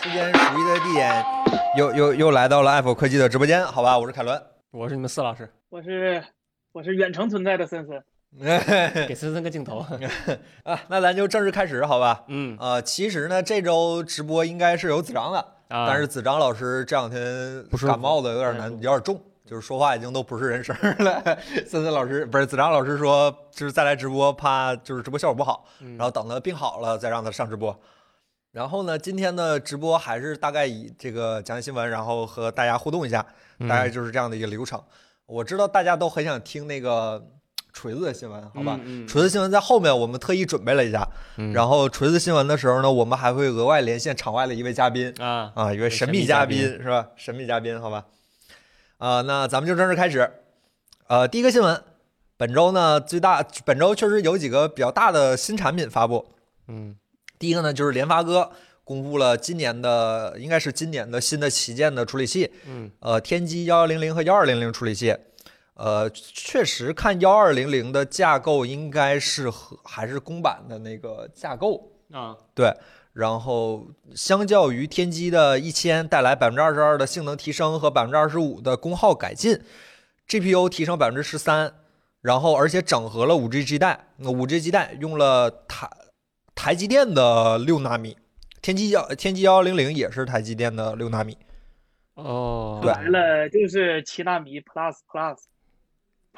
时间十一的地点，又又又来到了爱否科技的直播间，好吧，我是凯伦。我是你们四老师，我是我是远程存在的森森，给森森个 镜头。啊，那咱就正式开始，好吧？嗯呃，其实呢，这周直播应该是有子章的，啊，但是子章老师这两天不舒服感冒的有点难，嗯有点重，就是说话已经都不是人声儿了。森森老师不是子章老师说，就是再来直播，怕就是直播效果不好，嗯然后等他病好了再让他上直播。然后呢，今天的直播还是大概以这个讲解新闻，然后和大家互动一下，嗯大概就是这样的一个流程。我知道大家都很想听那个锤子的新闻，好吧？嗯嗯锤子新闻在后面，我们特意准备了一下。嗯然后锤子新闻的时候呢，我们还会额外连线场外的一位嘉宾啊，啊，一位神秘嘉宾是吧？神秘嘉宾，好吧？啊、那咱们就正式开始。呃，第一个新闻，本周呢最大，本周确实有几个比较大的新产品发布。嗯第一个呢就是联发哥公布了今年的，应该是今年的新的旗舰的处理器，嗯，呃，天玑幺幺零零和幺二零零处理器。呃，确实看幺二零零的架构应该是和还是公版的那个架构，啊，对，然后相较于天玑的一千带来百分之二十二的性能提升和百分之二十五的功耗改进，GPU 提升百分之十三，然后而且整合了五 G 基带，那五 G 基带用了台台积电的六纳米，天玑幺天玑幺零零也是台积电的六纳米，哦，对来了就是七纳米 plus plus，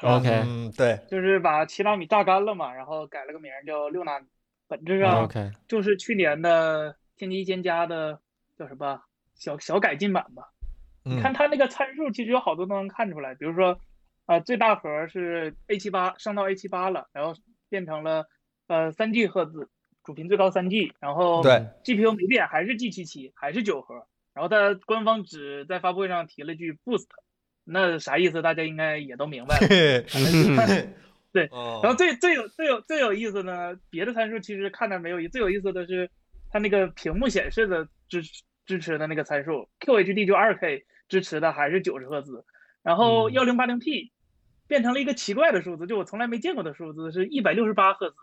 ，OK 嗯，对，就是把七纳米榨干了嘛，然后改了个名儿叫六纳米，本质上哦 OK，就是去年的天玑一千加的叫什么小小改进版吧。你看嗯，它那个参数，其实有好多都能看出来，比如说，啊、最大核是 A 7 8上到 A 7 8了，然后变成了呃三 G 赫兹，主频最高三 G，然后对 GPU 没变，还是 G 7 7还是九核，然后它官方只在发布会上提了句 boost，那啥意思？大家应该也都明白了。 对然然后最最有最有最有意思呢，别的参数其实看着没有意，最有意思的是它那个屏幕显示的支持支持的那个参数，QHD 就 2K 支持的还是九十赫兹，然后嗯1 0 8 0 P 变成了一个奇怪的数字，就我从来没见过的数字是一百六十八赫兹，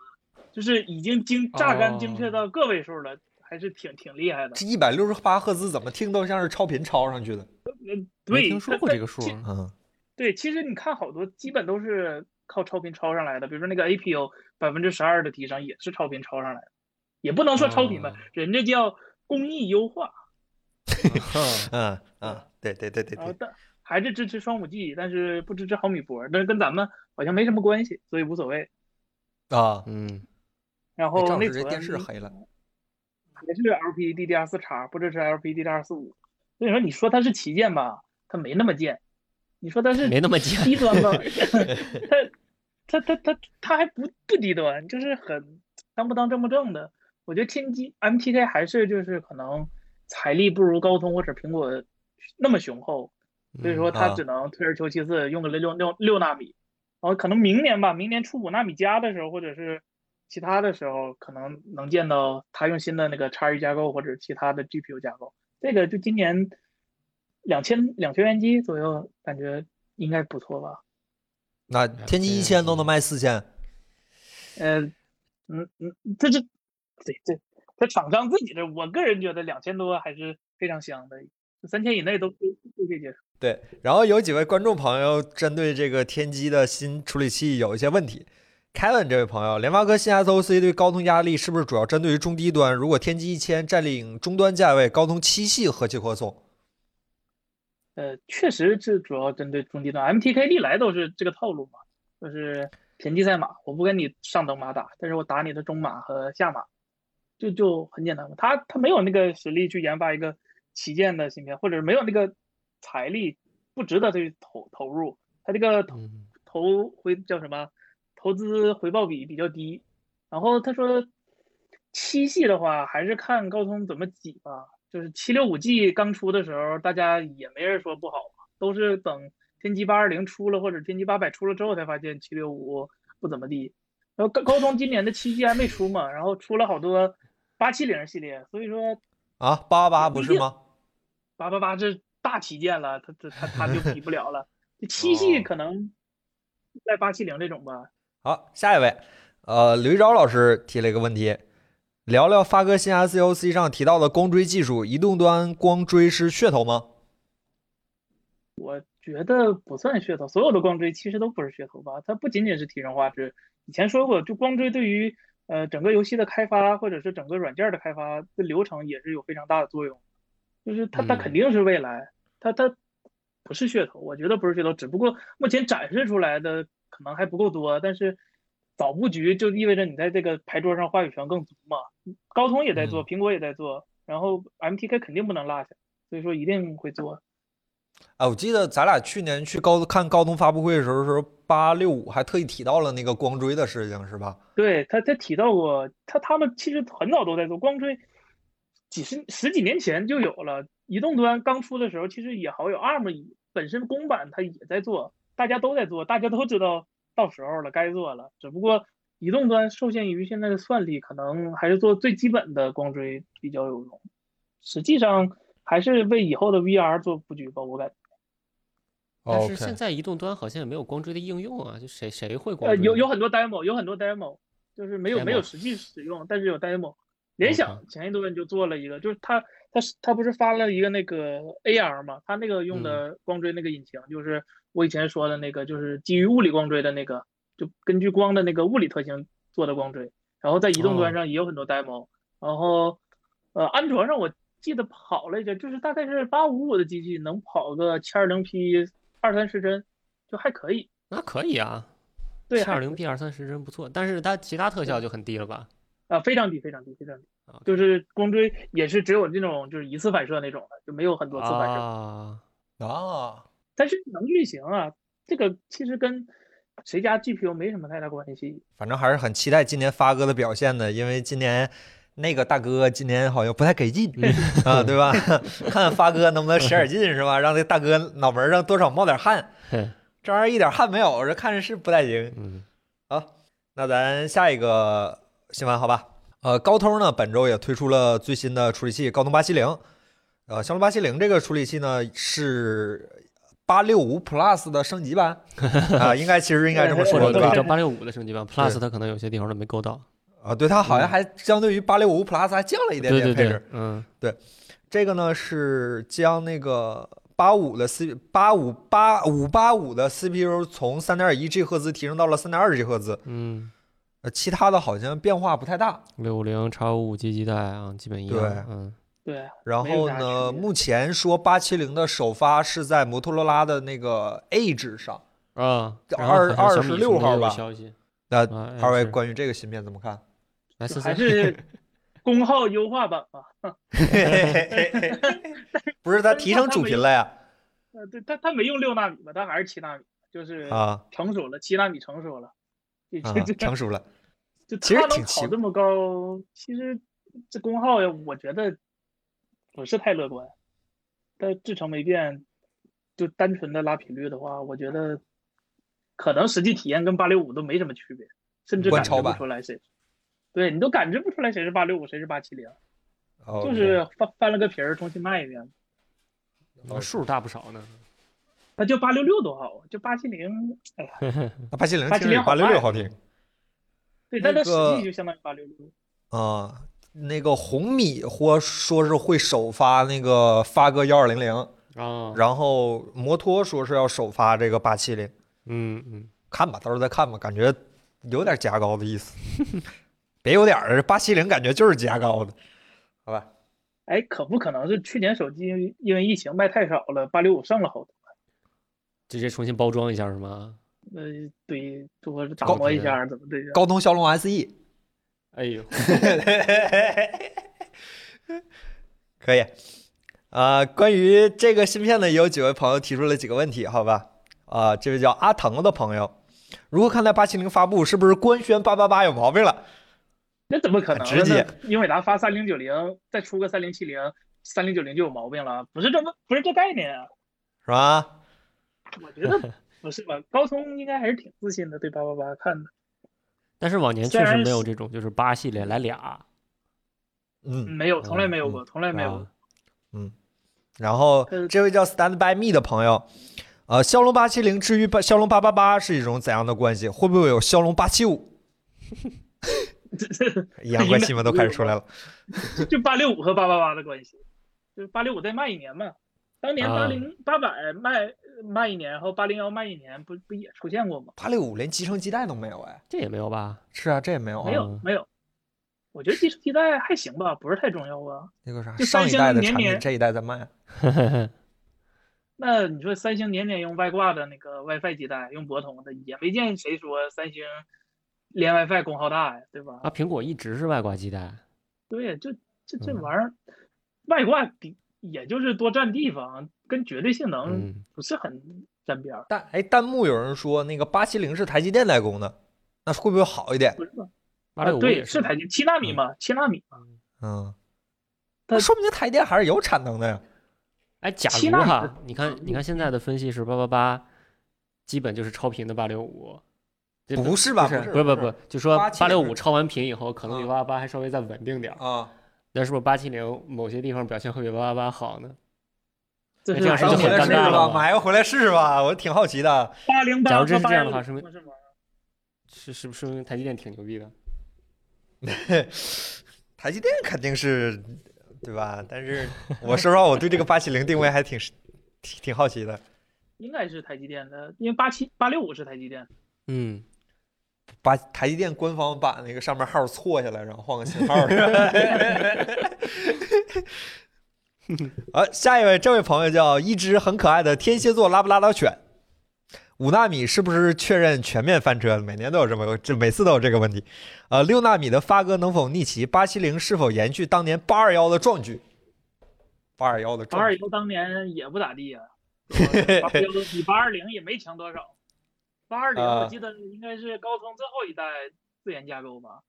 就是已经精榨哦干精确到个位数了，还是挺挺厉害的。这一百六十八赫兹怎么听都像是超频超上去的，没对，听说但过但这个数其啊， 嗯对，其实你看好多基本都是靠超频超上来的，比如说那个 APU 百分之十二的提升也是超频超上来的，也不能说超频吧，哦人家叫工艺优化，嗯嗯，对对对对然对后，但还是支持双五 G，但是不支持毫米波，但是跟咱们好像没什么关系，所以无所谓。啊， 嗯然哎后嗯张老内师这存电视黑了。还是 LPDDR 四叉，不支持 LPDDR 四五，所以说你说它是旗舰吧，它没那么贱，你说它是没那么贱低端 吧，它它它它它还不不低端，就是很当不当正不正的。我觉得天玑 MTK 还是就是可能财力不如高通或者苹果那么雄厚，嗯所以说它啊只能退而求其次，用个六六六纳米，然后可能明年吧，明年出五纳米加的时候，或者是其他的时候，可能能见到它用新的那个叉 U 架构或者其他的 GPU 架构。这个就今年两千两千元机左右，感觉应该不错吧？那天玑一千都能卖四千，呃，嗯嗯，这这对这这厂商自己的，我个人觉得两千多还是非常香的，三千以内都都都可以接受。对。然后有几位观众朋友针对这个天玑的新处理器有一些问题。Kevin 这位朋友，联发科新 SOC 对高通压力是不是主要针对于中低端？如果天玑一千占领中端价位，高通七系何去何从？呃，确实是主要针对中低端，MTK 历来都是这个套路嘛，就是田忌赛马，我不跟你上等马打，但是我打你的中马和下马，就就很简单嘛。他他没有那个实力去研发一个旗舰的芯片，或者是没有那个财力，不值得去投投入。他这个投嗯投回叫什么？投资回报比比较低。然后他说，七系的话还是看高通怎么挤吧。就是七六五 G 刚出的时候，大家也没人说不好嘛，都是等天玑八二零出了或者天玑八百出了之后，才发现七六五不怎么地。然后高高通今年的七系还没出嘛，然后出了好多八七零系列，所以说啊，八八八不是吗？八八八这大旗舰了，它它它它就比不了了。就七系可能在八七零这种吧。好，下一位，呃，刘一钊老师提了一个问题，聊聊发哥新 SOC 上提到的光追技术，移动端光追是噱头吗？我觉得不算噱头，所有的光追其实都不是噱头吧，它不仅仅是提升画质。以前说过，就光追对于呃整个游戏的开发，或者是整个软件的开发的流程也是有非常大的作用。就是它它嗯肯定是未来，它它不是噱头，我觉得不是噱头，只不过目前展示出来的可能还不够多，但是早布局就意味着你在这个牌桌上话语权更足嘛。高通也在做，嗯苹果也在做，然后 MTK 肯定不能落下，所以说一定会做。啊，我记得咱俩去年去高看高通发布会的时候，时候八六五还特意提到了那个光追的事情，是吧？对他，他提到过，他他们其实很早都在做光追，几十十几年前就有了。移动端刚出的时候，其实也好有 ARM 本身公版它也在做，大家都在做，大家都知道到时候了该做了。只不过移动端受限于现在的算力，可能还是做最基本的光追比较有用。实际上还是为以后的 VR 做布局吧，我感觉。哦但是现在移动端好像也没有光追的应用啊，就谁谁会光呃，追？有有很多 demo，有很多 demo，就是没有没有 Demo 实际使用，但是有 demo。联想前一段就做了一个，就是它它是它不是发了一个那个 AR 嘛，它那个嗯用的光追那个引擎，就是我以前说的那个，就是基于物理光追的那个，就根据光的那个物理特性做的光追。然后在移动端哦上也有很多 demo，、然后呃，安卓上我记得跑了一下，就是大概是八五五的机器能跑个七二零 P 二三十帧，就还可以。那可以啊，对，七还二零 P 二三十帧不错，但是它其他特效就很低了吧？啊，非常低，非常低，非常低啊 OK，就是光追也是只有那种就是一次反射那种的，就没有很多次反射，啊，啊，但是能运行啊。这个其实跟谁家 GPU 没什么太大关系。反正还是很期待今年发哥的表现的，因为今年那个大哥今年好像不太给 劲嗯啊，对吧？ 看发哥能不能使点劲是吧？让这大哥脑门上多少冒点汗，嘿这玩意儿一点汗没有，这看着是不太行。 嗯，那咱下一个新闻好吧？呃，高通呢本周也推出了最新的处理器高通八七零，呃，骁龙八七零这个处理器呢是八六五 Plus 的升级版啊，应该其实应该这么或说者对比吧较？八六五的升级版对，Plus 它可能有些地方都没够到，啊，对，它好像还相对于八六五 Plus 还降了一点对点对配置。对，嗯，这个呢是将那个八五的 C 八五八五八五的 CPU 从三点一 G 赫兹提升到了三点二 G 赫兹，嗯，呃，其他的好像变化不太大。六五零叉五五 G 基带啊，基本一对样。嗯，对， 然没有后啥呢，区别目前说八七零的首发是在摩托罗拉的那个 Edge 上。啊，然后二好像26小米什么号都有吧消息，那啊二位是关于这个芯片怎么看？来就四还三， 是功耗优化版吧。不是，它提升主频了呀？呃，对，它它没用六纳米吧，它还是七纳米，就是啊成熟了，七纳米成熟了。就啊就，就成 熟了。就其实它能挺奇跑这么高，其实这功耗呀，我觉得不是太乐观。但制程没变，就单纯的拉频率的话，我觉得可能实际体验跟八六五都没什么区别，甚至观感潮知不版出来谁。对你都感知不出来谁是八六五，谁是八七零，哦就是翻翻了个皮儿重新卖一遍。哦呃数大不少呢。那就八六六多好啊，就八七零，哎呀，那八七零听870着好八六六卖好听。对，但那它个实际就相当于八六六。啊、那个红米或说是会首发那个发哥幺二零零，啊，然后摩托说是要首发这个八七零，嗯嗯，看吧，到时候再看吧，感觉有点加高的意思， 别有点儿八七零感觉就是加高的，好吧？哎，可不可能是去年手机因为疫情卖太少了，八六五剩了好多？直接重新包装一下是吗？呃，对，就我打高磨一频下儿怎么对高通骁龙 E SE，哎呦， 可以。啊，关于这个芯片呢，也有几位朋友提出了几个问题，好吧？啊、这位叫阿腾的朋友，如何看待八七零发布？是不是官宣八八八有毛病了？那怎么可能直呢？接那英伟达发三零九零，再出个三零七零，三零九零就有毛病了，不是这么不是这概念啊！是吧？我觉得不是吧？高通应该还是挺自信的，对八八八看的，但是往年虽确实然没有是这种，就是八系列来俩，嗯，没有，从来没有嗯过，从来没有啊过。然后呃这位叫 Stand by Me 的朋友，呃，骁龙八七零至于八骁龙八八八是一种怎样的关系？会不会有骁龙八七五？阴阳怪气们都开始出来了。 就八六五和八八八的关系，就是八六五再卖一年嘛。当年啊八零八百卖卖一年，然后八零幺卖一年，不不也出现过吗？八六五连集成基带都没有哎。这也没有吧？ 是啊，这也没有啊。没有嗯没有，我觉得集成替代还行吧，不是太重要啊。那个啥，就上三一星代的年产品，年这一代在卖。那你说三星年年用外挂的那个 WiFi 基带，用博通的，也没见谁说三星连 WiFi 功耗大呀，对吧？啊，苹果一直是外挂基带，对呀，就这这嗯玩意儿，外挂的也就是多占地方，跟绝对性能嗯，不是很沾边儿，但哎，弹幕有人说那个八七零是台积电代工的，那会不会好一点？不是吧？八啊六五对，也是台积七纳米嘛，七纳米嘛，嗯，它那说明台积电还是有产能的呀。哎，假七如纳米哈的，你看，你看现在的分析是八八八，基本就是超频的八六五，这不是吧？不是，不不不，就说87八六是五超完频以后，可能比啊八八八还稍微再稳定点儿。啊，那是不是八七零某些地方表现会比八八八好呢？这那是这样还咱是们很回来尴试试尬吧，了买个回来试试吧，我挺好奇的。啊八零假八如真和是这八样的幺话五是不什么玩意儿？是是不是说明台积电挺牛逼的？台积电肯定是，对吧？但是我说实话，我对这个八七零定位还挺挺挺好奇的。应该是台积电的，因为八七八六五是台积电的，嗯，把台积电官方把那个上面号错下来，然后换个新号。 啊，下一位，这位朋友叫一只很可爱的天蝎座拉布拉多犬。五纳米是不是确认全面翻车了？每年都有这么个，这每次都有这个问题。呃，六纳米的发哥能否逆袭？八七零是否延续当年八二幺的壮举？八二幺的八壮二举，幺当年也不咋 地呀、八二幺比八二零也没强多少。八二零啊我记得应该是高通最后一代自研架构吧，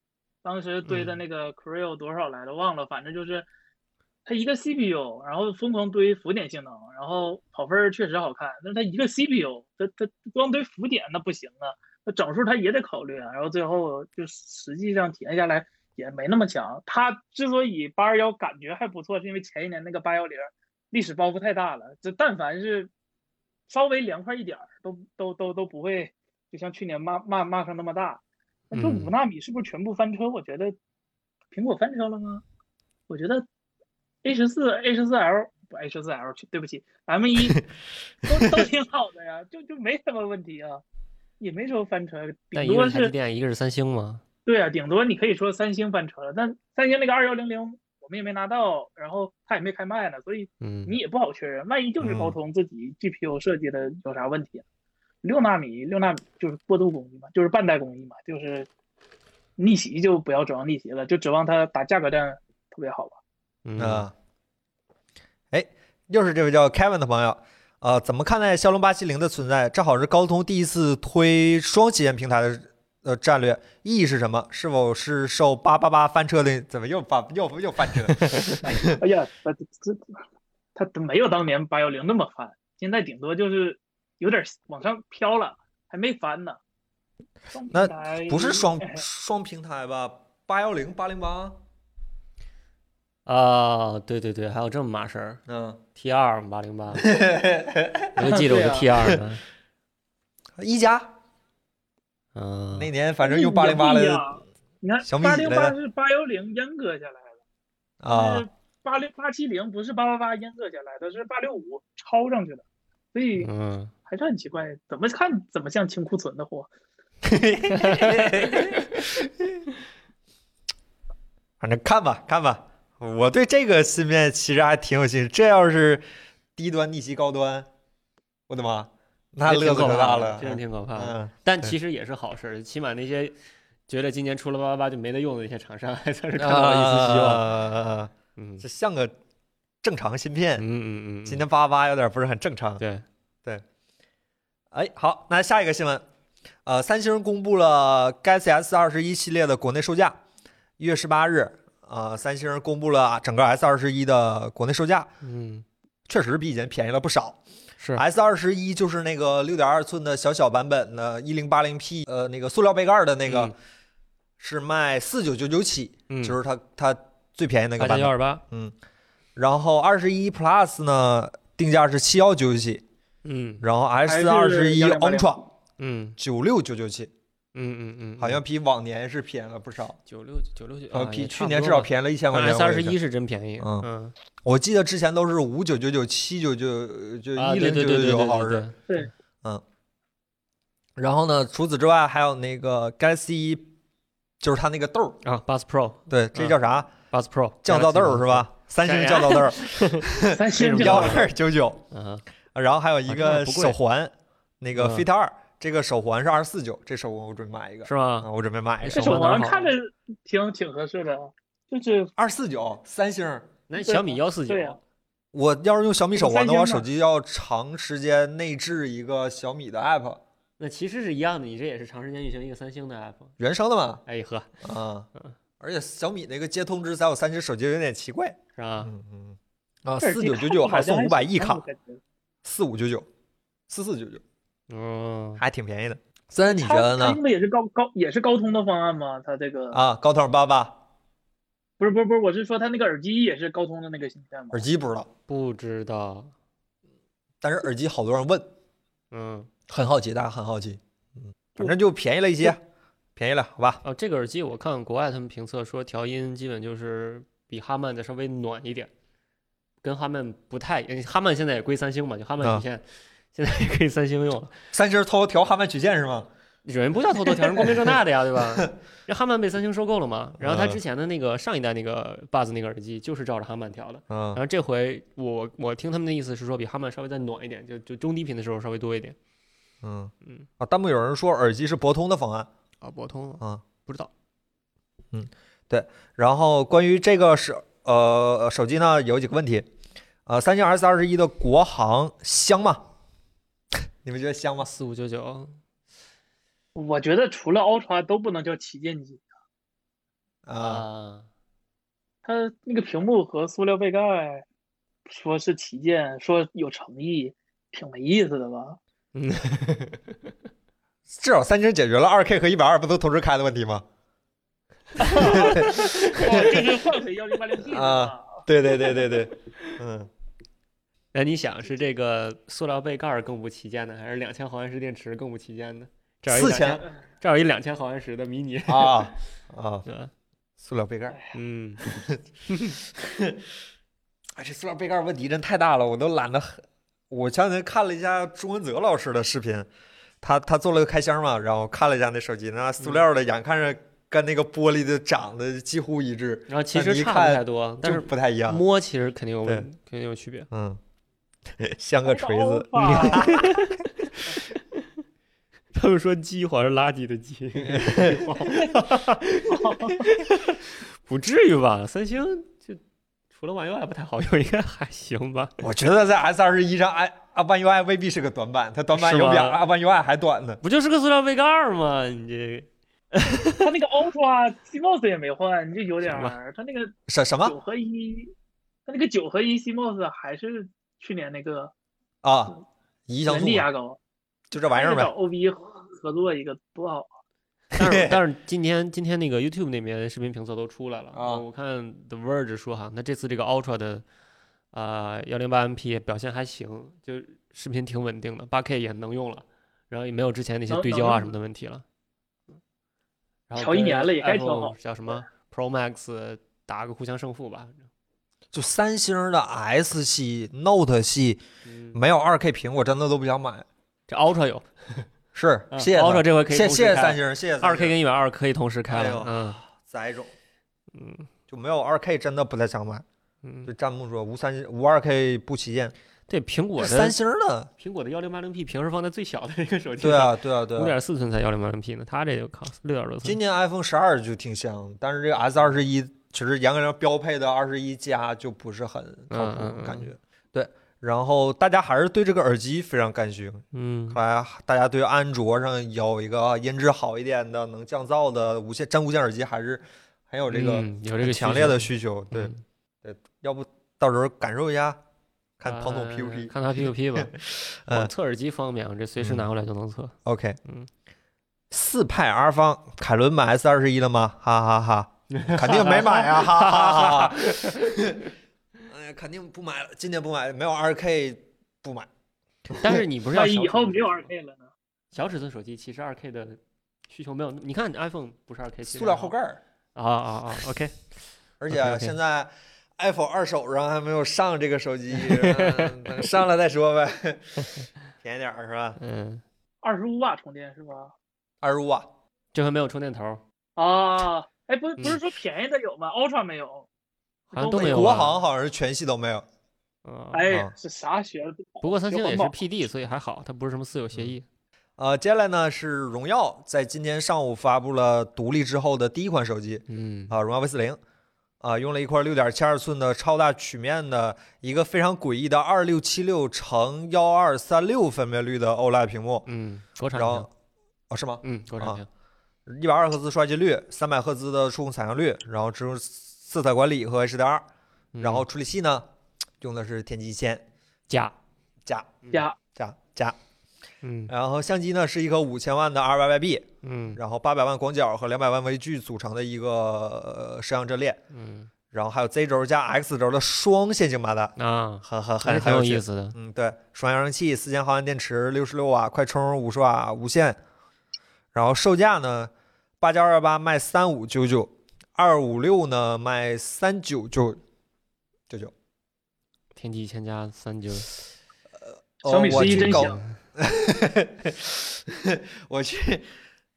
当时堆嗯的那个 Creo 多少来着忘了，反正就是它一个 CPU，然后疯狂堆浮点性能，然后跑分儿确实好看，但是它一个 CPU，它它光堆浮点那不行啊，那整数它也得考虑啊，然后最后就实际上体验下来也没那么强。它之所以八二幺感觉还不错，是因为前一年那个八幺零历史包袱太大了，这但凡是稍微凉快一点儿，都都都都不会，就像去年骂骂骂声那么大。那这嗯五纳米是不是全部翻车？我觉得苹果翻车了吗？我觉得 A 十四、A 十四 L 不 A 十四 L，去对不起，M 一都都挺好的呀，就就没什么问题啊，也没说翻车，但顶一个多是台积是电，一个是三星嘛。对啊，顶多你可以说三星翻车了，但三星那个二幺零零我们也没拿到，然后它也没开卖呢，所以嗯，你也不好确认，万一就是高嗯通自己 GPU 设计的有啥问题啊？六纳米，六纳米就是过渡工艺嘛，就是半代工艺嘛，就是逆袭就不要指望逆袭了，就指望它打价格战特别 好吧。嗯，啊，哎，又是这位叫 Kevin 的朋友，呃，怎么看待骁龙八七零的存在？正好是高通第一次推双旗舰平台的呃战略，意义是什么？是否是受八八八翻车的？怎么又翻又又翻车？哎呀，它这它它没有当年八幺零那么翻，现在顶多就是有点往上飘了，还没翻呢。双那平 台不是 双哎双平台吧？八幺零八零八，啊，对对对，还有这么码事儿嗯， ，T 二八零 八，我就记啊着我是 T 对二呢。一加嗯，那年反正用也八零八不一了样。你看小米八几零来八的是八幺零阉割下来的。啊，呃八六八七零不是八八八阉割下来的，是八六五抄上去的，所以嗯，还是很奇怪，怎么看怎么像清库存的 货。 反正看吧看吧，我对这个芯片其实还挺有兴趣。这要是低端逆袭高端，我的妈，那这挺乐子可可怕大的了。真 是挺可怕的。嗯，但对其实也是好事儿，起码那些觉得今年出了八八八就没得用的那些厂商，还算是看到了一丝希啊望。望。嗯这像个正常芯片。嗯嗯嗯，嗯今天八八有点不是很正常。对，哎，好，那下一个新闻，呃，三星公布了 Galaxy S 二十一系列的国内售价，一月十八日，呃，三星公布了整个 S 二十一的国内售价，嗯确实比以前便宜了不少。是 S 二十一就是那个六点二寸的小小版本的，一零八零 P，呃，那个塑料杯盖的那个、嗯是卖四九九九起，嗯，就是它它最便宜那个八版加本嗯幺。二八，然后二十一 Plus 呢，定价是七幺九九七，嗯然后 S 还二是十一128 Ultra 嗯九六九九七，嗯嗯嗯，好像比往年是便宜了不少，九六九六九，呃，啊比去年至少便宜了一千块钱。 S 啊二十我记一得，是真便宜，嗯嗯，我记得之前都是五九九九、七九九就啊一对零对九对九对九，对好像对是。对，然后呢，除此之外还有那个 Galaxy，就是它那个豆儿，啊，Bus Pro，Bus 对，这叫啥？ Pro 降噪豆儿是？吧？三星降噪豆 儿三星为什幺么叫二九九，嗯，然后还有一啊这玩意个儿不贵手环，那个嗯 Fit 二，这个手环是二四九，这手环我准备买一个，是吗？啊，我准备买一这个手手环环好看着挺挺合适的，就是二四九，三星儿。那小米幺四九对啊呀我要是用小米手环的话，三星手的机要长时间内置一个小米的 app，那其实是一样的，你这也是长时间运行一个三星的 app。原生的嘛，哎呵，啊，而且小米那个接通知在我三星手机有点奇怪，是吧？嗯嗯，啊，耳四机九看九着 九好还像送五百亿挺好卡，的感觉四五九九，四四九九，嗯，还挺便宜的。森，你觉它得它呢？用的也是高高也是高通的方案吗？它这个啊，高通八八不是不是不是，我是说它那个耳机也是高通的那个芯片吗耳？机不知道，不知道，但是耳机好多人问，嗯，很好奇，大家很好奇，嗯，反正就便宜了一些，便宜了，好吧？哦，这个耳机我看国外他们评测说调音基本就是比哈曼的稍微暖一点，跟哈曼不太，呃哈曼现在也归三星嘛，就哈曼啊曲线、现在也可以三星用了。三星偷调哈曼曲线是吗？人不叫偷偷调，人光明正大的呀，对 吧？人哈曼被三星收购了嘛，然嗯后他之前的那个上一代那个 Buzz 那个耳机就是照着哈曼调的，然嗯后这回我我听他们的意思是说比哈曼稍微再暖一点，就就中低频的时候稍微多一点嗯嗯啊，弹幕有人说耳机是博通的方案啊，博通了啊，不知道，然后关于这个手呃手机呢，有几个问题，呃，三星 S 二十一的国行香吗？ 你们觉得香吗？四五九九我觉得除了 Ultra 都不能叫旗舰机，啊、啊，它那个屏幕和塑料背盖，说是旗舰，说有诚意，挺没意思 的吧？嗯，至少三星解决了二 K 和一百二不都同时开的问题吗？哦，就是换回幺零八零 P 啊对对对对 对，嗯，那哎你想是这个塑料背盖儿更不旗舰呢，还是两千毫安时电池更不旗舰呢？这儿有一四千2000，这儿有一两千毫安时的迷你，啊啊，对吧塑料背盖儿，嗯，哎，这塑料背盖儿问题真太大了，我都懒得很。我前两天看了一下朱文泽老师的视频，他他做了个开箱嘛，然后看了一下那手机，那塑料的眼看着跟那个玻璃的长得几乎一致，然后其但实你一差看不太多，嗯但就是不太一样。摸其实肯定有对问，肯定有区别。嗯， 像个锤子。 啊他们说鸡好像是垃圾的鸡， 不至于吧？三星就除了 One UI 不太好用，应该还行吧？我觉得在 S 二十一上，i a One UI 未必是个短板，它短板是有比吗 a One UI 还短呢。不就是个塑料杯盖儿吗？你这它那个 Ultra CMOS 也没换，你就有点行吧儿，它那个什什九么合一，它那个九合一 CMOS 还是去年那个啊？一亿像原素啊啊地牙膏，就这玩意儿那找呗。 OB 合作一个多好啊！但 是但是今天今天那个 YouTube 那边视频评测都出来了啊我看 The Verge 说哈，那这次这个 Ultra 的啊幺零八 MP 表现还行，就视频挺稳定的，八 K 也能用了，然后也没有之前那些能对能焦啊用什么的问题了。然后调一跟年了也该调 Apple 好叫什么 Pro Max 打个互相胜负吧。就三星的 S 系、Note 系嗯，没有 2K 屏，我真的都不想买。这 Ultra 有是，嗯谢谢他。 Ultra 这回可以谢同谢时谢开三星，谢谢二 K 跟一百二可以同时开哎了呦。嗯载种嗯就没有 2K 真的不太想买。嗯，就弹幕说无三无 2K 不旗舰，对苹果这的三星的。苹果的幺零八零 P 平时放在最小的那个手机对上，啊，对啊，对五啊。点四寸才幺零八零 P 呢，它这就靠六点多寸今。年 iPhone 十二就挺香，但是这个 S 二十一其实严格上标配的二十一加就不是很靠嗯嗯谱，嗯感觉。对，然后大家还是对这个耳机非常感兴趣，嗯，看来大家对安卓上有一个音质好一点的、能降噪的无线真无线耳机还是很有这个嗯有这个强需烈的求需求。对，嗯要不到时候感受一下，看庞总呃 P 嗯不 P？看他 P 不 P 吧。嗯我测耳机方面，我这随时拿过来就能测。 OK，嗯，四派 R 方，凯伦买 S 二十 一了吗？哈哈哈，肯定没买啊，哈哈哈哈。哎年肯定不买了，今年不买，没有二 K 不哎买。但是你不是要万一小以后尺寸没有手二机 K 了呢？小尺寸手机其实二 K 的需求没有那，你看你 iPhone 不是二 K，塑料后盖儿，啊啊啊，OK，而 OK，OK 且啊现在 iPhone 二手上还没有上这个手机，嗯等上了再说呗， 便宜点儿是吧？嗯，二十五瓦充电是吧？二十五瓦，这回没有充电头儿，啊，哎，不是不是嗯说便宜的有吗？Ultra 没有，好像都没有国啊行好像是全系都没有。嗯，哎啊，是啥学的？不过三星有环也是保 PD，所以还好，它不是什么私有协议。呃，接下来呢是荣耀在今天上午发布了独立之后的第一款手机嗯，啊，荣耀 V 四零，啊，用了一块六点七二寸的超大曲面的一个非常诡异的二六七六乘幺二三六分辨率的 OLED 屏幕，嗯，国产啊然后屏，哦是吗？嗯，国啊产屏，嗯一百二十赫兹刷新率，三百赫兹的触控采样率，然后支持色彩管理和 HDR，然嗯后处理器呢用的是天玑一千假，啊加加加加，嗯然后相机呢是一颗五千万的 2YYB，嗯然后八百万广角和两百万微距组成的一个呃摄像阵列，嗯然后还有 Z 轴加 X 轴的双线性马达，啊，很很还很很是挺有趣意。思的。嗯，对，双扬声器，四千毫安电池，六十六瓦快充，五十瓦无线。然后售价呢，八加二八卖三五九九，二五六呢卖三九九九九。天玑一千加三九，哦小米我11去真搞香 我去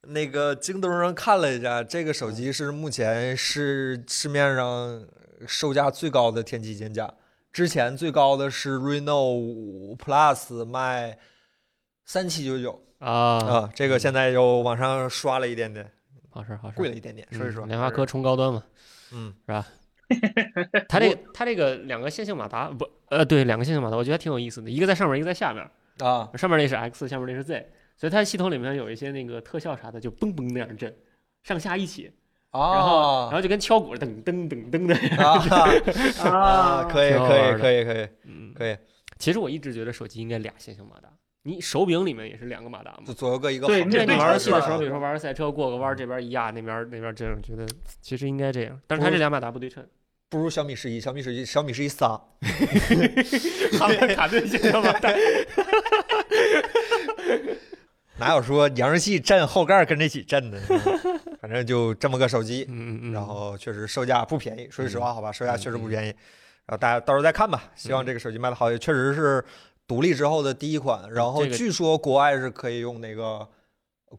那个京东上看了一下，这个手机是目前是市面上售价最高的天玑肩架，之前最高的是 Reno 五 Plus 卖三七九九啊，啊，这个现在又往上刷了一点点，好事儿好事儿，贵了一点点，嗯所以说联发还科是冲高 端嘛，嗯它这个它这个两个线性马达不呃对，两个线性马达，我觉得还挺有意思的，一个在上面，一个在下面，啊上面那是 X，下面那是 Z，所以它系统里面有一些那个特效啥的，就嘣嘣那样震，上下一起，然后、然啊后就跟敲鼓噔噔噔噔的。 啊啊，可以挺好可以玩的可以可以嗯，可以，其实我一直觉得手机应该俩线性马达，你手柄里面也是两个马达嘛左。左右各一个对横对着那一个你个玩游儿戏是的吧，时候，比如说玩赛车过个弯儿，这边一压，那边那边这样，觉得其实应该这样。但是它这俩马达不对称，不如小米十一，小米十一，小米十一仨，哈曼卡顿线性马达。 哪有说扬声器震后盖儿跟着一起震 的？嗯反正就这么个手机，嗯嗯嗯。然后确实售价不便宜。说句实话，好吧，售价确实不嗯便宜。然后大家到时候再看吧，希望嗯这个手机卖的好，也确实是独立之后的第一款。然后嗯这个据说国外是可以用那个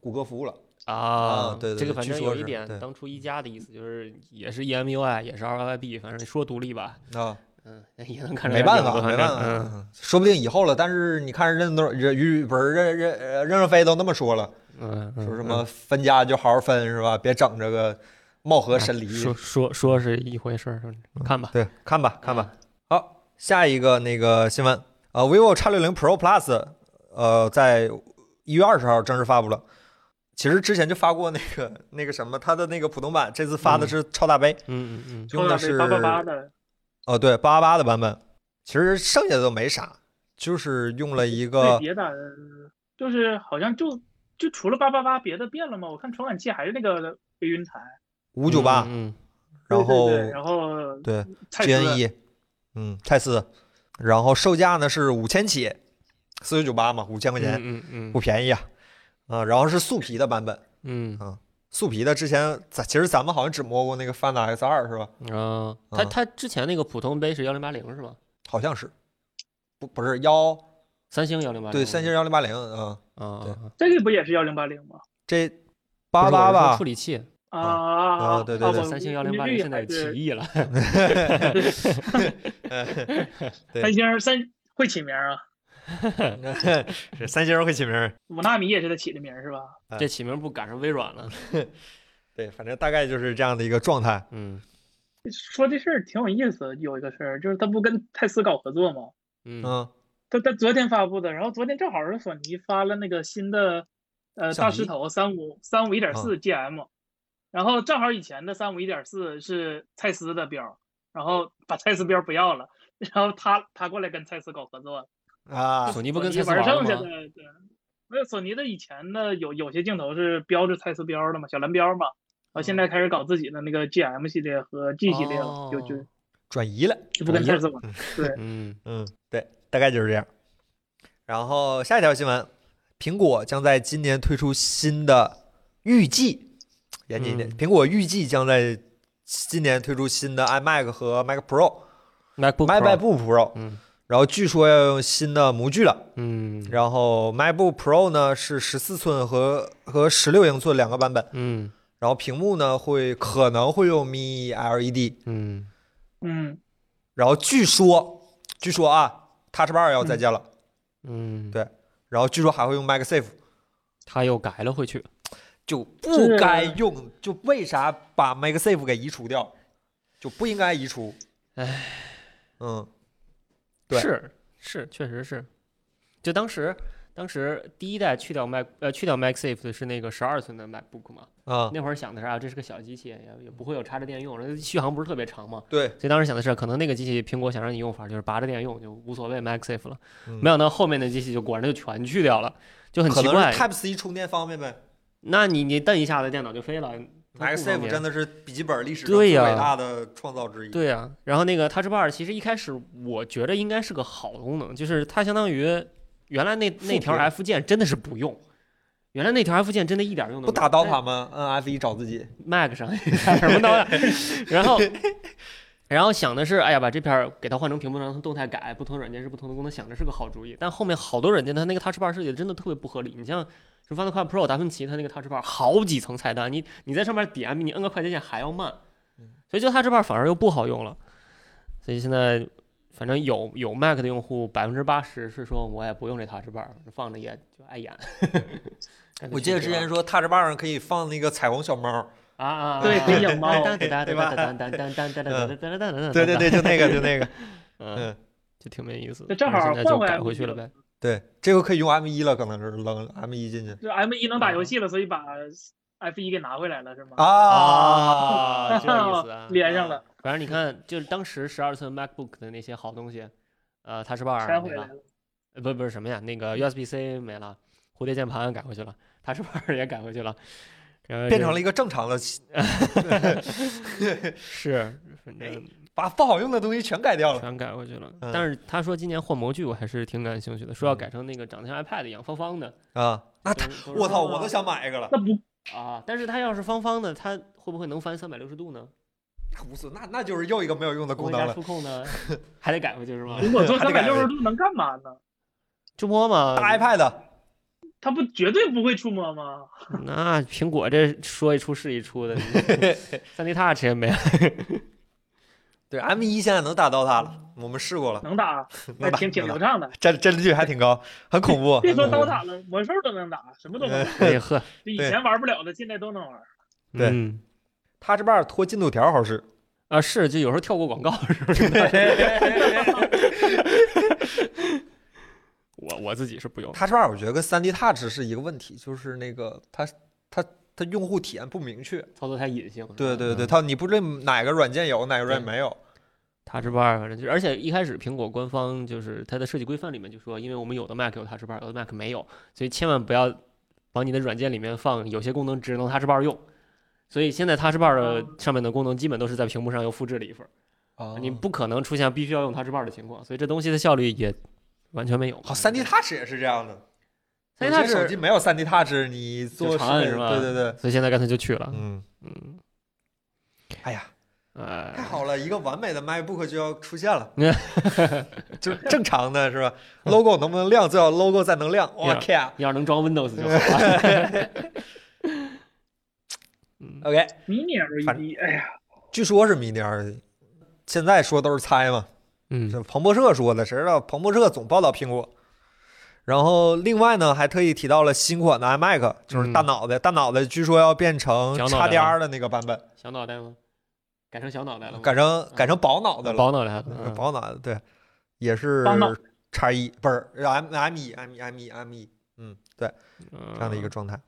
谷歌服务了。啊啊，对对这个对反据正说有一是点对，当初一加的意思就是也是 E EMUI，也啊是 RYB，反正说独立吧，啊，嗯，也能看出没来办两法，个没反办正法，嗯。嗯说不定以后了。但是你看任东任于不是任任呃任正非都那么说了，嗯，说嗯什嗯么分家就好好分是吧？别整这个貌合啊神离。说说说是一回事儿，嗯看吧，对，看吧，看嗯吧。好，下一个那个新闻啊、呃、，vivo X 六零 Pro Plus，呃，在一月二十号正式发布了。其实之前就发过那个 那个什么，它的那个普通版，这次发的是超大杯，嗯，嗯嗯用的是八八八的，哦对八八八的版本。其实剩下的都没啥，就是用了一对个别的就是好像就就除了八八八，别的变了吗？我看传感器还是那个飞云台，五九八，嗯，对然对后对然后对蔡司 GN 一，嗯，蔡司，然后售价呢是五千起，四九九八嘛，五千块钱、嗯嗯不便宜啊，啊、然后是素皮的版本。嗯素皮的之前咱其实咱们好像只摸过那个 Find X 二是吧？嗯啊，它啊它之前那个普通杯是幺零八零是吗？好像是，不不是幺三星幺零八零对三星幺零八零嗯，啊啊对啊这个不也是幺零八零吗？这不八是我八是说吧处，理器，啊啊啊对对对三星幺零八零嗯现在有起义嗯了，对三星三会起名啊， 是三星会起名儿，五纳米也是他起的名儿是吧？哎 这起名不赶上微软了，对，反正大概就是这样的一个状态。嗯说这事儿挺有意思，有一个事儿就是他不跟泰斯搞合作吗？嗯嗯，他他昨天发布的，然后昨天正好是索尼发了那个新的呃相大机石头三五三五一点嗯四 GM，然后正好以前的三五一点四是蔡司的标，然后把蔡司标不要了，然后他他过来跟蔡司搞合作了，啊，索尼不跟蔡索司玩玩剩了下吗的？对，没有索尼的以前的有有些镜头是标着蔡司标嗯的嘛，小蓝标嘛，然后现在开始搞自己的那个 GM 系列和 G 系列了，就就哦转移了。就不跟一特样斯拉。嗯，嗯，对，大概就是这样。然后下一条新闻，苹果将在今年推出新的预计，严谨一点，嗯苹果预计将在今年推出新的 iMac 和 Mac Pro、 MacBook MacBook Pro， Pro，嗯然后据说要用新的模具了。嗯然后 MacBook Pro 呢是十四寸和和十六英寸两个版本，嗯然后屏幕呢会可能会用 Mini LED，嗯嗯，然后据说据说啊，Touch Bar 要再见了，嗯，对然后据说还会用 MagSafe，他又改了回去，就就不是该用，就为啥把 MagSafe 给移除掉，就不应该移除。唉，嗯，对是是，确实是。就当时当时第一代去掉 Mac 呃去掉 MacSafe 的是那个十二寸的 MacBook 嘛，啊，那会儿想的是啊，这是个小机器，也也不会有插着电用，然后续航不是特别长嘛，对，所以当时想的是，可能那个机器苹果想让你用法就是拔着电用，就无所谓 MagSafe 了。嗯没想到后面的机器就果然就全去掉了，就很可奇能怪是。Type C 充电方便呗。那你你蹬一下子电脑就飞了它不方 MagSafe 便真的是笔记本历史中对最呀伟大的创造之一。对啊，然后那个 Touch Bar 其实一开始我觉得应该是个好功能，就是它相当于原来那那条复古 F 键真的是不用，原来那条 F 键真的一点用都没不有。打刀在塔吗？摁 F 一找自己。 Mac 上 什么刀呀？然后，然后想的是，哎呀，把这片儿给它换成屏幕上动态改，不同软件是不同的功能，想着是个好主意。但后面好多软件它那个 Touch Bar 设计的真的特别不合理。你像什么 Final Cut Pro、达芬奇，它那个 Touch Bar 好几层菜单，你你在上面点比你摁个快捷键还要慢，嗯所以就 Touch Bar 反而又不好用了。所以现在。反正有有 Mac 的用户，百分之八十是说我也不用这 Touch Bar，放着也就碍眼。 我记得之前说 Touch Bar 上可以放那个彩虹小猫。啊啊，对啊可以养猫对吧？对吧当当当当当当当当当当 对对对，，就那个，就那 个。嗯，就挺没意思的。那正好但是现在就换回改 M1 回去了了呗。对，这个可以用 M 一了，可能是扔 M 一进去就 M 一能打游嗯戏了，所以把 F 一给拿回来了是吗？。啊，这意思啊 连上了，反正你看，就是当时十二寸 MacBook 的那些好东西，呃，它是 Bar 全没回来了，了。呃不不是什么呀，那个 USB-C 没了，蝴蝶键盘改回去了，它是 Bar 也改回去了，然 后变成就了一个正常的， 是，反哎正把不好用的东西全改掉了。全改过去了嗯。但是他说今年换模具，我还是挺感兴趣的，说要嗯改成那个长得像 iPad 一样方方的。啊！那他，都是我操，方我方都想买一个了。那不啊！但是它要是方方的，它会不会能翻三百六十度呢？无所，那那就是又一个没有用的会不功会能加了。触控 呢，还得改回去是 吗？苹 果做还得改三百六十度能干嘛呢？触摸 嘛，大 iPad，它不绝对不会触摸吗？那苹果这说一出是一出 的，三 D Touch 也 没了。对 M 一现在能打到它了，我们试过了，能打，能那打，挺挺流能打 畅的。帧帧率还挺高，很恐 怖。别说很恐怖刀塔了，魔兽都能打，什么都能呃打。哎呀呵，就以前玩不了的，现在都能 玩。对嗯，Touch Bar 拖进度条好使。啊是，就有时候跳过广告是不是？哎我我自己是不用， Touch Bar 我觉得跟 3D Touch 是一个问题，就是那个它它它用户体验不明确。操作太隐性。是吧对对对，嗯它你不知道哪个软件有，哪个软件没有。 Touch Bar，反正就是，而且一开始苹果官方就是它的设计规范里面就说，因为我们有的 Mac 有 Touch Bar，有的 Mac 没有，所以千万不要往你的软件里面放有些功能只能 Touch Bar 用。所以现在 Touch Bar 的上面的功能基本都是在屏幕上又复制了一份儿，啊你不可能出现必须要用 Touch Bar 的情况，所以这东西的效率也完全没有。好，3D 哦 Touch 也是这样的。三 D 有 Touch 些手机没有 3D Touch，你做就长按视频是吧对对对，所以现在干脆就去了。嗯，嗯，哎呀，太呃，好了，一个完美的 MacBook 就要出现 了，就是正常的是吧？logo 能不能亮？最好 logo 再能亮。 我 Yeah 天要是能装 Windows 就好了。嗯， ，OK，迷你 LED，哎呀，据说是迷你 LED，现在说都是猜嘛。嗯这彭博社说的，谁知道彭博社总报道苹果。然后另外呢，还特意提到了新款的 iMac，就是大嗯脑袋，大脑袋据说要变成小脑袋 XDR 的那个版本，小脑袋吗？改成小脑袋了吗？改成改成薄脑袋了，薄脑袋了，嗯薄脑袋对，也是薄脑叉一不是，M，M M M 一 M 一 M 一 M 一，嗯，对。这样的一个状态。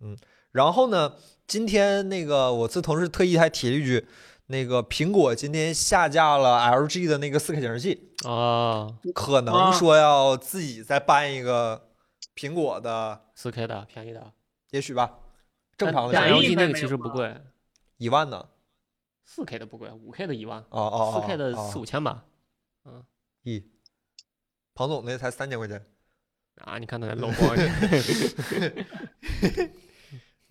嗯，然后呢，今天那个我自同事特意还提了一句，那个苹果今天下架了 LG 的那个四 K 显示器，哦，可能啊说要自己再办一个苹果的，四 K 的便宜的，也许吧，正常的但显示但便宜器 LG 那个应该没其有实不吧贵，一万呢，四 K 的不贵，五 K 的一万，哦哦，四 K 的哦四五千吧。咦，庞总那才三千块钱，啊，你看他那漏光，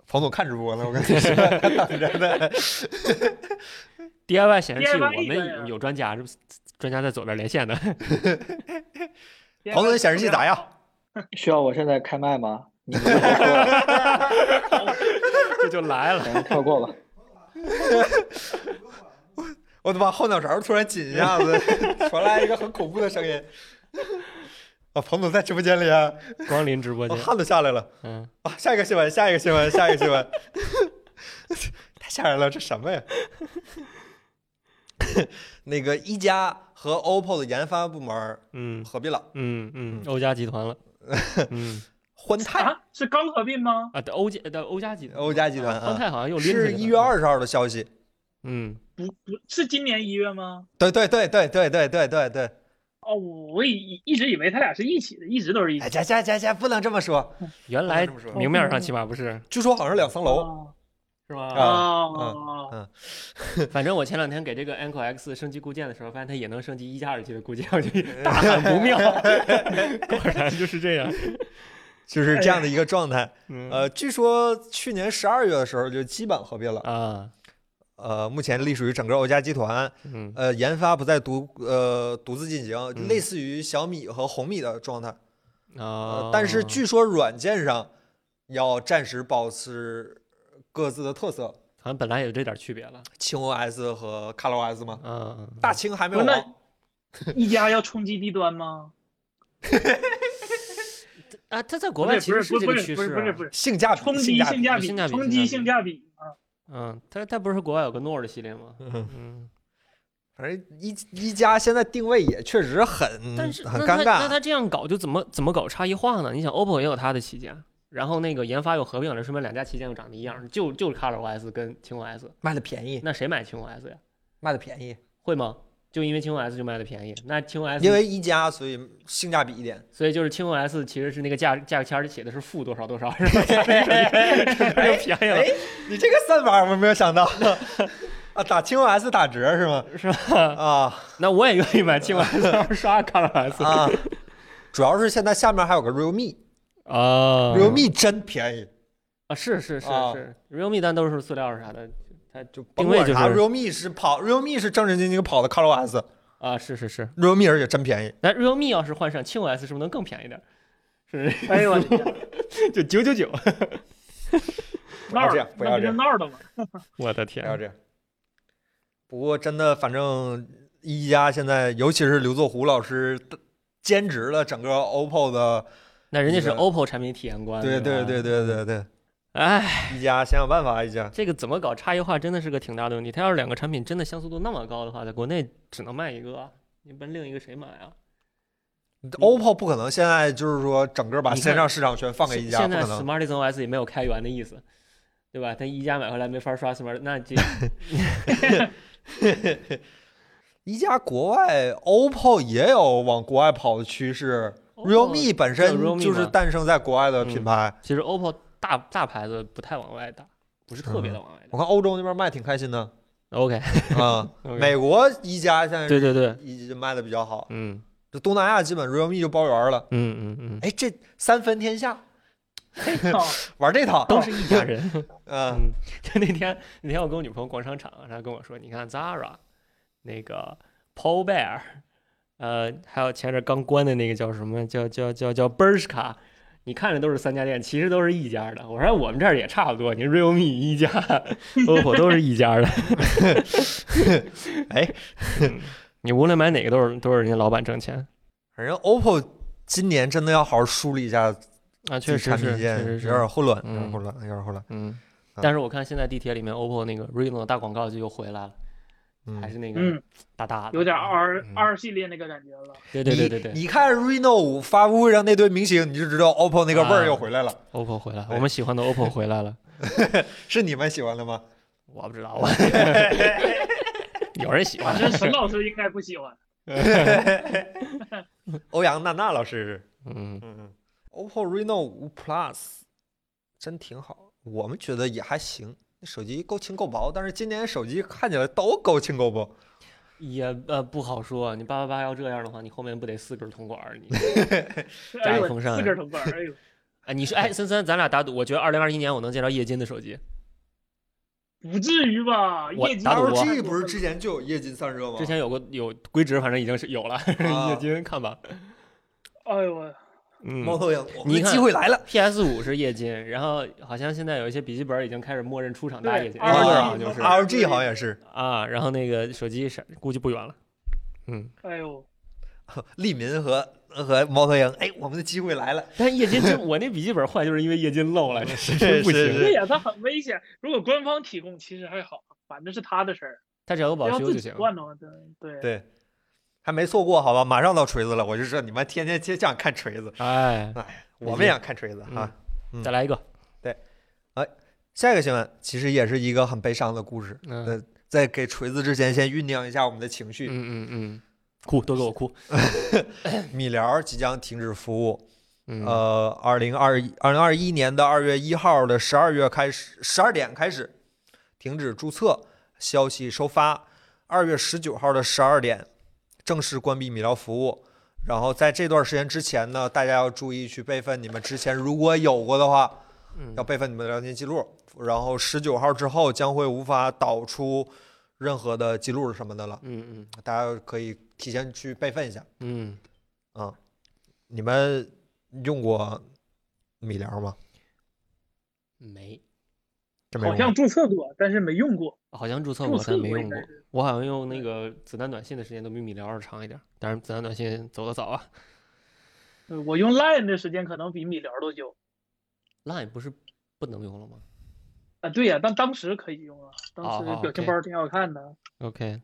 庞总看直播呢，我跟你说，他等着呢。 DIY 显示器 DIY 我一个呀们有专家，是不是专家在左边连线的。 庞总的显示器咋样？需要我现在开麦吗？你们这就 来了。咱跳过吧。我的妈，后脑勺突然紧一下子， 传来一个很恐怖的声音。 啊，庞总在直播间里啊，光临直播我间，汗都下来了嗯，啊！下一个新闻，下一个新闻，下一个新闻， 太吓人了，这什么呀？ 那个一加和 OPPO 的研发部门嗯合并了，嗯嗯，欧家集 团了，嗯欢泰 啊？是刚合并吗？啊，对欧家的欧家集欧家集团啊康啊，泰好像又拎出去是了一月，二十号的消息。嗯，不不是今年一月吗？对对对对对对对对对，哦，我以一直以为他俩是一起的，一直都是一哎，起。加加加加，不能这么说。原来不能这么说明面上起码不是，据说好像是两层楼，哦是哎啊吧？哦，反正我前两天给这个 Anko X 升级固件的时候，发现它也能升级一加二 G 的固件，我就 大喊不妙， 果然就是这样，哎就是这样的一个状态。嗯呃，据说去年十二月的时候就基本合并了。啊，呃，目前隶属于整个欧家集团。嗯呃，研发不再独呃独自进行，嗯类似于小米和红米的状态。啊哦呃，，但是据说软件上要暂时保持各自的特色，好像本来有这点区别了，轻 OS 和 ColorOS 嘛。嗯，大清还没有哦那亡，嗯一加要冲击低端吗？啊，它在国不外是其不实是这不个是趋不势是啊，不是不是性价冲比击价比性价性价比冲性价击性比价比啊！嗯，它它不是国外有个 Nord 系列吗？嗯嗯，反正一一加现在定位也确实很但是很那尴他那尬。他这样搞就怎么怎么搞差异化呢？你想，OPPO 也有它的旗舰，然后那个研发又合并了，说明两家旗舰又长得一样，就就是 ColorOS 跟青 OS，卖的便宜，那谁买青 OS 呀？卖的便宜，会吗？就因为青 OS 就卖的便宜，那青 OS 因为一加，所以性价比一点。所以就是青 OS 其实是那个价价格签儿写的是负多少 多少，然后下面手机就便宜哎了，你这个算法我没有想到啊，打轻 OS 打折是吗？是吧？啊那我也愿意买青 OS 要是刷 ColorOS 啊，主要是现在下面还有个 Realme，Realme、啊 Realme 真便宜，啊，是是是啊是，Realme 但都是塑料啥的，它就甭定位管就是啥，Realme 是跑，Realme 是正正经经跑的 ColorOS，Realme 啊，是是是，而且真便宜。那 Realme 要是换上轻 OS，是不是能更便宜点儿？是， 哎呦我的天，就九九九。不闹要了这样，不要那这就样，闹 了嘛！我的不要天！这样。不过真的，反正一加现在，尤其是刘作虎老师兼职了整个 OPPO 的，那人家是一个 OPPO 产品体验官。对对吧对。对对对，哎，一加想想办法，一加。这个怎么搞差异化，真的是个挺大的问题。它要是两个产品真的相似度那么高的话，在国内只能卖一个啊，你不然另一个谁买啊？ OPPO 不可能现在就是说整个把你看线上市场全放给一加，现不在可能。 Smartisan OS 也没有开源的意思，对吧？但一加买回来没法刷 Smart，那这 一加国外 OPPO 也有往国外跑的趋势 OPPO ，realme 本身叫哦 realme 嗯就是吗诞生在国外的品牌。其实 OPPO 大大牌子不太往外打，不是特别的往外打。我看欧洲那边卖挺开 心的 OK，啊， OK 美国一加现在对对对，一卖的比较好，嗯这东南亚基本 realme 就包圆了。嗯嗯嗯，哎，这三分天下哦 玩这套，都是一家人。 嗯嗯，就那天那天我跟我女朋友逛商场，她跟我说，你看 Zara，那个 Paul Bear，呃，还有前阵刚关的那个叫什么，叫叫叫叫 Bershka，你看着都是三家店，其实都是一家的。我说哎我们这儿也差不多，你 Realme 一家，OPPO 都是一家 的。哎 嗯，你无论买哪个都是都是人家老板挣钱反正 OPPO 今年真的要好好梳理一下啊，自己确实产是，品确线，实有是点，混乱，有点嗯混乱，有点混乱。嗯。啊但是我看现在地铁里面 OPPO 那个 Reno 大广告就又回来了，嗯还是那个嗯，大大的，有点 R 嗯 R 系列那个感觉了。对对对对对你，你看 Reno 五发布会上那堆明星，你就知道 OPPO 那个味儿啊又回来了。 OPPO 回来，对我们喜欢的 OPPO 回来 了。是你们喜欢的吗？我不知道， 我有人喜反欢。正沈老师应该不喜欢。欧阳娜娜老师嗯，嗯，OPPO Reno 5 Plus 真挺好，我们觉得也还行。手机够轻够薄，但是今年手机看起来都够轻够薄。也呃不好说，你八八八要这样的话，你后面不得四根铜管儿？你哎一呦风扇四根头管，哎呦，哎，你说哎，森森，咱俩打赌，我觉得二零二一年我能见到液晶的手机。不至于吧？我业绩打赌我 LG 不是之前就有液晶散热吗？之前有过有规值，反正已经是有 了，啊液晶看吧。哎呦我，嗯猫头鹰，我你们看机会来了。 ，PS 五是液晶，然后好像现在有一些笔记本已经开始默认出厂对搭液晶，啊 Air 啊好像就是啊 LG 好像也是，啊，然后那个手机是估计不远了。嗯，哎呦，利民和和猫头鹰，哎，我们的机会来了。但液晶真，我那笔记本坏就是因为液晶漏 了，这是是不是行是。这也算很危险。如果官方提供，其实还好，反正是他的事儿，它只要有保要修自就己行。断的话，对对，对，还没错过，好吧，马上到锤子了，我就说你们天天就想看锤子，哎，哎，我们也想看锤子嗯啊。嗯再来一个，下一个新闻其实也是一个很悲伤的故事，嗯呃，在给锤子之前，先酝酿一下我们的情绪。嗯嗯嗯，哭都给我哭。米聊即将停止服务，嗯呃，二零二二零二一年的二月一号的十二月开始，十二点开始停止注册，消息收发。二月十九号的十二点正式关闭米聊服务。然后在这段时间之前呢，大家要注意去备份你们之前如果有过的话，嗯要备份你们的聊天记录。然后十九号之后将会无法导出任何的记录什么的了，嗯大家可以提前去备份一下。嗯嗯，你们用过米聊吗？没，这没用好过像注册过，但是没用过。好像注册注过，册但没过应用该过是。我好像用那个子弹短信的时间都比米聊要长一点，但是子弹短信走的早啊。呃我用 Line 的时间可能比米聊都久 Line 不是不能用了吗啊。对呀、但当时可以用啊，当时哦哦表情，OK 包挺好看的。 ？OK，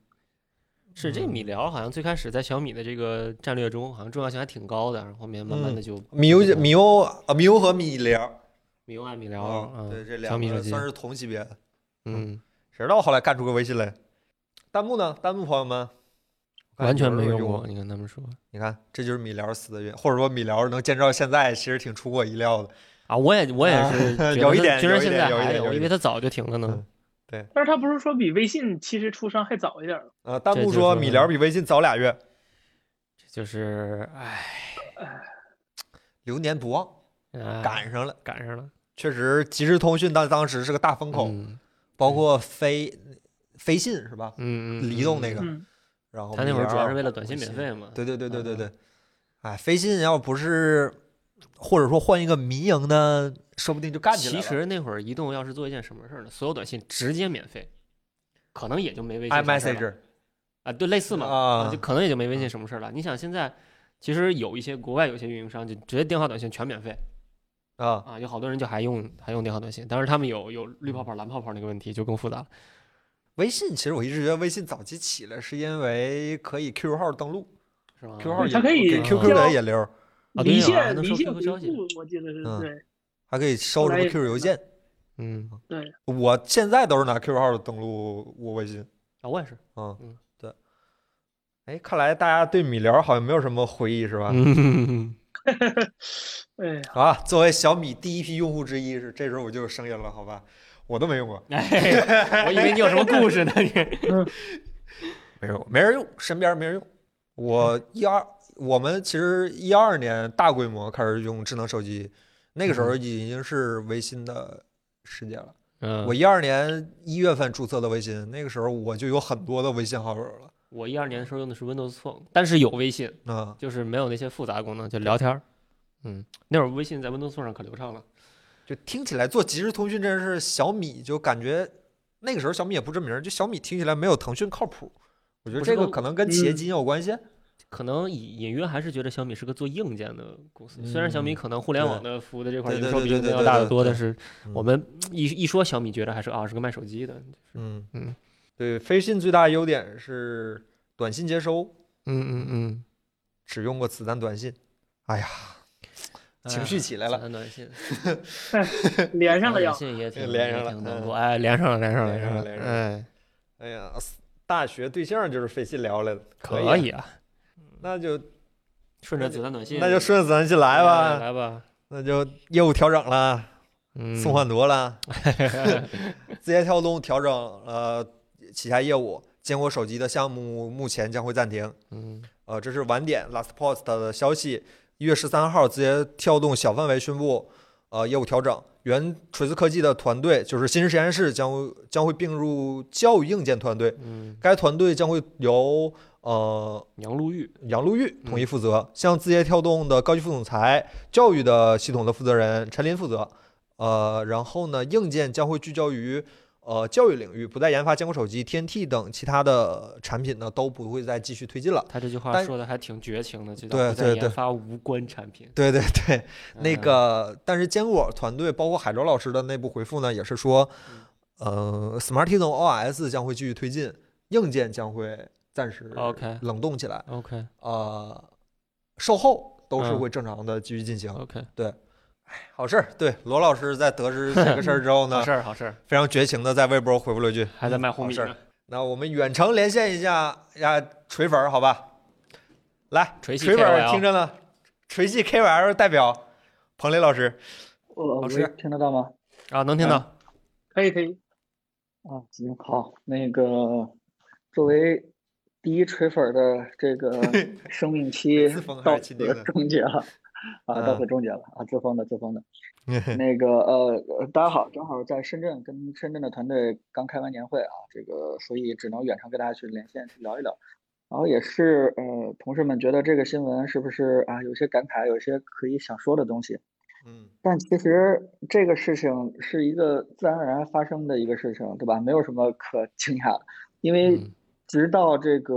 是这米聊好像最开始在小米的这个战略中，好像重要性还挺高的，然后后面慢慢的就米优米优啊，米优和米聊，米 U 爱米聊，啊嗯对，这小两米手个机，算是同级别的。嗯，谁知道后来干出个微信来？弹幕呢？弹幕朋友们，我看完全有人没用用过。。你看他们说你看，这就是米聊死的原因，或者说米聊能坚持到现在，其实挺出乎我意料的。啊，我也我也 是觉得有一它点居然有一现点在有一还点有，有一我以为点它早就停了呢嗯。但是他不是说比微信其实出生还早一点儿吗？呃，弹这幕就说是米聊比微信早俩月，这就是哎唉，流年不忘，啊赶上了。赶上了确实，即时通讯当当时是个大风口，嗯包括飞飞信是吧？嗯，嗯移动那嗯个嗯，然后他那会儿主要是为了米啊短聊信免费嘛。对对对对对嗯对，哎，飞信要不是或者说换一个民营的，说不定就干起来其了。实那会儿移动要是做一件什么事儿呢？所有短信直接免费，可能也就没微哎信什么事儿了。 iMessage 啊，对，类似嘛，啊就可能也就没微信什么事儿了。你想现在，其实有一些国外有些运营商就直接电话短信全免费啊，啊，有好多人就还用还用电话短信，当然他们有有绿泡泡、蓝泡泡那个问题就更复杂了。微信其实我一直觉得微信早期起来是因为可以 QQ 号登录是吧，QQ 号它可以给啊 QQ 的引流，啊对离呀还线能离收线 QQ 回消息复，我记得是嗯对还可以收什后么来也 QQ 邮件。嗯我现在都是拿 QQ 号登录我微信。啊，我也是，嗯嗯对。哎，看来大家对米聊好像没有什么回忆是吧？嗯，哎呀，啊，作为小米第一批用户之一是，这时候我就有声音了，好吧？我都没用过，哎，我以为你有什么故事呢，你。没有，没人用，身边没人用。我一二，我们其实一二年大规模开始用智能手机，那个时候已经是微信的世界了。嗯，我一二年一月份注册的微信，那个时候我就有很多的微信好友了。我一二年的时候用的是 Windows Phone，但是有微信，嗯，就是没有那些复杂功能，就聊天儿。嗯，那会儿微信在 Windows Phone 上可流畅了。就听起来做即时通讯真是小米，就感觉那个时候小米也不知名儿，就小米听起来没有腾讯靠谱。我觉得不是这个更可能跟企业嗯基因有关系。可能隐隐约还是觉得小米是个做硬件的公司，虽然小米嗯可能互联网对的服务的这块对营对收对比对人对家要对大得对多，但对是我嗯们一一说小米，觉得还是啊是个卖手机的。嗯嗯，对，飞信最大优点是短信接收，嗯嗯嗯，只用过子弹短信。哎呀，情绪起来了哎短信，连上了短呀，信也挺连也上了挺难嗯过，哎，连上了，连上了，连上了了，连上了哎，哎呀，大学对象就是飞信聊来的，可以以嗯啊，啊，那就顺着子弹短信，那就顺着子弹信来哎吧，来吧，那就业务调整了。嗯宋焕铎 啦，字节跳动调整了旗下业务，坚果手机的项目目前将会暂停。嗯呃，这是晚点 Last Post 的消息，一月十三号，字节跳动小范围宣布，呃，业务调整。原锤子科技的团队就是新实验室将会将会并入教育硬件团队，嗯，该团队将会由呃杨璐玉，杨璐玉统一负责，向字节跳动的高级副总裁、教育的系统的负责人陈林负责。呃，然后呢，硬件将会聚焦于呃教育领域，不再研发坚果手机、TNT 等其他的产品呢，都不会再继续推进了。他这句话但说的还挺绝情的，就对叫不再对对研发无关产品。对对对，那嗯个，但是坚果团队包括海舟老师的内部回复呢，也是说，呃，Smartisan OS 将会继续推进，硬件将会暂时 OK 冷冻起来， OK 呃，售后都是嗯会正常的继续进行。 OK，好事儿，对罗老师在得知这个事儿之后 好呢事，儿好事儿，非常绝情的在微博回复了一句， 还在卖嗯红好米事儿呢，那我们远程连线一下呀，锤粉儿好吧？来，锤系锤粉儿 KOL 听着呢，锤系 KOL 代表彭磊老师，我老我师听得到吗？啊，能听到，可以可以，啊，行，好，那个作为第一锤粉儿的这个 生命期自封还到是钦定此的终结 了，啊，到嗯此终结了啊，自封的自封的。 那个呃，呃大家好，正好在深圳跟深圳的团队刚开完年会啊，这个所以只能远程跟大家去连线去聊一聊。然后也是呃，同事们觉得这个新闻是不是啊有些感慨，有些可以想说的东西。嗯但其实这个事情是一个自然而然发生的一个事情，对吧？没有什么可 惊讶的，因为嗯直到这个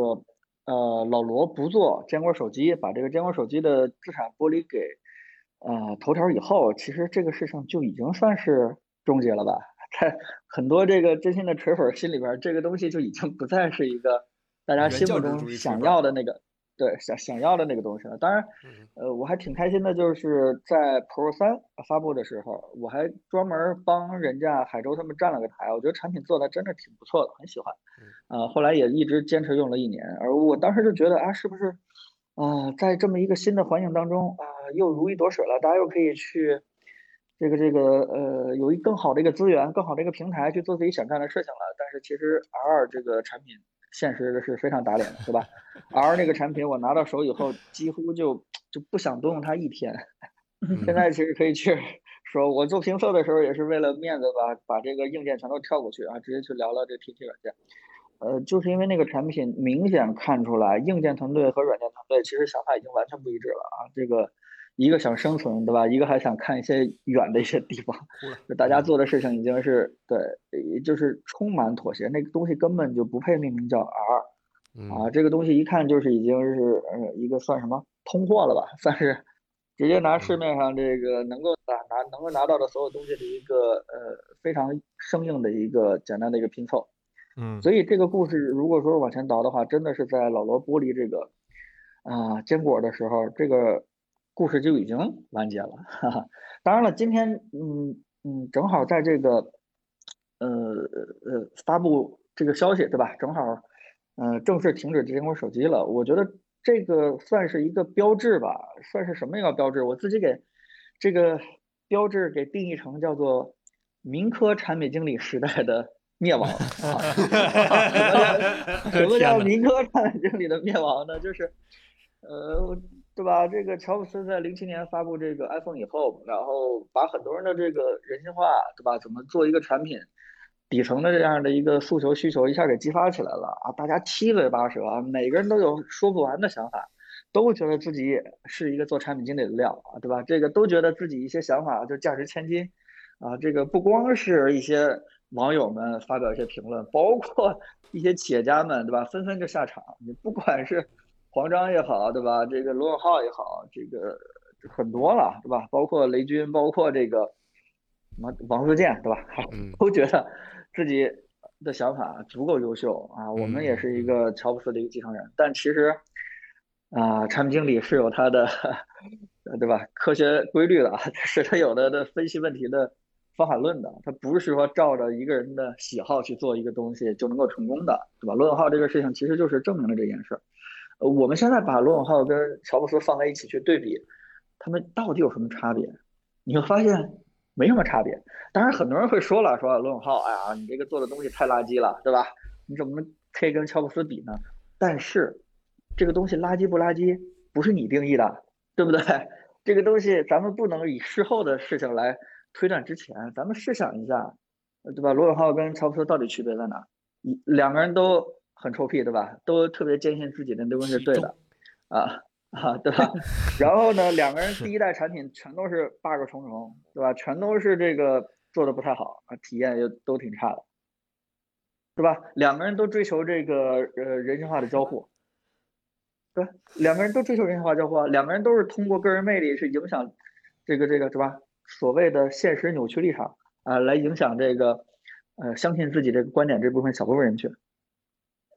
呃老罗不做坚果手机，把这个坚果手机的资产剥离给呃头条以后，其实这个事情就已经算是终结了吧？ 在很多这个真心的锤粉儿心里边儿，这个东西就已经不再是一个大家原心教目旨中主义锤想粉儿嗯要的那个。对，想想要的那个东西了。当然，呃，我还挺开心的，就是在 Pro 三发布的时候，我还专门儿帮人家海州他们站了个台，我觉得产品做的真的挺不错的，很喜欢。呃，后来也一直坚持用了一年，而我当时就觉得啊，是不是啊、在这么一个新的环境当中啊、又如鱼得水了，大家又可以去这个这个呃，有一更好的一个资源，更好的一个平台去做自己想干的事情了。但是其实 R 二这个产品，现实的是非常打脸的，对吧 ？R 那个产品我拿到手以后，几乎就就不想动用它一天。嗯嗯现在其实可以去说，我做评测的时候也是为了面子把把这个硬件全都跳过去啊，直接去聊聊这 TT 软件。呃，就是因为那个产品明显看出来，硬件团队和软件团队其实想法已经完全不一致了啊。这个一个想生存，对吧？一个还想看一些远的一些地方哭了，就大家做的事情已经是对，呃就是充满妥协。那个东西根本就不配命名叫 R。嗯啊，这个东西一看就是已经是呃一个算什么通货了吧，算是直接拿市面上这个能够拿拿能够拿到的所有东西的一个呃非常生硬的一个简单的一个拼凑。嗯所以这个故事如果说往前倒的话，真的是在老罗剥离这个啊、坚果的时候，这个故事就已经完结了。哈哈。当然了，今天嗯嗯，正好在这个呃呃发布这个消息对吧？正好呃正式停止坚果手机了。我觉得这个算是一个标志吧，算是什么一个标志？我自己给这个标志给定义成叫做民科产品经理时代的 灭亡。啊什么叫民科产品经理的灭亡呢？就是，呃，对吧？这个乔布斯在零七年发布这个 iPhone 以后，然后把很多人的这个人性化，对吧？怎么做一个产品，底层的这样的一个诉求需求一下给激发起来了啊！大家七嘴八舌，啊每个人都有说不完的想法，都觉得自己是一个做产品经理的料啊，对吧？这个都觉得自己一些想法就价值千金。啊，这个不光是一些网友们发表一些评论，包括一些企业家们，对吧？纷纷就下场。你不管是黄章也好，对吧？这个罗永浩也好，这个很多了，对吧？包括雷军，包括这个什么王自健，对吧？ 嗯都觉得自己的想法足够优秀啊。我们也嗯是一个乔布斯的一个继承人，但其实啊、产品经理是有他的， 呃对吧？科学规律的啊， 是他有的的分析问题的方法论的，他不是说照着一个人的喜好去做一个东西就能够成功的，对吧？罗永浩这个事情其实就是证明了这件事儿。呃我们现在把罗永浩跟乔布斯放在一起去对比，他们到底有什么差别？你会发现，没什么差别。当然，很多人会说了，说罗永浩，哎呀，你这个做的东西太垃圾了，对吧？你怎么可以跟乔布斯比呢？但是，这个东西垃圾不垃圾，不是你定义的，对不 对？这个东西咱们不能以事后的事情来推断之前，咱们试想一下，对吧？罗永浩跟乔布斯到底区别在哪？一两个人都很臭屁，对吧？都特别坚信自己的东西是对的，啊啊，对吧？然后呢，两个人第一代产品全都是 bug 重重，对吧？全都是这个做的不太好啊，体验又都挺差的，对吧？两个人都追求这个呃人性化的交互。对，两个人都追求人性化交互，啊，两个人都是通过个人魅力去影响这个这个，是吧？所谓的现实扭曲立场啊、来影响这个呃相信自己这个观点这部分小部分人群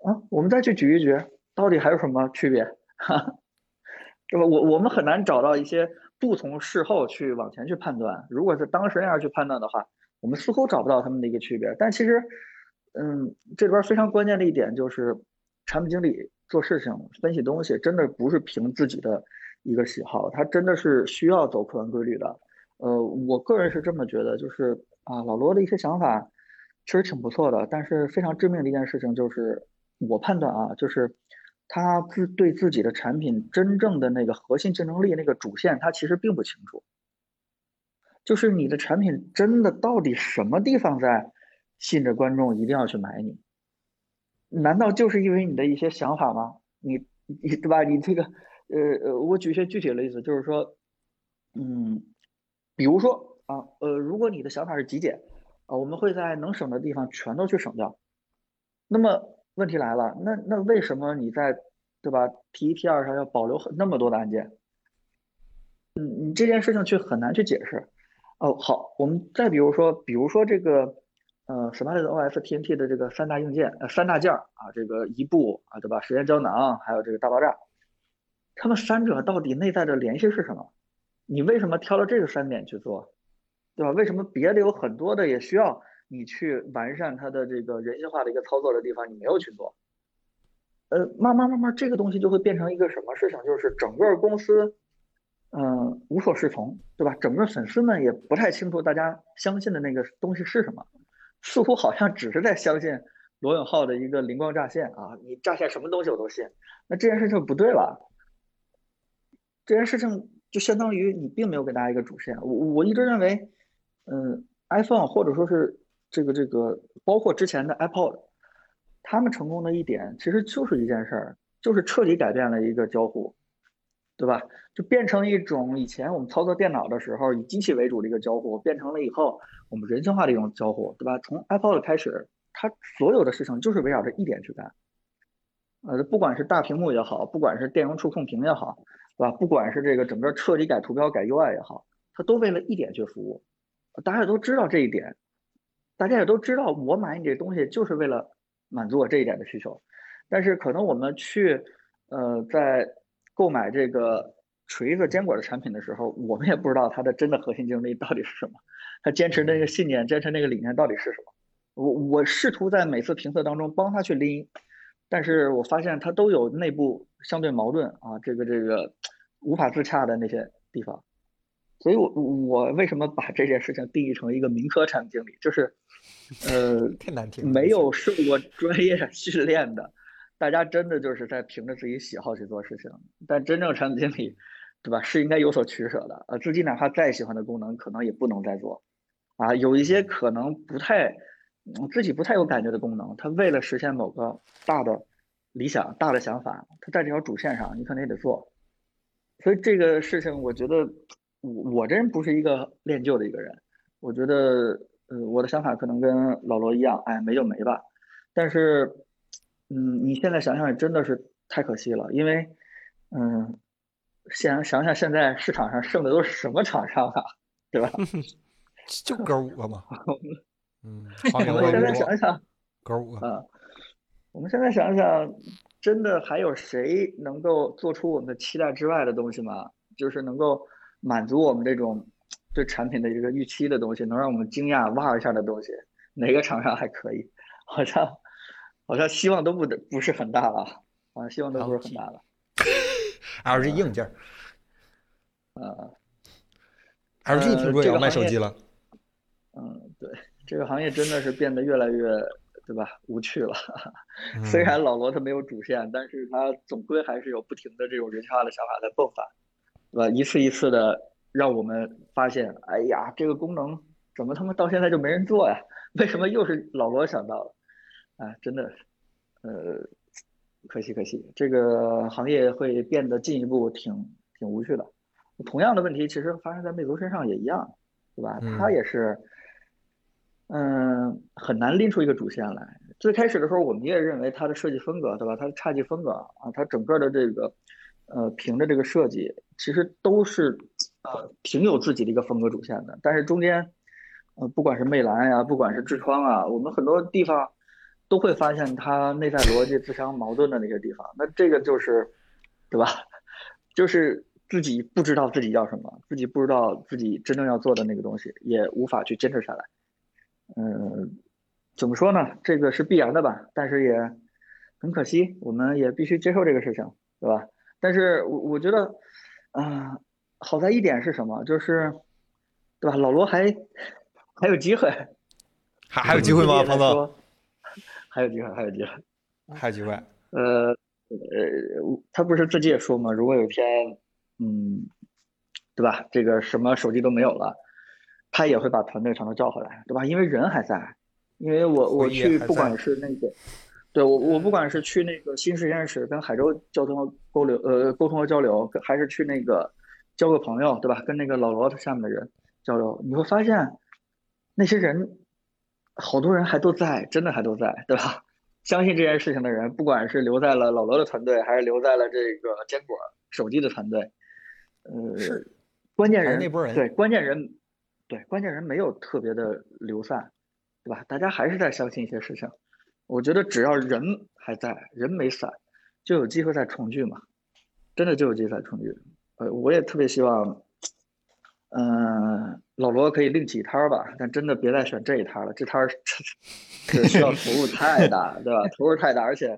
啊。我们再去举一举，到底还有什么区别？ 哈哈，对吧？我我们很难找到一些不从事后去往前去判断。如果是当时那样去判断的话，我们似乎找不到他们的一个区别。但其实，嗯，这里边非常关键的一点就是产品经理。做事情、分析东西，真的不是凭自己的一个喜好，他真的是需要走客观规律的。呃，我个人是这么觉得，就是啊，老罗的一些想法确实挺不错的，但是非常致命的一件事情就是，我判断啊，就是他自对自己的产品真正的那个核心竞争力那个主线，他其实并不清楚。就是你的产品真的到底什么地方在吸引着观众一定要去买你？难道就是因为你的一些想法吗？你你对吧？你这个呃呃，我举一些具体的例子，就是说，嗯，比如说啊呃，如果你的想法是极简啊，我们会在能省的地方全都去省掉。那么问题来了，那那为什么你在对吧 T 一 T 二上要保留很那么多的按键？嗯，你这件事情却很难去解释。哦，好，我们再比如说，比如说这个。呃，SmartOS TNT 的这个三大硬件，呃，三大件儿啊，这个一步啊，对吧？时间胶囊，还有这个大爆炸，它们三者到底内在的联系是什么？你为什么挑了这个三点去做，对吧？为什么别的有很多的也需要你去完善它的这个人性化的一个操作的地方，你没有去做？呃，慢慢慢慢，这个东西就会变成一个什么事情？就是整个公司，嗯、呃，无所适从，对吧？整个粉丝们也不太清楚大家相信的那个东西是什么。似乎好像只是在相信罗永浩的一个灵光乍现啊，你乍现什么东西我都信，那这件事情不对了。这件事情就相当于你并没有给大家一个主线。我我一直认为，嗯，iPhone 或者说是这个这个，包括之前的 iPod，他们成功的一点其实就是一件事儿，就是彻底改变了一个交互，对吧？就变成一种以前我们操作电脑的时候以机器为主的一个交互，变成了以后。我们人性化的一种交互，对吧？从 iPod 开始，它所有的事情就是围绕着一点去干，呃，不管是大屏幕也好，不管是电容触控屏也好，对吧？不管是这个整个彻底改图标、改 UI 也好，它都为了一点去服务。大家也都知道这一点，大家也都知道我买你这东西就是为了满足我这一点的需求。但是可能我们去，呃，在购买这个锤子、坚果的产品的时候，我们也不知道它的真的核心竞争力到底是什么。他坚持那个信念，坚持那个理念到底是什么？我我试图在每次评测当中帮他去拎，但是我发现他都有内部相对矛盾啊，这个这个无法自洽的那些地方。所以我我为什么把这件事情定义成一个民科产品经理？就是呃，太难听，没有受过专业训练的，大家真的就是在凭着自己喜好去做事情，但真正产品经理。对吧？是应该有所取舍的。呃，自己哪怕再喜欢的功能，可能也不能再做，啊，有一些可能不太，嗯自己不太有感觉的功能，他为了实现某个大的理想、大的想法，他在这条主线上，你可能也得做。所以这个事情，我觉得我我这人不是一个恋旧的一个人，我觉得，呃，我的想法可能跟老罗一样，哎，没就没吧。但是，嗯，你现在想想，真的是太可惜了，因为，嗯。想想想，现在市场上剩的都是什么厂商啊，对吧？就哥五个嘛。嗯，我们现在想想，哥五个啊，我们现在想想，真的还有谁能够做出我们的期待之外的东西吗？就是能够满足我们这种对产品的一个预期的东西，能让我们惊讶哇一下的东西，哪个厂商还可以？好像好像希望都不得不是很大了，啊好像希望都不是很大了。 L G 硬件，呃，L G 听说也要卖手机了，这个行业真的是变得越来越，对吧？无趣了。 虽然老罗他没有主线，但是他总归还是有不停的这种人性化的想法在迸发，对吧？一次一次的让我们发现，哎呀，这个功能怎么他妈到现在就没人做呀？为什么又是老罗想到了？啊，真的，呃，可惜可惜，这个行业会变得进一步挺挺无趣的。同样的问题其实发生在魅族身上也一样，对吧？嗯它也是，嗯，很难拎出一个主线来。最开始的时候，我们也认为它的设计风格，对吧？它的侘寂风格啊，它整个的这个，呃，屏的这个设计，其实都是呃挺有自己的一个风格主线的。但是中间，呃，不管是魅蓝呀、不管是痔疮啊，我们很多地方都会发现它内在逻辑自相矛盾的那些地方。那这个就是，对吧？ 就是自己不知道自己要什么，自己不知道自己真正要做的那个东西，也无法去坚持下来。嗯，怎么说呢？这个是必然的吧，但是也很可惜，我们也必须接受这个事情，对吧？但是我我觉得，啊、好在一点是什么？就是，对吧？老罗还还有机会，还还有机会吗，彭彭总？？还有机会，还有机会。还有机会。呃呃，我他不是自己也说嘛，如果有一天，嗯，对吧？这个什么手机都没有了，他也会把团队全都叫回来，对吧？因为人还在，因为我我回忆去还不在管是那个，对我我不管是去那个新实验室跟海州交通沟流呃沟通和交流，跟还是去那个交个朋友，对吧？跟那个老罗他下面的人交流，你会发现那些人，好多人还都在，真的还都在，对吧？ 相信这件事情的人，不管是留在了老罗的团队，还是留在了这个坚果手机的团队，呃，是关键还是人那波人对关键人，对关键人没有特别的流散，对吧？大家还是在相信一些事情。我觉得只要人还在，人没散，就有机会再重聚嘛，真的就有机会再重聚。呃，我也特别希望，嗯、老罗可以另起一摊儿吧，但真的别再选这一摊儿了，这摊儿这需要投入太大，对吧？投入太大，而且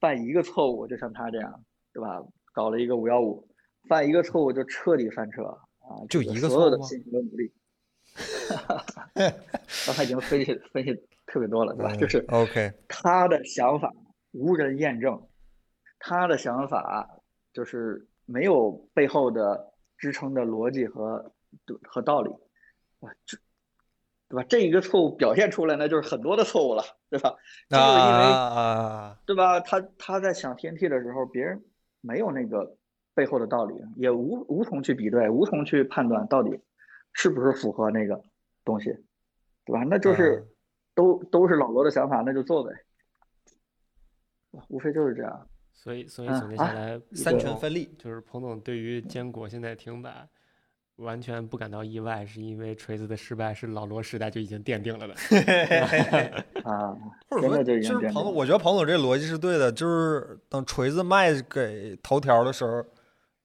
犯一个错误，就像他这样，对吧？搞了一个五幺五，犯一个错误就彻底翻车啊！就这一个所错有误的吗辛苦的 努力，刚才已经分析分析特别多了，对吧？就是嗯 OK，他的想法无人验证，他的想法就是没有背后的支撑的逻辑和和道理，哇，这对吧？这一个错误表现出来呢，就是很多的错误了，对吧？这啊就是因为啊对吧？他他在想 TNT 的时候，别人没有那个背后的道理，也无无从去比对，无从去判断到底是不是符合那个东西，对吧？那就是嗯都都是老罗的想法，那就做呗，无非就是这样。所以所以嗯总结下啊来，三彭权总分 立，就是彭总对于坚果现在停摆完全不感到意外，是因为锤子的失败是老罗时代就已经奠定了的。啊，或者真说的就就已经是变彭成总，我觉得彭总这逻辑是对的，就是等锤子卖给头条的时候，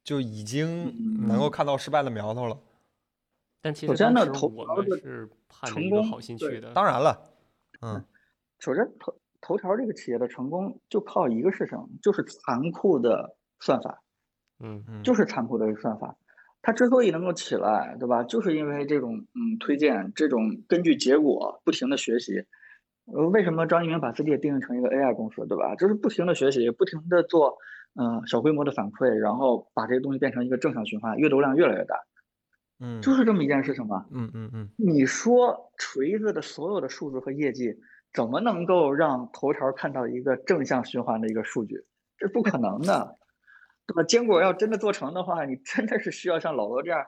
就已嗯经能够看到失败的苗头了。 但其首实先当呢时头我条们的是盼着成一个功好心对去的，当然了，嗯，首先头头条这个企业的成功就靠一个事情，就是残酷的算法。嗯嗯就是残酷的算法。它之所以能够起来，对吧？就是因为这种嗯推荐，这种根据结果不停的学习。呃，为什么张一鸣把自己也定义成一个 AI 公司，对吧？就是不停的学习，不停的做嗯、呃小规模的反馈，然后把这个东西变成一个正向循环，阅读量越来越大，嗯就是这么一件事情嘛。嗯嗯嗯，你说锤子的所有的数字和业绩，怎么能够让头条看到一个正向循环的一个数据？这不可能的，对吧？坚果要真的做成的话，你真的是需要像老罗这样，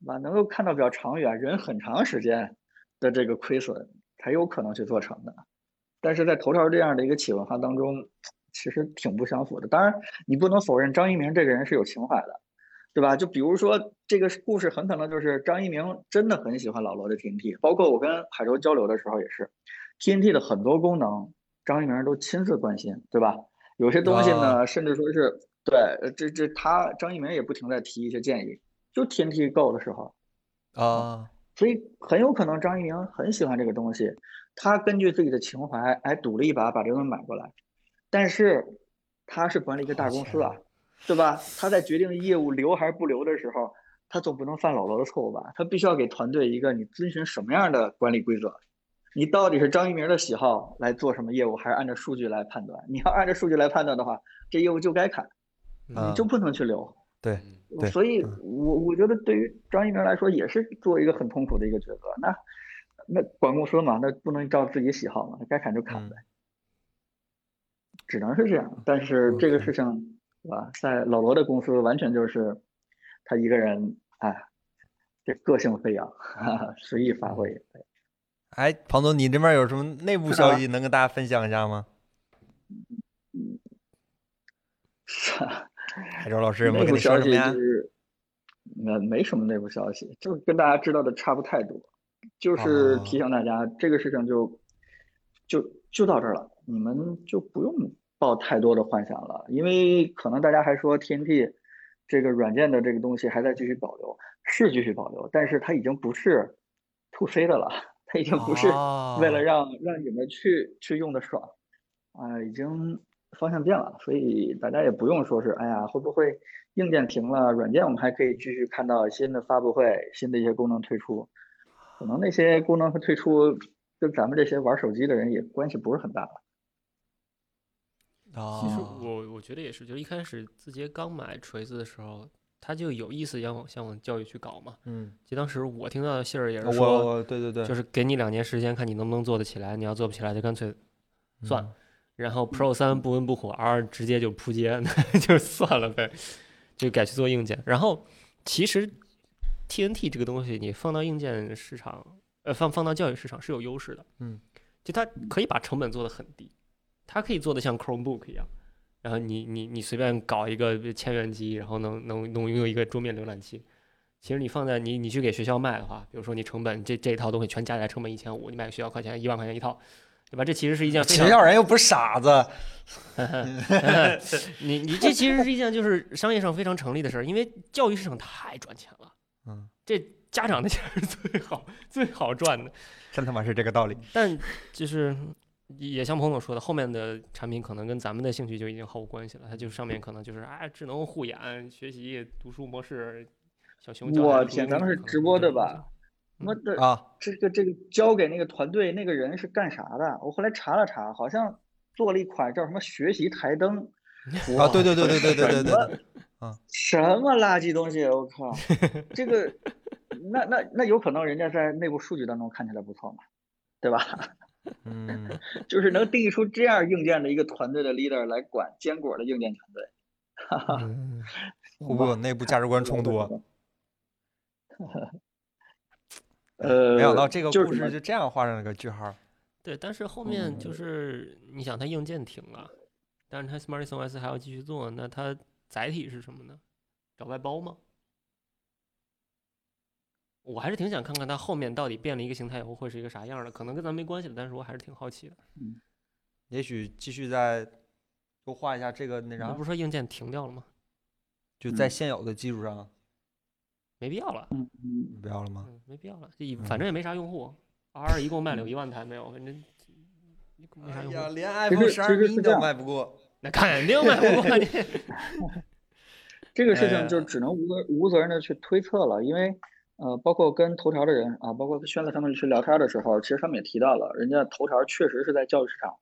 对吧？能够看到比较长远、人很长时间的这个亏损，才有可能去做成的。但是在头条这样的一个企业文化当中，其实挺不相符的。当然，你不能否认张一鸣这个人是有情怀的，对吧？就比如说这个故事，很可能就是张一鸣真的很喜欢老罗的 TNT，包括我跟海州交流的时候也是，TNT 的很多功能张一鸣都亲自关心，对吧？有些东西呢，甚至说是对，呃这这他张一鸣也不停在提一些建议，就 TNT Go 的时候，啊，所以很有可能张一鸣很喜欢这个东西，他根据自己的情怀，哎，赌了一把把这个东西买过来。但是他是管理一个大公司啊，对吧？他在决定业务留还是不留的时候，他总不能犯老罗的错误吧？他必须要给团队一个你遵循什么样的管理规则，你到底是张一鸣的喜好来做什么业务，还是按照数据来判断？你要按照数据来判断的话，这业务就该砍，啊你嗯就不能去留。对嗯对所以我我觉得对于张一鸣来说也是做一个很痛苦的一个抉择。那那管公司嘛，那不能照自己喜好嘛，那该砍就嗯砍呗，只能是这样。但是这个事情，对吧？在老罗的公司完全就是他一个人，哎，这个性飞扬，哈哈，随意发挥。哎，庞总，你这边有什么内部消 息能跟大家分享一下吗？海洲老师有没有内跟部你说消什息么呀就？是，没没什么内部消息，就是跟大家知道的差不太多，就是哦提醒大家这个事情就就就到这儿了，你们就不用抱太多的幻想了，因为可能大家还说 TNT 这个软件的这个东西还在继续保留，是继续保留，但是它已经不是 to C 的了，它已经不是为了哦让让你们去去用的爽，啊、已经方向变了，所以大家也不用说是，哎呀，会不会硬件停了，软件我们还可以继续看到新的发布会，新的一些功能推出，可能那些功能和推出跟咱们这些玩手机的人也关系不是很大了。其实哦，我我觉得也是，就是一开始字节刚买锤子的时候，他就有意思要往向往教育去搞嘛。嗯，就当时我听到的信儿也是我说，我对对对，就是给你两年时间，看你能不能做得起来。你要做不起来，就干脆算嗯了。然后 Pro 三不温不火，R 直接就扑街，那 就算了呗，就改去做硬件。然后其实 TNT 这个东西，你放到硬件市场，呃，放放到教育市场是有优势的。嗯，就它可以把成本做得很低，它可以做得像 Chromebook 一样。然后你你你随便搞一个千元机，然后能能能拥有一个桌面浏览器。其实你放在你你去给学校卖的话，比如说你成本这这一套东西全加起来成本一千五，你卖给学校块钱一万块钱一套，对吧？这其实是一件非常学校人又不是傻子，你你这其实是一件就是商业上非常成立的事儿，因为教育市场太赚钱了。嗯，这家长的钱是最好最好赚的，真他妈是这个道理。但就是也像彭总说的，后面的产品可能跟咱们的兴趣就已经毫无关系了。它就上面可能就是啊，智能护眼、学习读书模式、小熊教材。我读书天这咱种们是可能直就播这的种东吧西？我的啊，这个这个交给那个团队那个人是干啥的？我后来查了查，好像做了一款叫什么学习台灯。啊，对对对对对对对什么对，什么垃圾东西！啊我 靠，这个，那那那有可能人家在内部数据当中看起来不错嘛，对吧？ 嗯，就是能定义出这样硬件的一个团队的 leader 来管坚果的硬件团队，啊嗯会不会有内部价值观冲突 啊？呃，没想到这个就是故什么事就这样画上了个句号。对，但是嗯后面就是你想，它硬件停了，但是它 SmartOS 还要继续做，那它载体是什么呢？找外包吗？我还是挺想看看它后面到底变了一个形态以后会是一个啥样的，可能跟咱没关系了，但是我还是挺好奇的。也许继续再多画一下这个那你啥不，是说硬件停掉了吗？就在嗯现有的基础上，没必要了，嗯不要了吗？嗯，没必要了，这一反正也没啥用户，R 一共卖了有一万台没有，反正没哎啥用户，哎连实 iPhone 其实是这样卖不过。那肯定卖不过你。这个事哎情就只能无责无责任的去推测了，因为呃，包括跟头条的人啊，包括跟轩子他们去聊天的时候，其实他们也提到了，人家头条确实是在教育市场，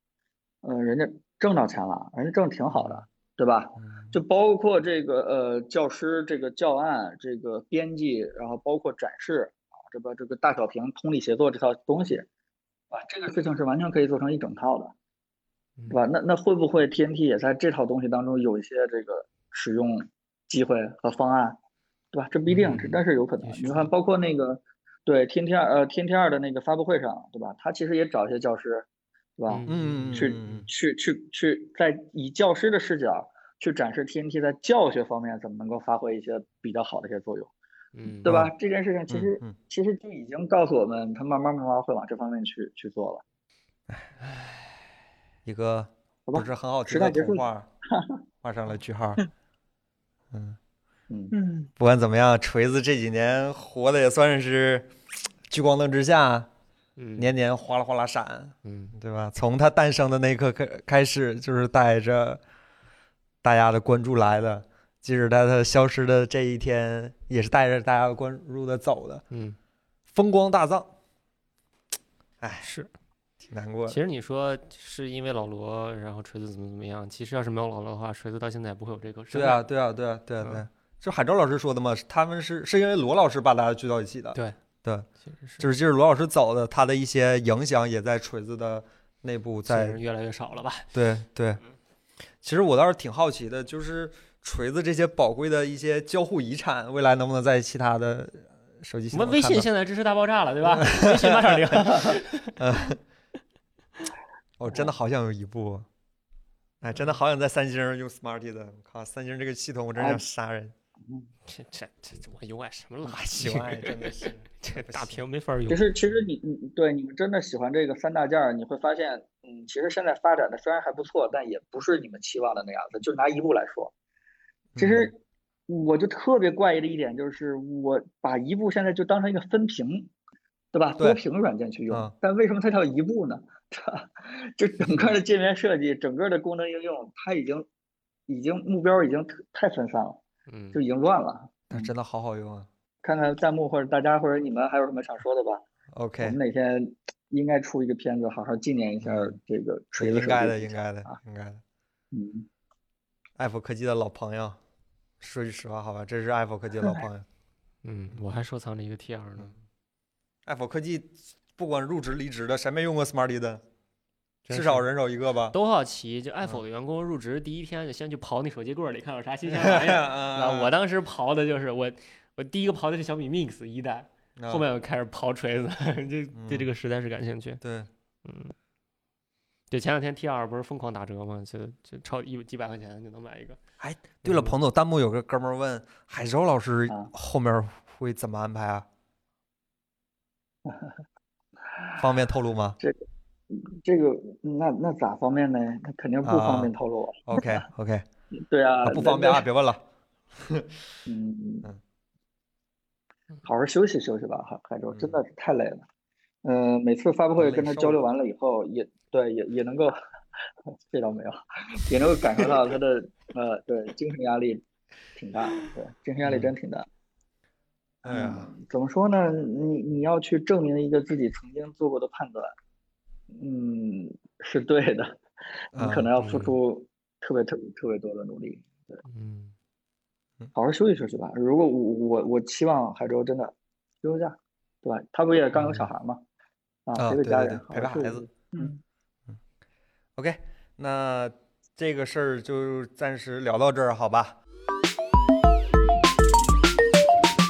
呃，人家挣到钱了，人家挣得挺好的，对吧？嗯就包括这个呃教师这个教案这个编辑，然后包括展示啊，这个这个大小屏通力协作这套东西，啊，这个事情是完全可以做成一整套的，对嗯吧？那那会不会 TNT 也在这套东西当中有一些这个使用机会和方案，对吧？这不一定，嗯这但是有可能也。许你看，包括那个对 TNT 二呃 TNT 二的那个发布会上，对吧？他其实也找一些教师，对吧？ 嗯，去嗯去去去，在以教师的视角去展示 TNT 在教学方面怎么能够发挥一些比较好的一些作用，嗯，对吧嗯？这件事情嗯其实嗯其实就已经告诉我们，他慢慢慢慢会往这方面去去做了。一个好吧不是很好听时的代结童束 话画上了句号。嗯，嗯，嗯，不管怎么样，锤子这几年活的也算是聚光灯之下，嗯，年年哗啦哗啦闪。嗯对吧？从它诞生的那一刻开开始，就是带着大家的关注来的。即使在它消失的这一天，也是带着大家的关注的走的，嗯风光大葬。哎，是。难过了。其实你说是因为老罗，然后锤子怎么怎么样？其实要是没有老罗的话，锤子到现在也不会有这个。对啊，，对啊，对啊，对啊，嗯对啊，就海钊老师说的嘛，是他们是是因为罗老师把大家聚到一起的，对对，其实是就是就是罗老师走的，他的一些影响也在锤子的内部其在实嗯越来越少了吧？对对，其实我倒是挺好奇的，就是锤子这些宝贵的一些交互遗产，未来能不能在其他的呃手机系我统们微看信到现在支持大爆炸了，对吧？微信 八点零，哦，真的好想有一部，哎，真的好想在三星上用 Smarty 的，靠，三星这个系统我真哎想杀 人，这这这这我用爱什么 垃喜圾欢玩哎意儿？真的是 这不大行屏没法用其。实，其实你你对你们真的喜欢这个三大件儿，你会发现，嗯，其实现在发展的虽然还不错，但也不是你们期望的那样子。就拿一部来说，其实我就特别怪异的一点就是，我把一部现在就当成一个分屏，对吧？对多屏软件去嗯用，但为什么它叫一部呢？ 就整个的界面设计，整个的功能应用，它已经已经目标已经特太分散了，嗯就，已经乱了。但真的好好用啊。看看弹幕或者大家或者你们还有什么想说的吧。我 OK，们哪天应该出一个片子，好好纪念一下嗯这个锤子应手该机的，市应场该的啊，应该的。嗯，爱否科技的老朋友，说句实话，好吧，这是爱否科技的老朋友。嗯，我还收藏着一个 T 二嗯呢，爱否科技不管入职离职的，谁没用过 Smarty 的？真至少是人手一个 吧。都好奇。就爱嗯否的员工入职第一天就先去刨那手机柜儿里看有啥新鲜哎玩意 儿。 啊，我的当时刨的就是我，我第一个刨的是小米 Mix 一代，嗯后面我开始刨锤子， 就对这个实在是感兴趣。对，嗯，就前两天 T 二不是疯狂打折吗？就就超一几百块钱就能买一个。哎，对了，嗯彭总，弹幕有个哥们儿问海舟老师啊后面会怎么安排啊？ 方便透露吗这个那那咋方便呢？那肯定不啊方便透露啊。 ？OK OK，对啊，不那方便啊，那别问了。嗯嗯，好好休息休息吧，海海州真嗯的是太累了。嗯，每次发布会累跟他瘦交流了完了以后，也对，也也能够， 这倒没有，也能够感受到 他的呃，对，精神压力挺大的，对，精神压嗯力真挺大。哎呀嗯，怎么说呢？你你要去证明一个自己曾经做过的判断，嗯，是对 的，你可嗯能要付嗯出特别特别特别多的努力。嗯，好好休息休息吧。如果我我我期望海州真的休休假，对吧？他不也刚有小孩吗？啊陪陪对家对人对，好陪好陪休孩息子。嗯 OK，那这个事儿就暂时聊到这儿，好吧？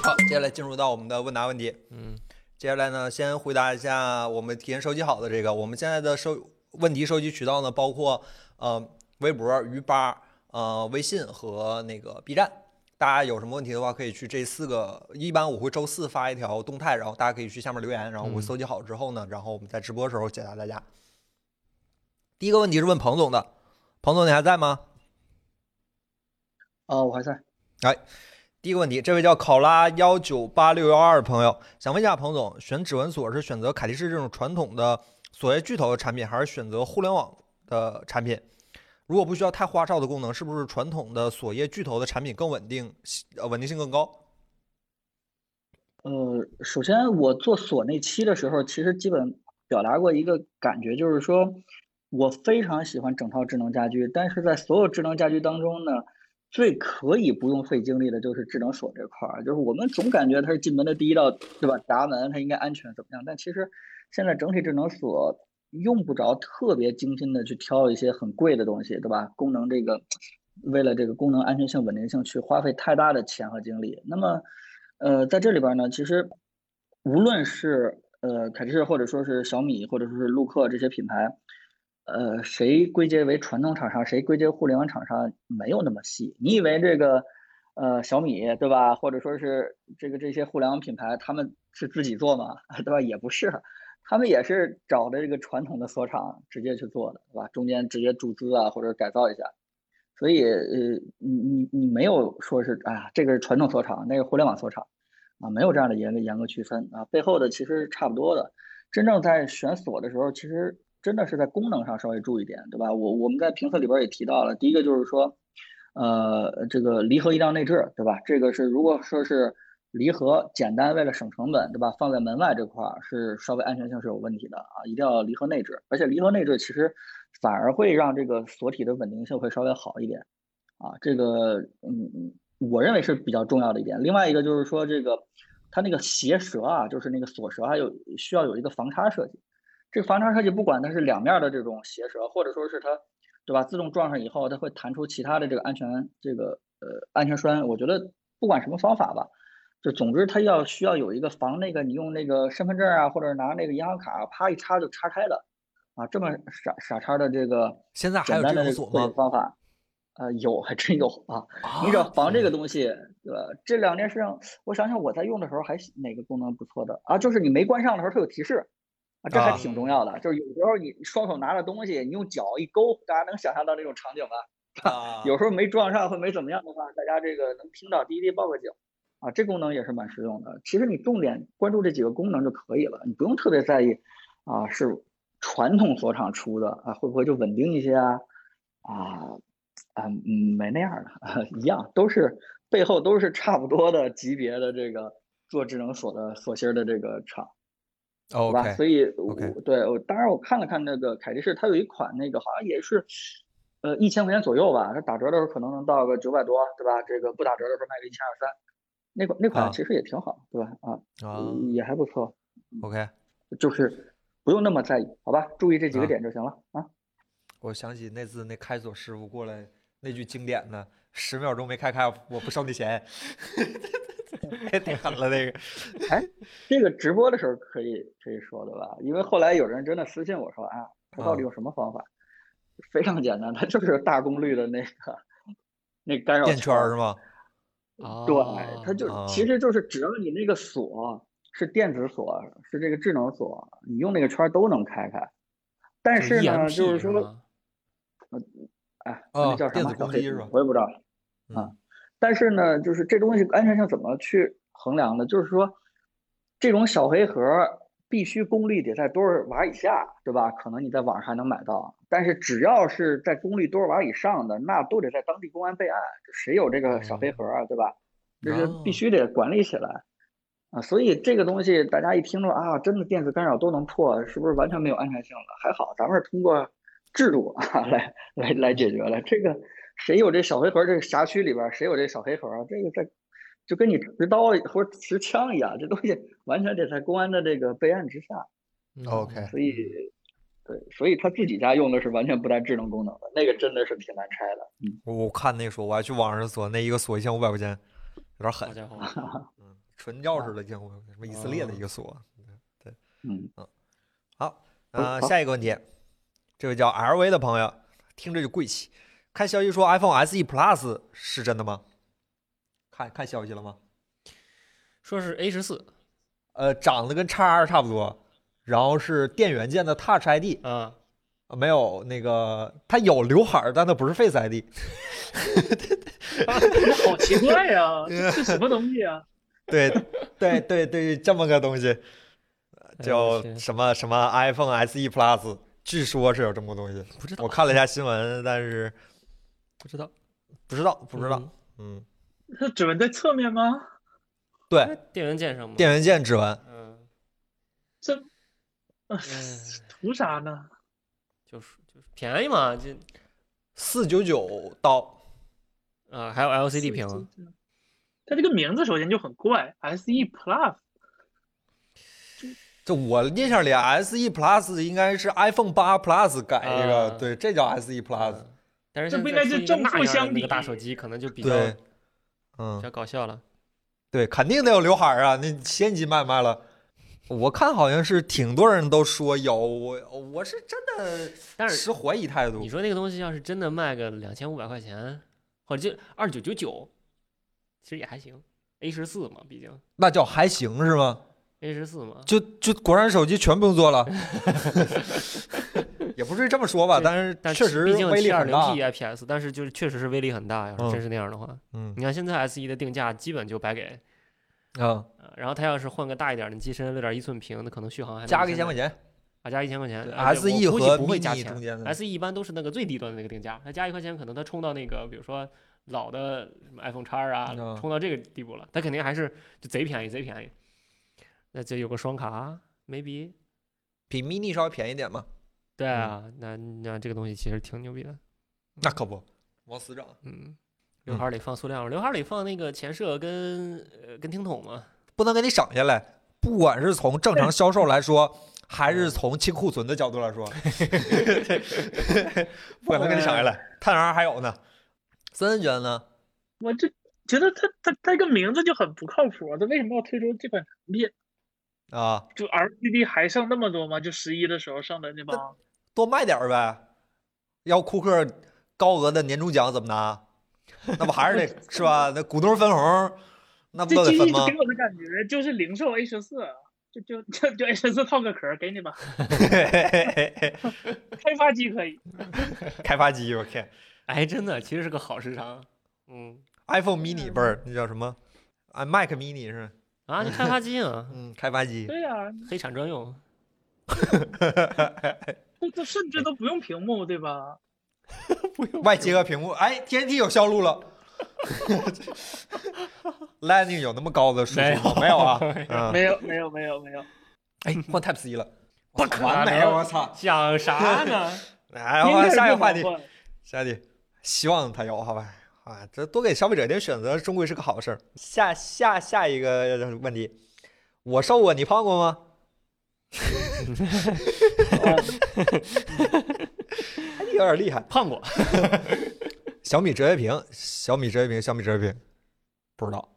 好，接下来进入到我们的问答问题。嗯，接下来呢，先回答一下我们提前收集好的这个，我们现在的收问题收集渠道呢，包括呃微博、鱼吧、呃微信和那个 B 站。大家有什么问题的话，可以去这四个。一般我会周四发一条动态，然后大家可以去下面留言，然后我嗯搜集好之后呢，然后我们在直播的时候解答大家。第一个问题是问彭总的，彭总你还在吗？啊，我还在。第一个问题，这位叫考拉幺九八六幺二朋友，想问一下彭总，选指纹锁是选择凯迪士这种传统的锁业巨头的产品，还是选择互联网的产品？如果不需要太花哨的功能，是不是传统的锁业巨头的产品更稳定，呃，稳定性更高？呃，首先我做锁那期的时候，其实基本表达过一个感觉，就是说我非常喜欢整套智能家居，但是在所有智能家居当中呢，最可以不用费精力的就是智能锁这块儿，就是我们总感觉它是进门的第一道，对吧？闸门它应该安全怎么样？但其实现在整体智能锁用不着特别精心的去挑一些很贵的东西，对吧？功能这个为了这个功能安全性、稳定性去花费太大的钱和精力。那么，呃，在这里边儿呢，其实无论是呃凯诗或者说是小米或者说是陆克这些品牌，呃，谁归结为传统厂商，谁归结互联网厂商，没有那么细。你以为这个呃小米对吧，或者说是这个这些互联网品牌，他们是自己做吗？ 对吧？也不是。他们也是找的这个传统的锁厂直接去做的，对吧？中间直接注资啊，或者改造一下。所以，呃，你你你没有说是，哎呀，这个是传统锁厂，那个互联网锁厂，啊，没有这样的严格严格区分啊，背后的其实是差不多的。真正在选锁的时候，其实真的是在功能上稍微注意点，对吧？我我们在评测里边也提到了，第一个就是说，呃，这个离合一道内置，对吧？这个是如果说是离合简单为了省成本，对吧？放在门外这块儿是稍微安全性是有问题的啊，一定要离合内置，而且离合内置其实反而会让这个锁体的稳定性会稍微好一点啊，这个嗯嗯，我认为是比较重要的一点。另外一个就是说这个它那个鞋舌啊，就是那个锁舌还有需要有一个防擦设计，这个防擦设计不管它是两面的这种鞋舌，或者说是它对吧自动撞上以后它会弹出其他的这个安全这个呃安全栓，我觉得不管什么方法吧。就总之，它要需要有一个防那个你用那个身份证啊，或者拿那个银行卡、啊、啪一插就插开的，啊，这么傻傻叉的这个现在还简有单这的种锁这个吗破解？方法，呃，有还真有啊。你只要啊防这个东西，对吧？这两件事情，我想想我在用的时候还哪个功能不错的啊？就是你没关上的时候它有提示，啊，这还啊挺重要的。就是有时候你双手拿着东西，你用脚一勾，大家能想象到这种场景吧？啊有时候没撞上或没怎么样的话，大家这个能听到滴滴报个警啊，这功能也是蛮实用的。其实你重点关注这几个功能就可以了，你不用特别在意啊，是传统锁厂出的啊，会不会就稳定一些啊？啊啊，嗯，没那样的， 啊、一样都是背后都是差不多的级别的这个做智能锁的锁芯儿的这个厂。好吧？所，OK，以我 OK 对我当然我看了看那个凯迪士，它有一款那个好像也是，呃，一千块钱左右吧，它打折的时候可能能到个九百多，对吧？这个不打折的时候卖个一千二三，那款那啊款其实也挺好，对吧？啊，啊也还不错， ，OK，就是不用那么在意，好吧？注意这几啊个点就行了啊。我想起那次那开锁师傅过来那句经典的“十秒钟没开开，我不收你钱”， 也挺狠了那个。这个直播的时候可以可以说的吧？因为后来有人真的私信我说啊，他到底啊用什么方法？非常简单，它就是大功率的那个那个干扰垫圈儿儿是吗？对，它就哦其实就是只要你那个锁是电子锁，是这个智能锁，你用那个圈儿都能开开。但是 E 呢，就是说，哎，哦那叫什电么子小攻黑击是屏吧我也不知道啊嗯。但是呢，就是这东西安全性怎么去衡量呢？就是说，这种小黑盒儿必须功率得在多少瓦以下，对吧？可能你在网上还能买到，但是只要是在功率多少瓦以上的，那都得在当地公安备案。这谁有这个小黑盒儿啊，对吧？这是哦必须得管理起来啊。所以这个东西大家一听说啊，真的电子干扰都能破，是不是完全没有安全性了？还好咱们是通过制度啊 来来来解决了。这个谁有这小黑盒儿？这个辖区里边儿谁有这小黑盒儿啊？这个在就跟你持刀或者持枪一样，这东西完全得在公安的这个备案之下。 OK 所以，对，所以他自己家用的是完全不带智能功能的，那个真的是挺难拆的。嗯，我我看那锁，我还去网上锁，那一个锁一千五百块钱，有点狠好。家伙，哦嗯，纯钥匙的一千五百块钱，什么以色列的一个锁。嗯，好，嗯啊，好下一个问题，这位叫 LV 的朋友，听着就贵气。看消息说 iPhone SE Plus 是真的吗？看看消息了吗？说是 A 十四呃，长得跟 x 二差不多，然后是电源键的 Touch ID，啊，呃没有那个它有刘海儿，但它不是 Face ID。这好奇怪呀、 这是什么东西啊？ 对对对对，这么个东西哎叫是什么什么 iPhone SE Plus，据说是有这么个东西。不知道我看了一下新闻，但是不知道不知道不知道。，嗯，它指纹在侧面吗？嗯对，电源键上吗？电源键指纹，嗯，这，呃嗯，图啥呢？就是就是便宜嘛，这四九九刀。啊还有 LCD 屏，这。这它这个名字首先就很怪，SE Plus 这我印象里，SE Plus 应该是 iPhone 八 Plus 改这个，啊对，这叫 SE Plus。嗯但是这现不在应该出就一个正那负样的相那个大比手机可能就比较对，比嗯，较搞笑了。对，肯定得有刘海儿啊！那先机卖不卖了？我看好像是挺多人都说有，我我是真的但是持怀疑态度你。说那个东西要是真的卖个两千五百块钱，或者就二九九九，其实也还行。A 十四嘛，毕竟那叫还行是吗？ A 十四嘛，就就国产手机全不用做了， 也不至于这么说吧，对但是但确是实毕竟威力很大 720P。IPS，但 E 是就是确实是威力很大。要嗯是真是那样的话，嗯你看现在 S E 一的定价基本就白给，啊，呃然后它要是换个大一点的机身，六点一寸屏，那可能续航还能加个现一千在块钱。啊，加一千块钱对啊对我 SE 估计和不会加 mini 钱中间的，S E 一般都是那个最低端的那个定价，它加一块钱，可能它冲到那个比如说老的什么 iPhone 叉啊嗯，冲到这个地步了，它肯定还是就贼便宜，贼便宜。那就有个双卡，maybe。比 mini 稍微便宜点嘛。对嗯啊，那那这个东西其实挺牛逼的。那可不，往死整，嗯，刘海儿里放塑料嘛，刘海儿里放那个前摄跟呃跟听筒嘛。不能给你省下来。不管是从正常销售来说，还是从清库存的角度来说， 不可能给你省下来。太阳还有呢，森森觉得呢？我就觉得它它它这个名字就很不靠谱啊，它为什么要推出这款产品？啊，就 LCD 还剩那么多吗？就十一的时候剩的那帮，多卖点儿呗。要库克高额的年终奖怎么拿？那不还是得 是吧？那股东分红，那不这都得机分器吗？给我的感觉就是零售 A 十四，啊就就就就 A 十四套个壳儿给你吧，开发机可以。 开发机，我天哎，真的，其实是个好时长。嗯， ，iPhone mini 不是那叫什么？啊，Mac mini 是吧，，啊，就开发机啊 嗯，开发机。对呀、啊，黑产专用。这这甚至都不用屏幕，对吧？外接个屏幕，哎，TNT 有销路了。Lightning 有那么高的输没出有吗？没有啊，嗯，没有没有没有没有，哎，换 Type C 了，不可完美，啊能我操！想啥呢？ 来，应换该是下一个不话能题，换下一题，希望它有好吧？啊，这多给消费者点选择，终归是个好事儿。下下下一个问题，我瘦过，你胖过吗？ 哎有点厉害。胖过，小米折叠屏，小米折叠屏，小米折叠屏，不知道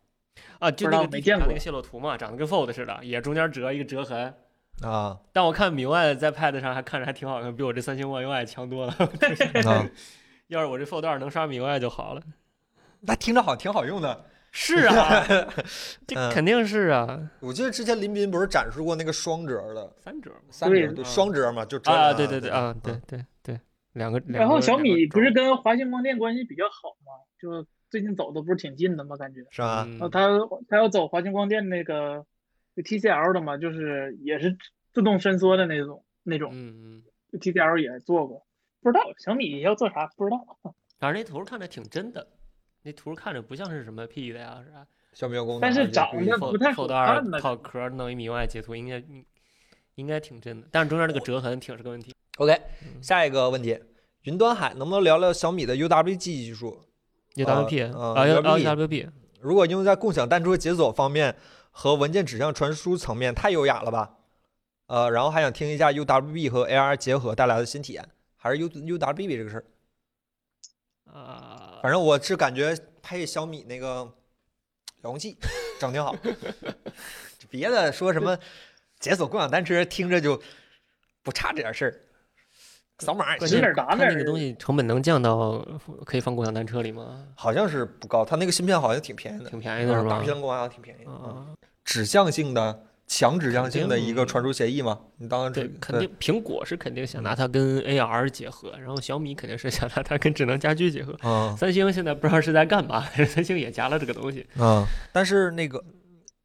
啊，就不那知道个没地铁见上那过个泄露图嘛，长得跟 Fold 似的，也中间折一个折痕。啊但我看米 UI 在 Pad 上还看着还挺好看，比我这三星 One UI 强多了。 啊，要是我这 Fold 二能刷米 UI 就好了。那听着好，挺好用的。是 啊，这嗯肯定是啊， 我记得之前林斌不是展示过那个双折的三折嘛。三折，对对，双折嘛，就折嗯啊，着对对对啊，对嗯对对，两个。两然后个小两个米不轴是跟华星光电关系比较好吗？就最近走的不是挺近的吗？感觉，是吧？嗯然后哦他他要走华星光电那个就 TCL 的嘛，就是也是自动伸缩的那种那种嗯嗯，就，TCL 也做过，不知哎道小米要做啥不知道。反正那图看着挺真的，那图看着不像是什么 P 的呀，是吧小米有功能，啊但是长得？Fold 不太好 Fold 看二呢套壳弄一米 UI 截图，应该应该挺真的，但是中间那个折痕挺是个问题。 OK，下一个问题，云端海能不能聊聊小米的 UWG 技术？ UWP 呃啊呃 U 1 WP 如果应用在共享单车解锁方面和文件指向传输层面，太优雅了吧？呃，然后还想听一下 UWB 和 AR 结合带来的新体验，还是 U UWB 这个事儿。啊，反正我是感觉配小米那个遥控 器整挺好，别的说什么解锁共享单车，听着就不差这点事儿。扫码也关行键指哪儿打它哪那个儿东西成本能降到呃可以放共享单车里吗？好像是不高，它那个芯片好像挺便宜的，挺便宜的啊是啊大吧？屏光好像挺便宜的。嗯啊，指向性的强指向性的一个传输协议嘛，你当然对指，肯定苹果是肯定嗯想拿它跟 AR 结合，然后小米肯定是想拿它跟智能家居结合。嗯三星现在不知道是在干嘛， 三星也夹了这个东西。嗯，但是那个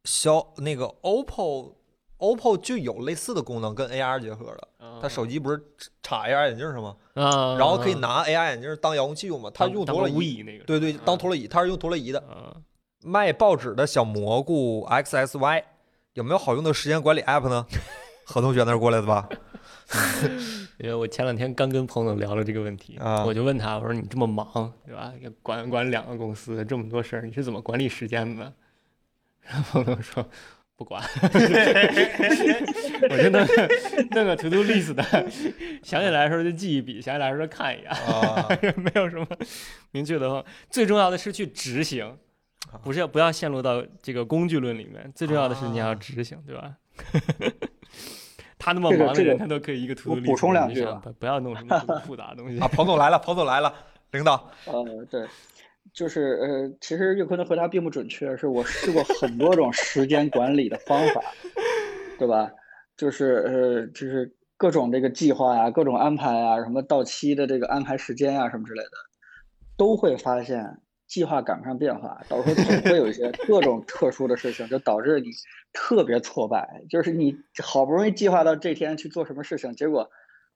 小那个 OPPO OPPO 就有类似的功能跟 AR 结合了，它它手机不是插 AR 眼镜是吗？啊，然后可以拿 AR 眼镜当遥控器用嘛，它当用当陀螺个无仪，椅那个，嗯对对，当陀螺螺仪，它是用陀螺仪的。啊，卖报纸的小蘑菇 XSY 有没有好用的时间管理 App 呢？何同学那儿过来的吧？ 因为我前两天刚跟彭总聊了这个问题，啊我就问他，我说你这么忙对吧？也管管两个公司这么多事儿，你是怎么管理时间的？然后彭总说。不管，我就弄个弄个 to do list 的，想起来的时候就记一笔，想起来的时候看一眼，啊， 没有什么明确的话。最重要的是去执行啊，不是不要陷入到这个工具论里面。最重要的是啊你要执行，对吧？ 他那么这个忙的这人，个他都可以一个图我补充两句吧不不要弄什么复复杂的东西 啊，。彭总来了，彭总来了，领导，呃，对，就是呃，其实岳坤的回答并不准确，是我试过很多种时间管理的方法，对吧？就是呃，就是各种这个计划呀、各种安排啊，什么到期的这个安排时间呀、什么之类的，都会发现计划赶不上变化，到时候总会有一些各种特殊的事情，就导致你特别挫败。就是你好不容易计划到这天去做什么事情，结果，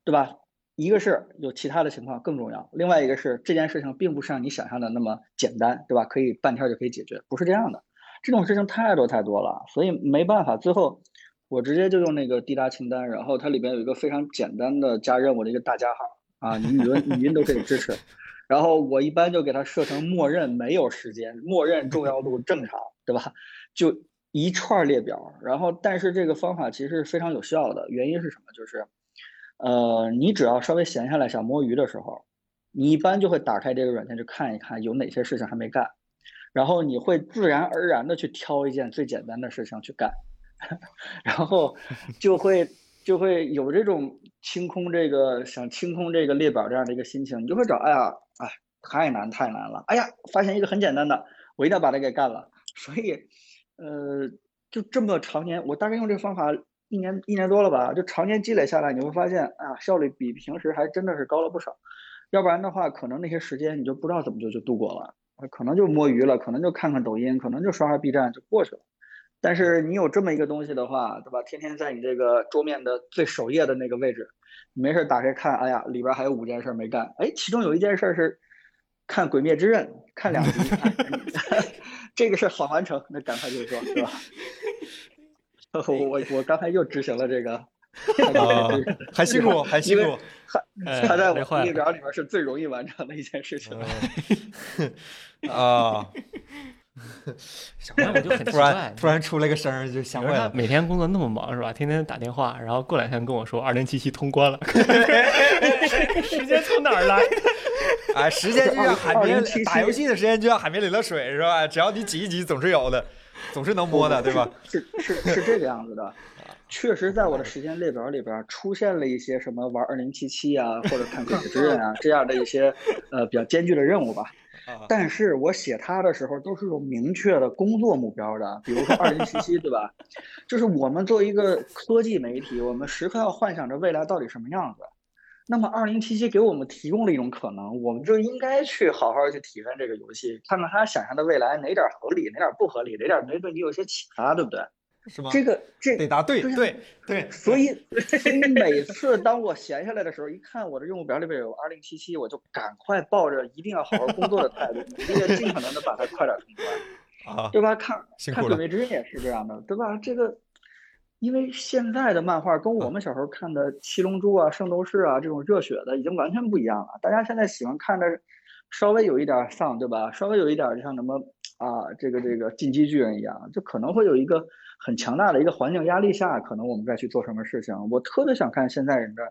对吧？一个是有其他的情况更重要，另外一个是这件事情并不是像你想象的那么简单，对吧？可以半天就可以解决，不是这样的。这种事情太多太多了，所以没办法，最后我直接就用那个滴答清单，然后它里边有一个非常简单的加任务的一个大加号啊，你语文、语音都可以支持。然后我一般就给它设成默认没有时间，默认重要度正常，对吧？就一串列表。然后，但是这个方法其实是非常有效的，原因是什么？就是呃，你只要稍微闲下来想摸鱼的时候，你一般就会打开这个软件去看一看有哪些事情还没干。然后你会自然而然的去挑一件最简单的事情去干， 然后就会就会有这种清空这个想清空这个列表这样的一个心情，你就会找，哎呀，哎，太难太难了，哎呀，发现一个很简单的，我一定要把它给干了。所以，呃，就这么常年，我大概用这个方法一年一年多了吧，就常年积累下来，你会发现啊，效率比平时还真的是高了不少。要不然的话，可能那些时间你就不知道怎么就就度过了。呃可能就摸鱼了，可能就看看抖音，可能就刷刷 B 站就过去了。但是你有这么一个东西的话，对吧？天天在你这个桌面的最首页的那个位置，你没事打开看，哎呀，里边还有五件事没干，哎，其中有一件事是看《鬼灭之刃》，看两集， 哎、这个事好完成，那赶快就做，是吧？ 我我刚才又执行了这个。 啊，还辛苦，还辛苦，还还在我列表里面是最容易完成的一件事情。啊， 小怪我就很奇 突然怪，突然出了个声儿，就你想说回他来。每天工作那么忙是吧？天天打电话，然后过两天跟我说二零七七通关了， 时间从哪儿来的？哎，时间就像海二绵零七七打游戏的时间就像海绵里的水是吧？只要你挤一挤，总是有的，总是能摸 的，对吧？ 是是是这个样子的，确实在我的时间列表里边出现了一些什么玩二零七七啊，或者看《鬼灭之刃》啊这样的一些呃比较艰巨的任务吧。啊，但是我写它的时候都是有明确的工作目标的，比如说二零七七，对吧？ 就是我们作为一个科技媒体，我们时刻要幻想着未来到底什么样子。那么二零七七给我们提供了一种可能，我们就应该去好好去体验这个游戏，看看它想象的未来哪点合理，哪点不合理，哪点没对你有些启发，对不对？是吗？这个这得答对，对呀对对，所以，所以每次当我闲下来的时候，一看我的任务表里边有二零七七，我就赶快抱着一定要好好工作的态度，一定要尽可能的把它快点通关，啊，对吧？看辛看苦《鬼了灭之刃》也是这样的，对吧？这个，因为现在的漫画跟嗯我们小时候看的《七龙珠》啊、《圣斗士啊》这种热血的已经完全不一样了。大家现在喜欢看的，稍微有一点丧，对吧？稍微有一点就像什么啊，这个这个进击巨人一样，就可能会有一个很强大的一个环境压力下，可能我们再去做什么事情。我特别想看现在人的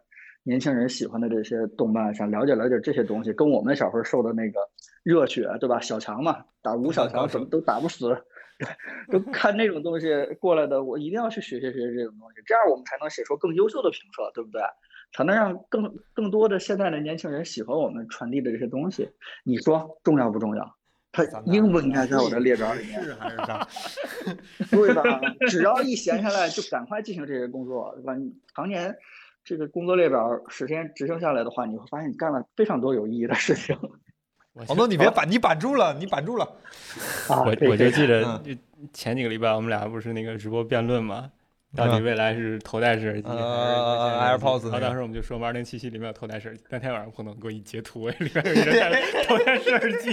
年轻人喜欢的这些动漫，想了解了解这些东西，跟我们小时候受的那个热血，对吧？小强嘛，打吴小强怎么都打不死。 就看那种东西过来的，我一定要去学学学这种东西，这样我们才能写出更优秀的评测，对不对？才能让更更多的现在的年轻人喜欢我们传递的这些东西。你说重要不重要？它咱们应不应该在我的列表里面？是还是啥？对吧？只要一闲下来，就赶快进行这些工作，对吧？你常年这个工作列表实天执行下来的话，你会发现你干了非常多有意义的事情我王东，你别板，你板住了，你板住了。啊！我这我就这记嗯得前几个礼拜我们俩不是那个直播辩论嘛，到底嗯未来是头戴式耳机还是呃无线耳机 AirPods 然那个后当时我们就说我们二零七七里面有头戴式耳机，那天晚上彭总给我一截图，里面有一个 戴着头戴式耳机。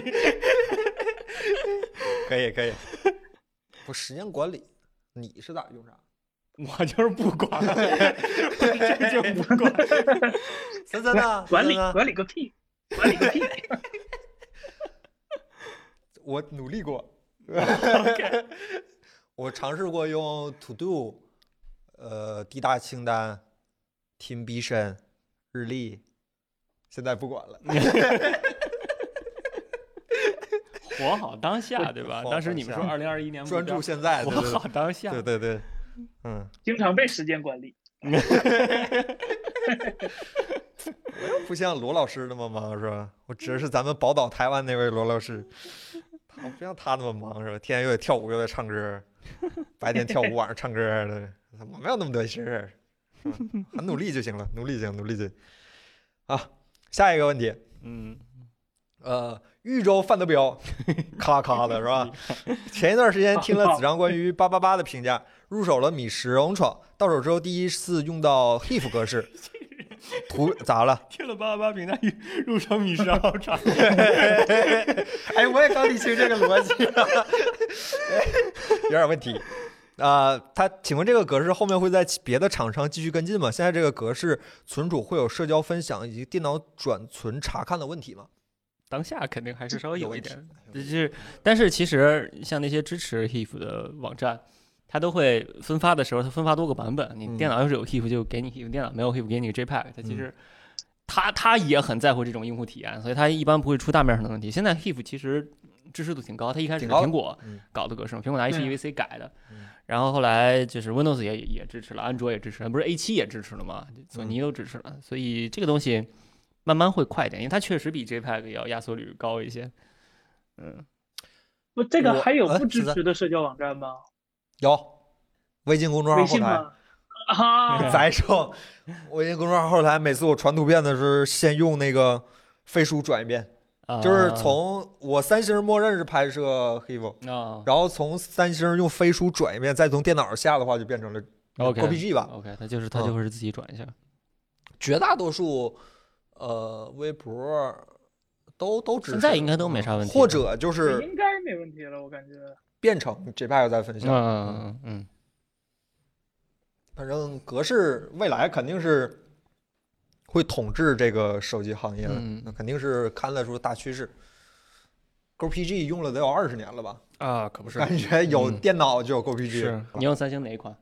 可以可 以，不时间管理，你是咋用 啥？我就是不管，我这就不管。森森呢？管理森森呢管理个屁，管理个 屁！我努力过， 我尝试过用 To Do，呃，滴答清单、Team Vision、日历，现在不管了。 活好当下，对吧？活好当时当你们下说二零二一年目专标注现在，对活好对当下，对对对，嗯，经常被时间管理，不像罗老师那么忙是吧？我指的是咱们宝岛台湾那位罗老师，他不像他那么忙是吧？天天又得跳舞又得唱歌，白天跳舞晚上唱歌的，我没有那么多事儿，是吧？很努力就行了，努 力就行，努力就行。啊，下一个问题，嗯，呃，豫州范德彪，咔咔的是吧？前一段时间听了子章关于八八八的评价，入手了米十 o n 闯，到手之后第一次用到 HIF 格式，图咋了？听了八八八评价语入手米十好场， 哎，我也刚理清这个逻辑， 有点问题。啊、它请问这个格式后面会在其别的厂商继续跟进吗？现在这个格式存储会有社交分享以及电脑转存查看的问题吗？当下肯定还是稍微有一点，有就一是，但是其实像那些支持 HEAP 的网站，它都会分发的时候，它分发多个版本。你嗯电脑要是有 HEAP 就给你 HEAP，电脑没有 HEAP 给你个 JPEG。它其实它它也很在乎这种用户体验，所以它一般不会出大面上的问题。现在 HEAP 其实支持度挺高，它一开始挺是高的苹果嗯搞的格式嘛，苹果拿 HEVC 改的嗯，然后后来就是 Windows 也也支持了，安卓也支持了，不是 A 7也支持了嘛，嗯索尼都支持了，所以这个东西慢慢会快一点，因为它确实比 JPEG 要压缩率高一些。嗯，不，这个我还有哎不支是的持的社交网站吗？有，微信公众号微后信台。嗯吗？啊，咱说，微信公众号后台每次我传图片的时候，先用那个飞书转一遍，就是啊从我三星默认是拍摄 HEVO，啊然后从三星用飞书转一遍，再从电脑下的话就变成了 OK 哦 OPG 吧。 OK，它就是它嗯就会是自己转一下。绝大多数呃微博都都支持，现在应该都没啥问题或者就是应该没问题了，我感觉。变成 JPEG 再分享。嗯嗯嗯反正格式未来肯定是会统治这个手机行业的，嗯那肯定是看得出大趋势。GoPG 用了得有二十年了吧？啊，可不感觉有嗯电脑就有 GoPG，、是你用三星哪一款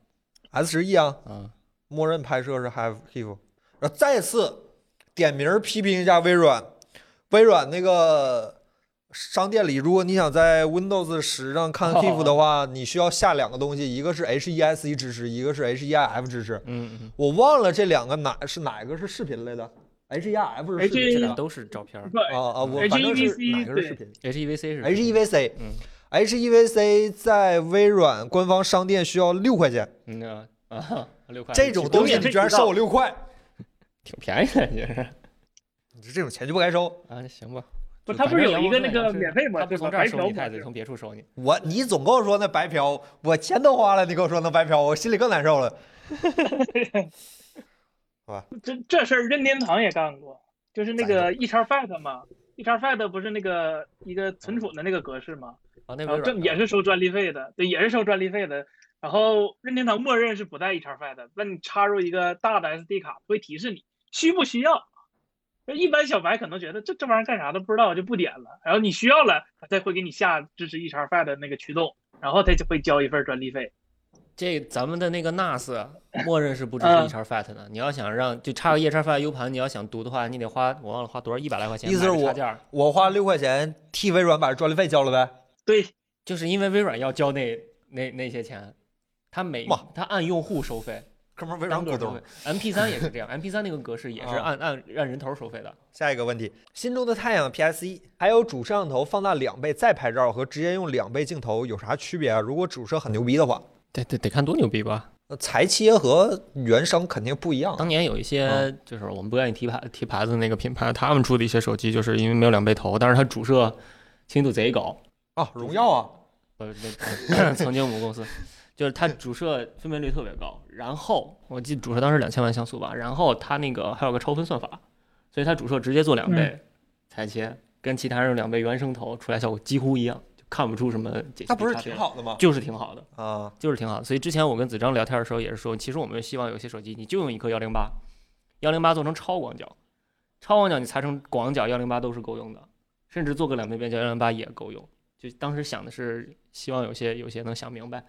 S 十一啊，啊？默认拍摄是 Have Heave。然后再次点名批评一下微软，微软那个商店里，如果你想在 Windows 十上看 Heave 的话，你需要下两个东西，一个是 HESE E 支持，一个是 HEIF 支持。嗯嗯，我忘了这两个哪是哪个是视频类的，H E R F 是视频这类俩的都是照片不，啊啊，我反正是 HEVC 哪个是视频，HEVC 是？H E V C，嗯 h E V C 在微软官方商店需要六块钱，嗯啊啊，六块这种哎东西你居然收我六块，挺便宜的，也是你这种钱就不该收。啊，行吧。不就它反不是正有羊一毛个出在那个羊身免上费模他不式从吗这儿白收嫖你，他模得式从别处收你。我你总跟我说那白嫖，我钱都花了，你跟我说那白嫖，我心里更难受了。这这事儿任天堂也干过，就是那个 e x fat 嘛 e x fat 不是那个一个存储的那个格式嘛，啊，那然微后这软也是收专利费的，对，也是收专利费的。然后任天堂默认是不带 e x fat 的，那你插入一个大的 SD 卡会提示你需不需要。就一般小白可能觉得这这玩意儿干啥的不知道，我就不点了。然后你需要了，它才会给你下支持 e x fat 的那个驱动，然后它就会交一份专利费。这咱们的那个 NAS 默认是不支持嗯 e x f a t 的，你要想让就插个 e x f a t U 盘，你要想读的话，你得花我忘了花多少一百来块钱意思是买个我插件儿，我花六块钱替微软把专利费交了呗，对，就是因为微软要交那那那些钱，他每哇他按用户收费，哥们儿微软单股个收东费。。MP 3也是这样，MP 3那个格式也是啊按按按人头收费的。下一个问题，心中的太阳 PS 一，还有主摄像头放大两倍再拍照和直接用两倍镜头有啥区别啊？如果主摄很牛逼的话，得得得看多牛逼吧！那裁切和原生肯定不一样。当年有一些嗯就是我们不愿意提牌提牌子的那个品牌，他们出的一些手机，就是因为没有两倍头，但是它主摄清晰度贼高，啊，荣耀啊，呃，那 曾经我们公司就是它主摄分辨率特别高，然后我记得主摄当时两千万像素吧，然后它那个还有个超分算法，所以它主摄直接做两倍裁切，跟其他人用两倍原生头出来效果几乎一样，就看不出什么解析那不是差别挺，好的吗？就是挺好的，啊，就是挺好的。所以之前我跟子章聊天的时候也是说，其实我们希望有些手机你就用一颗幺零八，幺零八做成超广角，超广角你裁成广角幺零八都是够用的，甚至做个两倍变焦幺零八也够用。就当时想的是希望有些有些能想明白，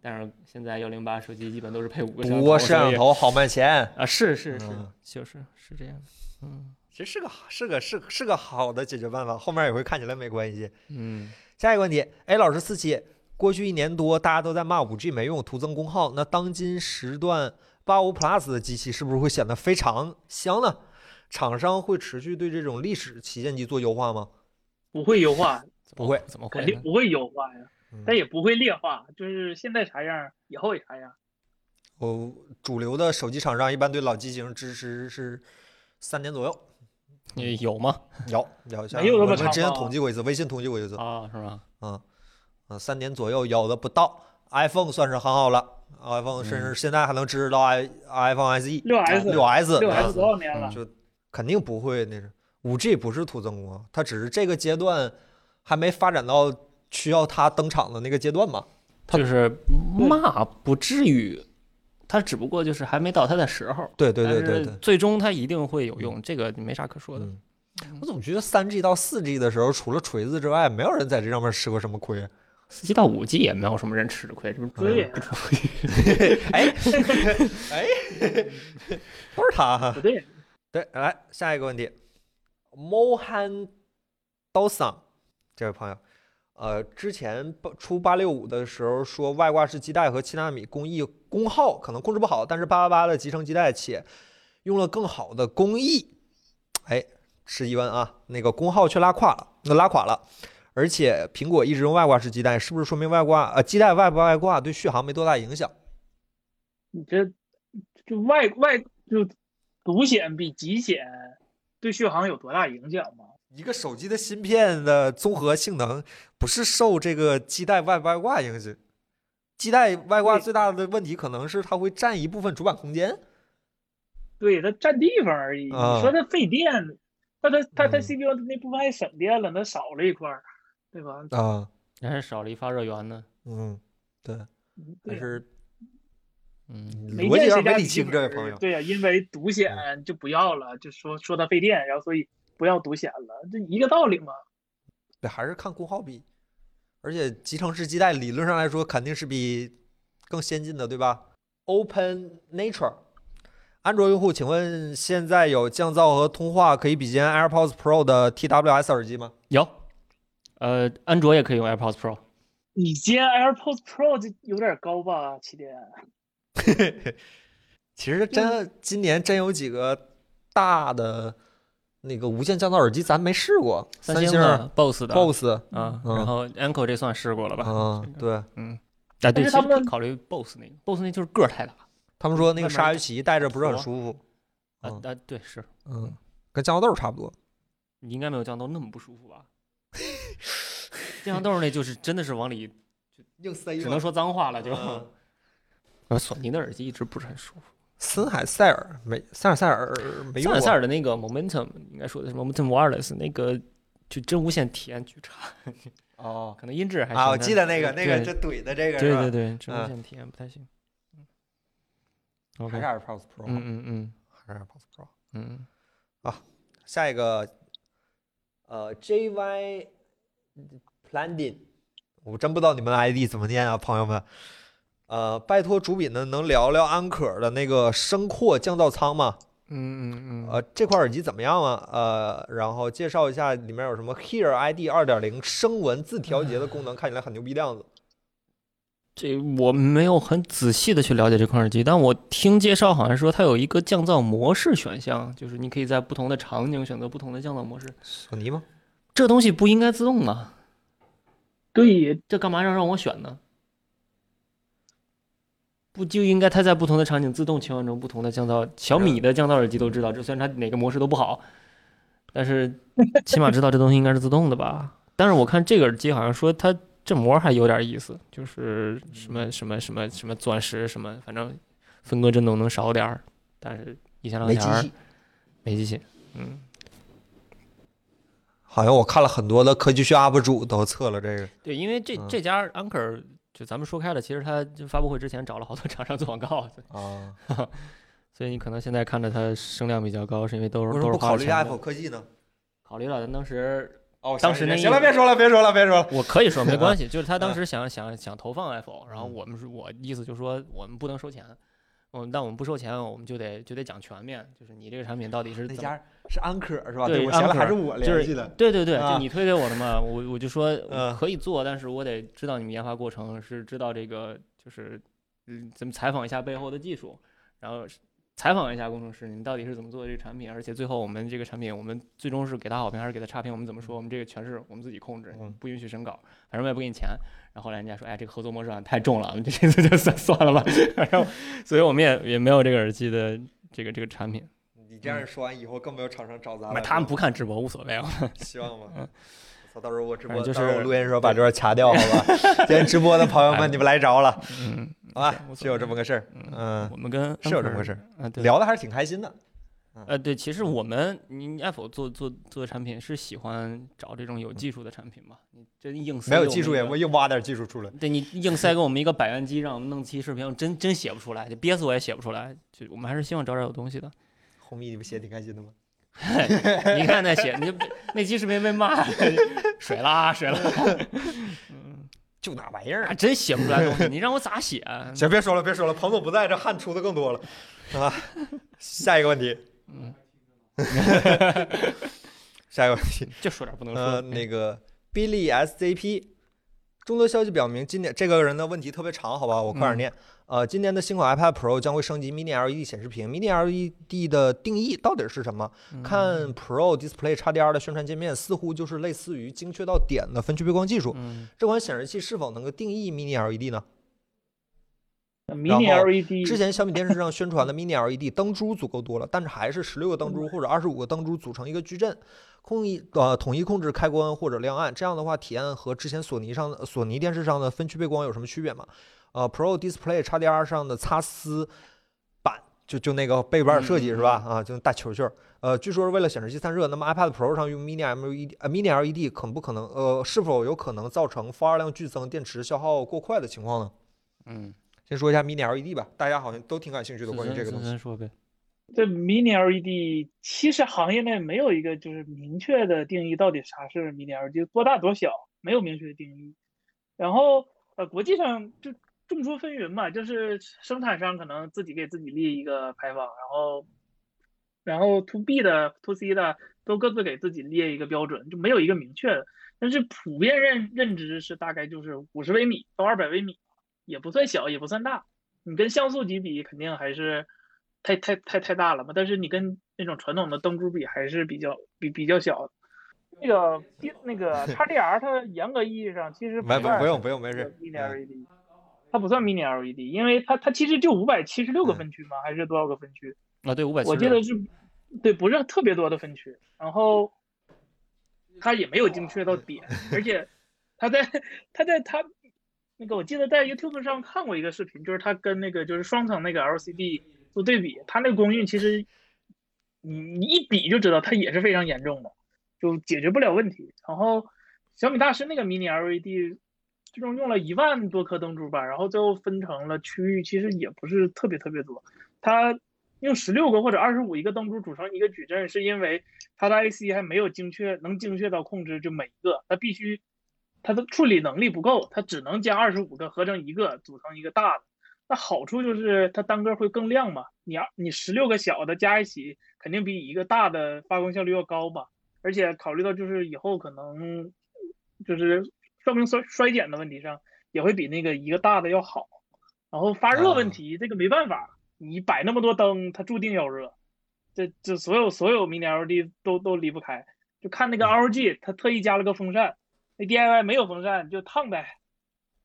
但是现在幺零八手机基本都是配五个摄像头，多摄像所以头好卖钱，啊，是是是嗯，就是是这样的，嗯其实是个是个是个是个好的解决办法，后面也会看起来美观一些。嗯，下一个问题，A 老师四期，过去一年多大家都在骂 5G 没用，徒增功耗。那当今时段85 Plus 的机器是不是会显得非常香呢？厂商会持续对这种历史旗舰机做优化吗？不会优化，怎不么会怎么会肯呢定？不会优化呀，嗯但也不会劣化，就是现在啥样，以后也啥样。我主流的手机厂商一般对老机型支持是三年左右，你有吗？有有像没有那我么们长之前吧统计过一次，微信统计过一次，啊，是吧？嗯，三年左右有的不到，iPhone 算是很好了， iPhone 甚至现在还能支持到 i iPhone SE 六 S 哎六 S 六那样 S 子多少年了？就肯定不会那是五 G 不是徒增功，它只是这个阶段还没发展到需要它登场的那个阶段嘛。就是骂不至于，他只不过就是还没到他的时候。对对对但对是对，最终他一定会有用，这个没啥可说的。嗯。我总觉得三 G 到四 G 的时候，除了锤子之外，没有人在这上面吃过什么亏。四 G 到五 G 也没有什么人吃亏，这不对呀，哎 哎， 不是他啊哈不。对，对，来下一个问题，Mohan Dosan 这位朋友，呃，之前八出八六五的时候说外挂式基带和七纳米工艺功耗可能控制不好，但是八八八的集成基带且用了更好的工艺，哎，是一问啊，那个功耗却拉垮了，那拉垮了。而且苹果一直用外挂式基带，是不是说明外挂呃基带外不外挂对续航没多大影响？你这就外外就独显比极显对续航有多大影响吗？一个手机的芯片的综合性能不是受这个基带外外挂影响，基带外挂对最大的问题可能是它会占一部分主板空间。对，它占地方而已。你啊说它费电，那它它它嗯 CPU 那部分还省电了，那少了一块儿，对吧？啊，那 还少了一发热源呢。嗯，对，对但呀是嗯，没逻见辑谁上家没理笔记清，这位本朋儿友。对呀、因为独嗯显就不要了，就说说它费电，然后所以不要独显了，这一个道理嘛。对，还是看功耗比，而且集成式基带理论上来说肯定是比更先进的，对吧？Open Nature，安卓用户，请问现在有降噪和通话可以比肩 AirPods Pro 的 TWS 耳机吗？有，呃，安卓也可以用 AirPods Pro。你接 AirPods Pro 这有点高吧，起点？其实真今年真有几个大的那个无线降噪耳机咱没试过，三星的、BOSS 的、 BOSS 啊，嗯然后 Anko 这算试过了吧？啊，对嗯，啊对，但其是他实可以们考虑 BOSS 那个，BOSS 那就是个儿太大他们说那个外面鲨鱼鳍戴着不是很服舒服，啊嗯啊，对，是嗯，跟降噪豆差不多。你应该没有降噪那么不舒服吧？降噪豆儿那就是真的是往里，硬塞只能说脏话了就。嗯呃，索尼的耳机一直不是很舒服。森海塞尔没塞尔塞尔没用塞过尔塞尔的那个 Momentum 应该说的是 Momentum Wireless 那个，就真无线体验巨差，哦可能音质还啊，行我记得那个那个对这怼的这个对是吧对对，真嗯无线体验不太行。嗯还 OK，是 AirPods 嗯 Pro，嗯嗯还是 AirPods Pro。嗯，下一个，呃，JY Plandin，我真不知道你们的 ID 怎么念啊，朋友们。呃，拜托主笔呢，能聊聊安可的那个声阔降噪舱吗？嗯嗯嗯，呃，这块耳机怎么样啊？呃，然后介绍一下里面有什么 Here ID 二点零声纹自调节的功能，看起来很牛逼的样子。这我没有很仔细的去了解这款耳机，但我听介绍好像说它有一个降噪模式选项，就是你可以在不同的场景选择不同的降噪模式。索尼吗？这东西不应该自动吗？对，这干嘛要让我选呢？不就应该它在不同的场景自动切换成不同的降噪？小米的降噪耳机都知道，这虽然它哪个模式都不好，但是起码知道这东西应该是自动的吧？但是我看这个耳机好像说它这膜还有点意思，就是什么什么什么什么钻石什么，反正分割振动能少点儿，但是一千两没机钱儿器。没机器，好像我看了很多的科技区 UP 主都测了这个。对，因为这嗯这家 Anker 就咱们说开了，其实他就发布会之前找了好多厂商做广告，啊，所以你可能现在看着它声量比较高，是因为都为是什都么不是花考了虑一钱下的 Apple 科技呢？考虑了，咱当时哦，当时那行意了，别说了，别说了，别说了。 我可以说没关 系，就是他啊当时想想想投放 Apple，然后嗯我们是我意思就是说我们不能收钱，我们但我们不收钱，我们就得就得讲全面，就是你这个产品到底是那怎么家是安可是吧？对我想了安可还是我联系的。对对对，啊就你推给我的嘛，我我就说嗯可以做，但是我得知道你们研发过程，是知道这个就是，嗯，咱们采访一下背后的技术，然后是采访一下工程师，你们到底是怎么做这个产品，而且最后我们这个产品，我们最终是给他好评还是给他差评，我们怎么说，我们这个全是我们自己控制嗯，不允许审稿，反正我也不给你钱。然后后来人家说，哎，这个合作模式好像太重了，我们这次就算 算了吧。然后，所以我们也也没有这个耳机的这个这个产品，你这样说完以后，更没有厂商找咱嗯了。买他们不看直播无所谓啊。希望吧。操，到时候我直播，反正就是哎到时候我录音的时候把这段掐掉，好 吧？今天直播的朋友们，你们来着了，嗯，好吧行无？是所有谓这么个事儿，嗯我，们跟是有这么回事 Anchor，啊，对，聊的还是挺开心的。呃，对，其实我们你你 Apple 做做做产品是喜欢找这种有技术的产品嘛？你真硬塞没有给我技们术一也个我硬挖点技术出来，对你硬塞给我们一个百元机，让我们弄期视频，我真真写不出来，就憋死我也写不出来。就我们还是希望找点有东西的。红米你不写挺开心的吗？你看那写，你就那期视频被骂了， 水啦水啦， 就那玩意儿啊，真写不出来东西，你让我咋写啊？行，别说了，别说了，彭总不在，这汗出的更多了啊。 下一个问题，嗯 下一个问题，就说点不能说哎的。呃，那个 Billy SJP，众多消息表明，今年这个人的问题特别长，好吧，我嗯快点念。呃，今年的新款 iPad Pro 将会升级 Mini LED 显示屏，Mini LED 的定义到底是什么？嗯看 Pro Display XDR 的宣传界面，似乎就是类似于精确到点的分区背光技术。嗯，这款显示器是否能够定义 Mini LED 呢？迷然你后 LED 之前小米电视上宣传的 Mini LED E 灯珠足够多了，但是还是十六个灯珠或者二十五个灯珠组成一个矩阵，控一呃统一控制开关或者亮暗。这样的话，体验和之前索尼上的索尼电视上的分区背光有什么区别吗？呃，Pro Display XDR 上的擦丝板，就就那个背板设计是吧？啊，就那大球球儿。呃，据说是为了显示器散热，那么 iPad Pro 上用 Mini LED 呃 Mini LED 可不可能呃是否有可能造成发热量剧增、电池消耗过快的情况呢？嗯，先说一下 Mini LED 吧，大家好像都挺感兴趣的关于这个东西。西说呗。这 mini LED E 其实行业内没有一个就是明确的定义，到底啥是 mini LED，多 E 大多小，没有明确的定义。然后呃，国际上就众说纷纭嘛，就是生产商可能自己给自己立一个牌坊，然后然后 to B 的、to C 的都各自给自己列一个标准，就没有一个明确的。但是普遍认认知是大概就是五十微米到二百微米，也不算小，也不算大。你跟像素级比，肯定还是太太太太大了嘛。但是你跟那种传统的灯珠比，还是比较比比较小的。那个 那个 XDR，它严格意义上其实没不算不用不用没事 mini 嗯 LED，它不算 mini LED，因为它它其实就五百七十六个分区嘛，还是多少个分区？啊，对，五百七。我记得是，对，不是特别多的分区。然后它也没有精确到点，而且它在它在它那个我记得在 YouTube 上看过一个视频，就是它跟那个就是双层那个 LCD 做对比，它那个功率其实你你一比就知道它也是非常严重的。就解决不了问题。然后小米大师那个 mini LED E 最终用了一万多颗灯珠吧，然后最后分成了区域，其实也不是特别特别多。它用十六个或者二十五一个灯珠组成一个矩阵，是因为它的 IC 还没有精确能精确到控制就每一个，它必须它的处理能力不够，它只能将二十五个合成一个组成一个大的。那好处就是它单个会更亮嘛，你要你十六个小的加一起，肯定比一个大的发光效率要高嘛。而且考虑到就是以后可能就是寿命衰衰减的问题上，也会比那个一个大的要好。然后发热问题，这个没办法，你摆那么多灯，它注定要热。这这所有所有 mini LED 都都离不开。就看那个 ROG，它特意加了个风扇，那 DIY 没有风扇就烫呗，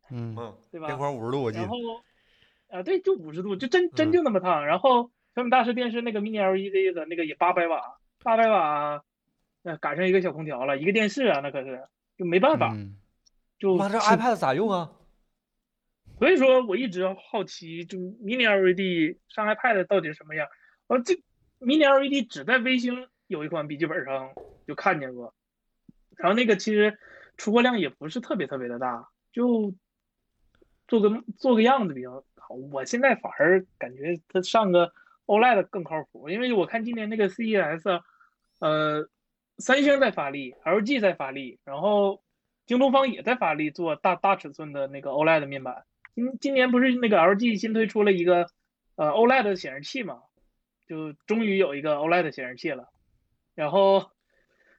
嗯，嗯，对吧？边框五十度我记然得后，啊，对，就五十度，就真真嗯就那么烫。然后小米大师电视那个 mini LED 的那个也八百瓦，八百瓦，那、赶上一个小空调了，一个电视啊，那可是就没办法，嗯就妈这是 iPad 咋用啊？所以说我一直好奇，就 mini LED 上 iPad 到底是什么样？呃，这 mini LED 只在微星有一款笔记本上就看见过，然后那个其实出货量也不是特别特别的大，就做个做个样子比较好。我现在反而感觉它上个 OLED 更靠谱，因为我看今年那个 CES，呃，三星在发力，LG 在发力，然后京东方也在发力做大大尺寸的那个 OLED 面板。今今年不是那个 LG 新推出了一个呃 OLED 的显示器嘛，就终于有一个 OLED 的显示器了。然后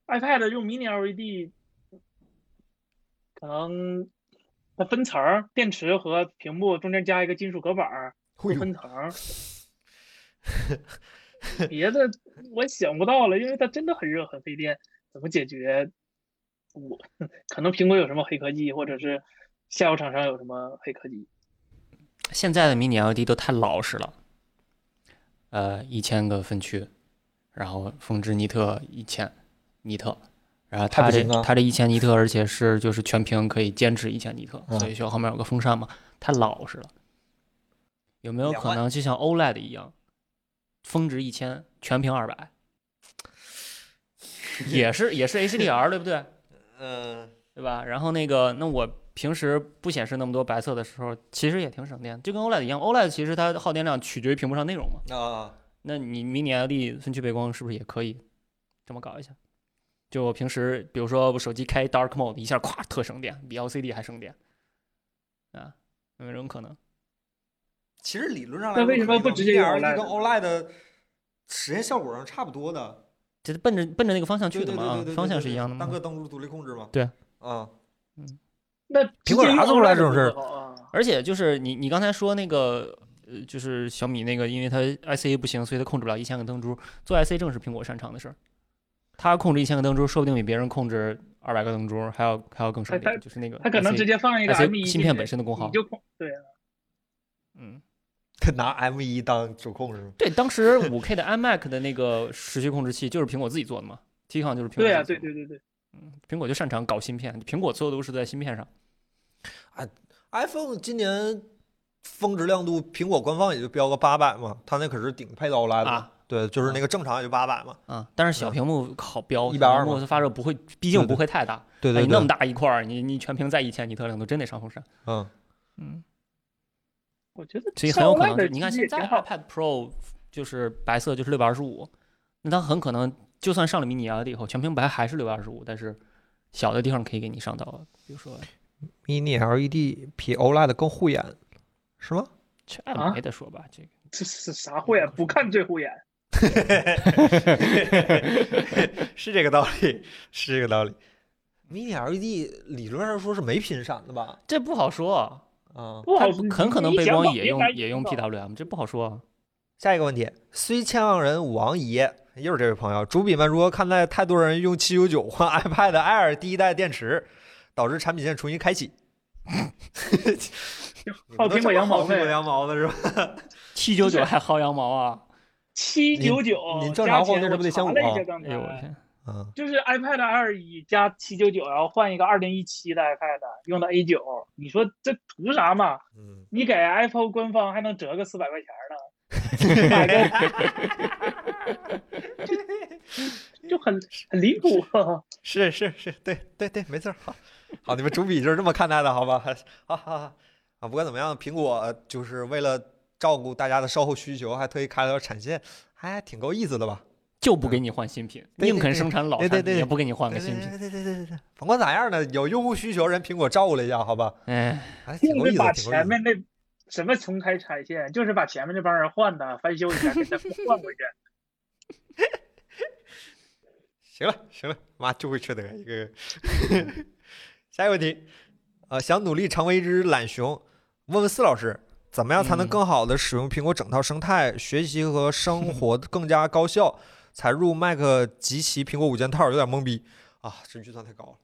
iPad 用 Mini LED，可能它分层儿，电池和屏幕中间加一个金属隔板儿，会分层儿。别的我想不到了，因为它真的很热很费电，怎么解决？我 可能苹果有什么黑科技，或者是下游厂商有什么黑科技？现在的 Mini LED 都太老实了，呃，一千个分区，然后峰值尼特一千尼特，然后太它不这行了它这一千尼特，而且是就是全屏可以坚持一千尼特，嗯所以需要后面有个风扇嘛，太老实了。有没有两可万能就像 OLED 一样，峰值一千，全屏二百，也是也是 HDR 对不对？嗯，对吧？然后那个，那我平时不显示那么多白色的时候，其实也挺省电，就跟 OLED 一样。OLED 其实它耗电量取决于屏幕上内容嘛。啊，那你 Mini LED 分区背光是不是也可以这么搞一下？就我平时，比如说我手机开 Dark Mode，一下咵特省电，比 LCD 还省电啊，有没有这种可能？其实理论上来那说，为什么不直接用 LED OLED E 跟 OLED 的实验效果上差不多的？这奔着奔着那个方向对去的对对嘛，对啊对，对方向对是对一样的嘛单。个灯独立控制嘛。对，啊，那苹果啥做不出来这种事儿儿？而且就是你你刚才说那个呃，就是小米那个，因为它 IC 不行，所以它控制不了一千个灯珠。做 IC 正是苹果擅长的事儿，它控制一千个灯珠，说不定比别人控制二百个灯珠还要还要更省它它电，就是那个它可能 IC 直接放一个 IC M 一芯片本身的功耗你就控对啊，嗯。拿 M 一当主控是吗？对，当时五 K 的 iMac 的那个时序控制器就是苹果自己做的嘛，Tcon 就是苹果对啊，自对己做的对对对，苹果就擅长搞芯片，苹果做的都是在芯片上。 iPhone 今年峰值亮度，苹果官方也就标个八百嘛，它那可是顶配的 OLED 嘛啊对，就是那个正常也就八百嘛。啊，但是小屏幕好标， 120小屏嘛幕它发热不会，对毕竟对不会太大。对哎你那么大一块儿，你你全屏在一千尼特亮度，真得上风扇。嗯，嗯，我觉得所以很上有可 OLED 能是，的你看机器也现挺在好， iPad Pro 就是白色就是六百二十五，那它很可能就算上了迷你 LED 以后，全屏白还是六百二十五，但是小的地方可以给你上到，比如说 Mini LED 比 OLED 更护眼，是吗？这啊没得说吧，这个这是啥护眼？不看最护眼， 是这个道理，是这个道理。Mini LED 理论上说是没频闪的吧？这不好说啊，啊、不好它，很可能你背想光往也别用家也移用到 PWM，这不好说啊。下一个问题，虽千万人吾往也，又是这位朋友，主笔们如何看待太多人用七九九换 iPad Air 第一代电池，导致产品线重新开启？薅苹果羊毛薅苹呗果羊毛的是吧？七九九还薅羊毛啊！七九九，你正常加换钱那是我不得查15了一啊下刚哎呦我才天，嗯，就是 iPad 二一加七九九，然后换一个二零一七的 iPad，用到 A 九，你说这图啥嘛？嗯，你给 Apple 官方还能折个四百块钱呢，买个就很很离谱、啊是是是，对对对，没错儿。好，好，你们主笔就是这么看待的，好吧？好好好，啊，不管怎么样，苹果呃就是为了照顾大家的售后需求，还特意开了条产线，还挺够意思的吧？就嗯不给你换新品，对对宁肯对生产老对对产品，对也不给你换个对对新品。对对对对对，甭管咋样呢，有用户需求，人苹果照顾了一下，好吧？哎，还挺就够意是思，把挺够意前思。面那什么重开产线，就是把前面那帮人换的翻修一下，给他换回去。行了行了，妈就会缺德一个。 下一个问题，呃，想努力成为一只懒熊，问问四老师，怎么样才能嗯更好的使用苹果整套生态，学习和 生活更加高效？才入 Mac 及其苹果五件套，有点懵逼啊，这预算太高了。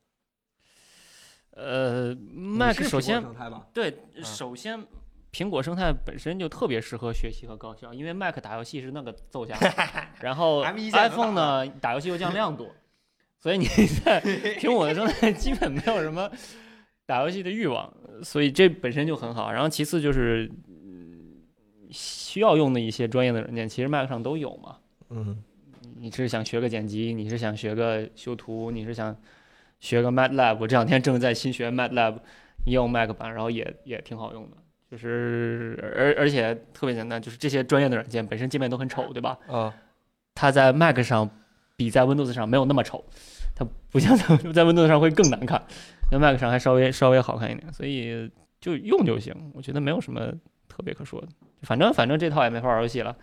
呃，Mac 首先生态吧，对，啊首先苹果生态本身就特别适合学习和高效，因为 Mac 打游戏是那个奏效，然后 M1 现在能打 iPhone 呢打游戏又降亮度，所以你在苹果的生态基本没有什么打游戏的欲望，所以这本身就很好。然后其次就是嗯需要用的一些专业的软件，其实 Mac 上都有嘛。嗯，你是想学个剪辑，你是想学个修图，你是想学个 MATLAB。我这两天正在新学 MATLAB，也有 Mac 版，然后也也挺好用的。就是而而且特别简单，就是这些专业的软件本身界面都很丑，对吧？啊，它在 Mac 上比在 Windows 上没有那么丑，它不像 在在 Windows 上会更难看，在 Mac 上还稍微稍微好看一点，所以就用就行。我觉得没有什么特别可说的，反正反正这套也没法玩游戏了。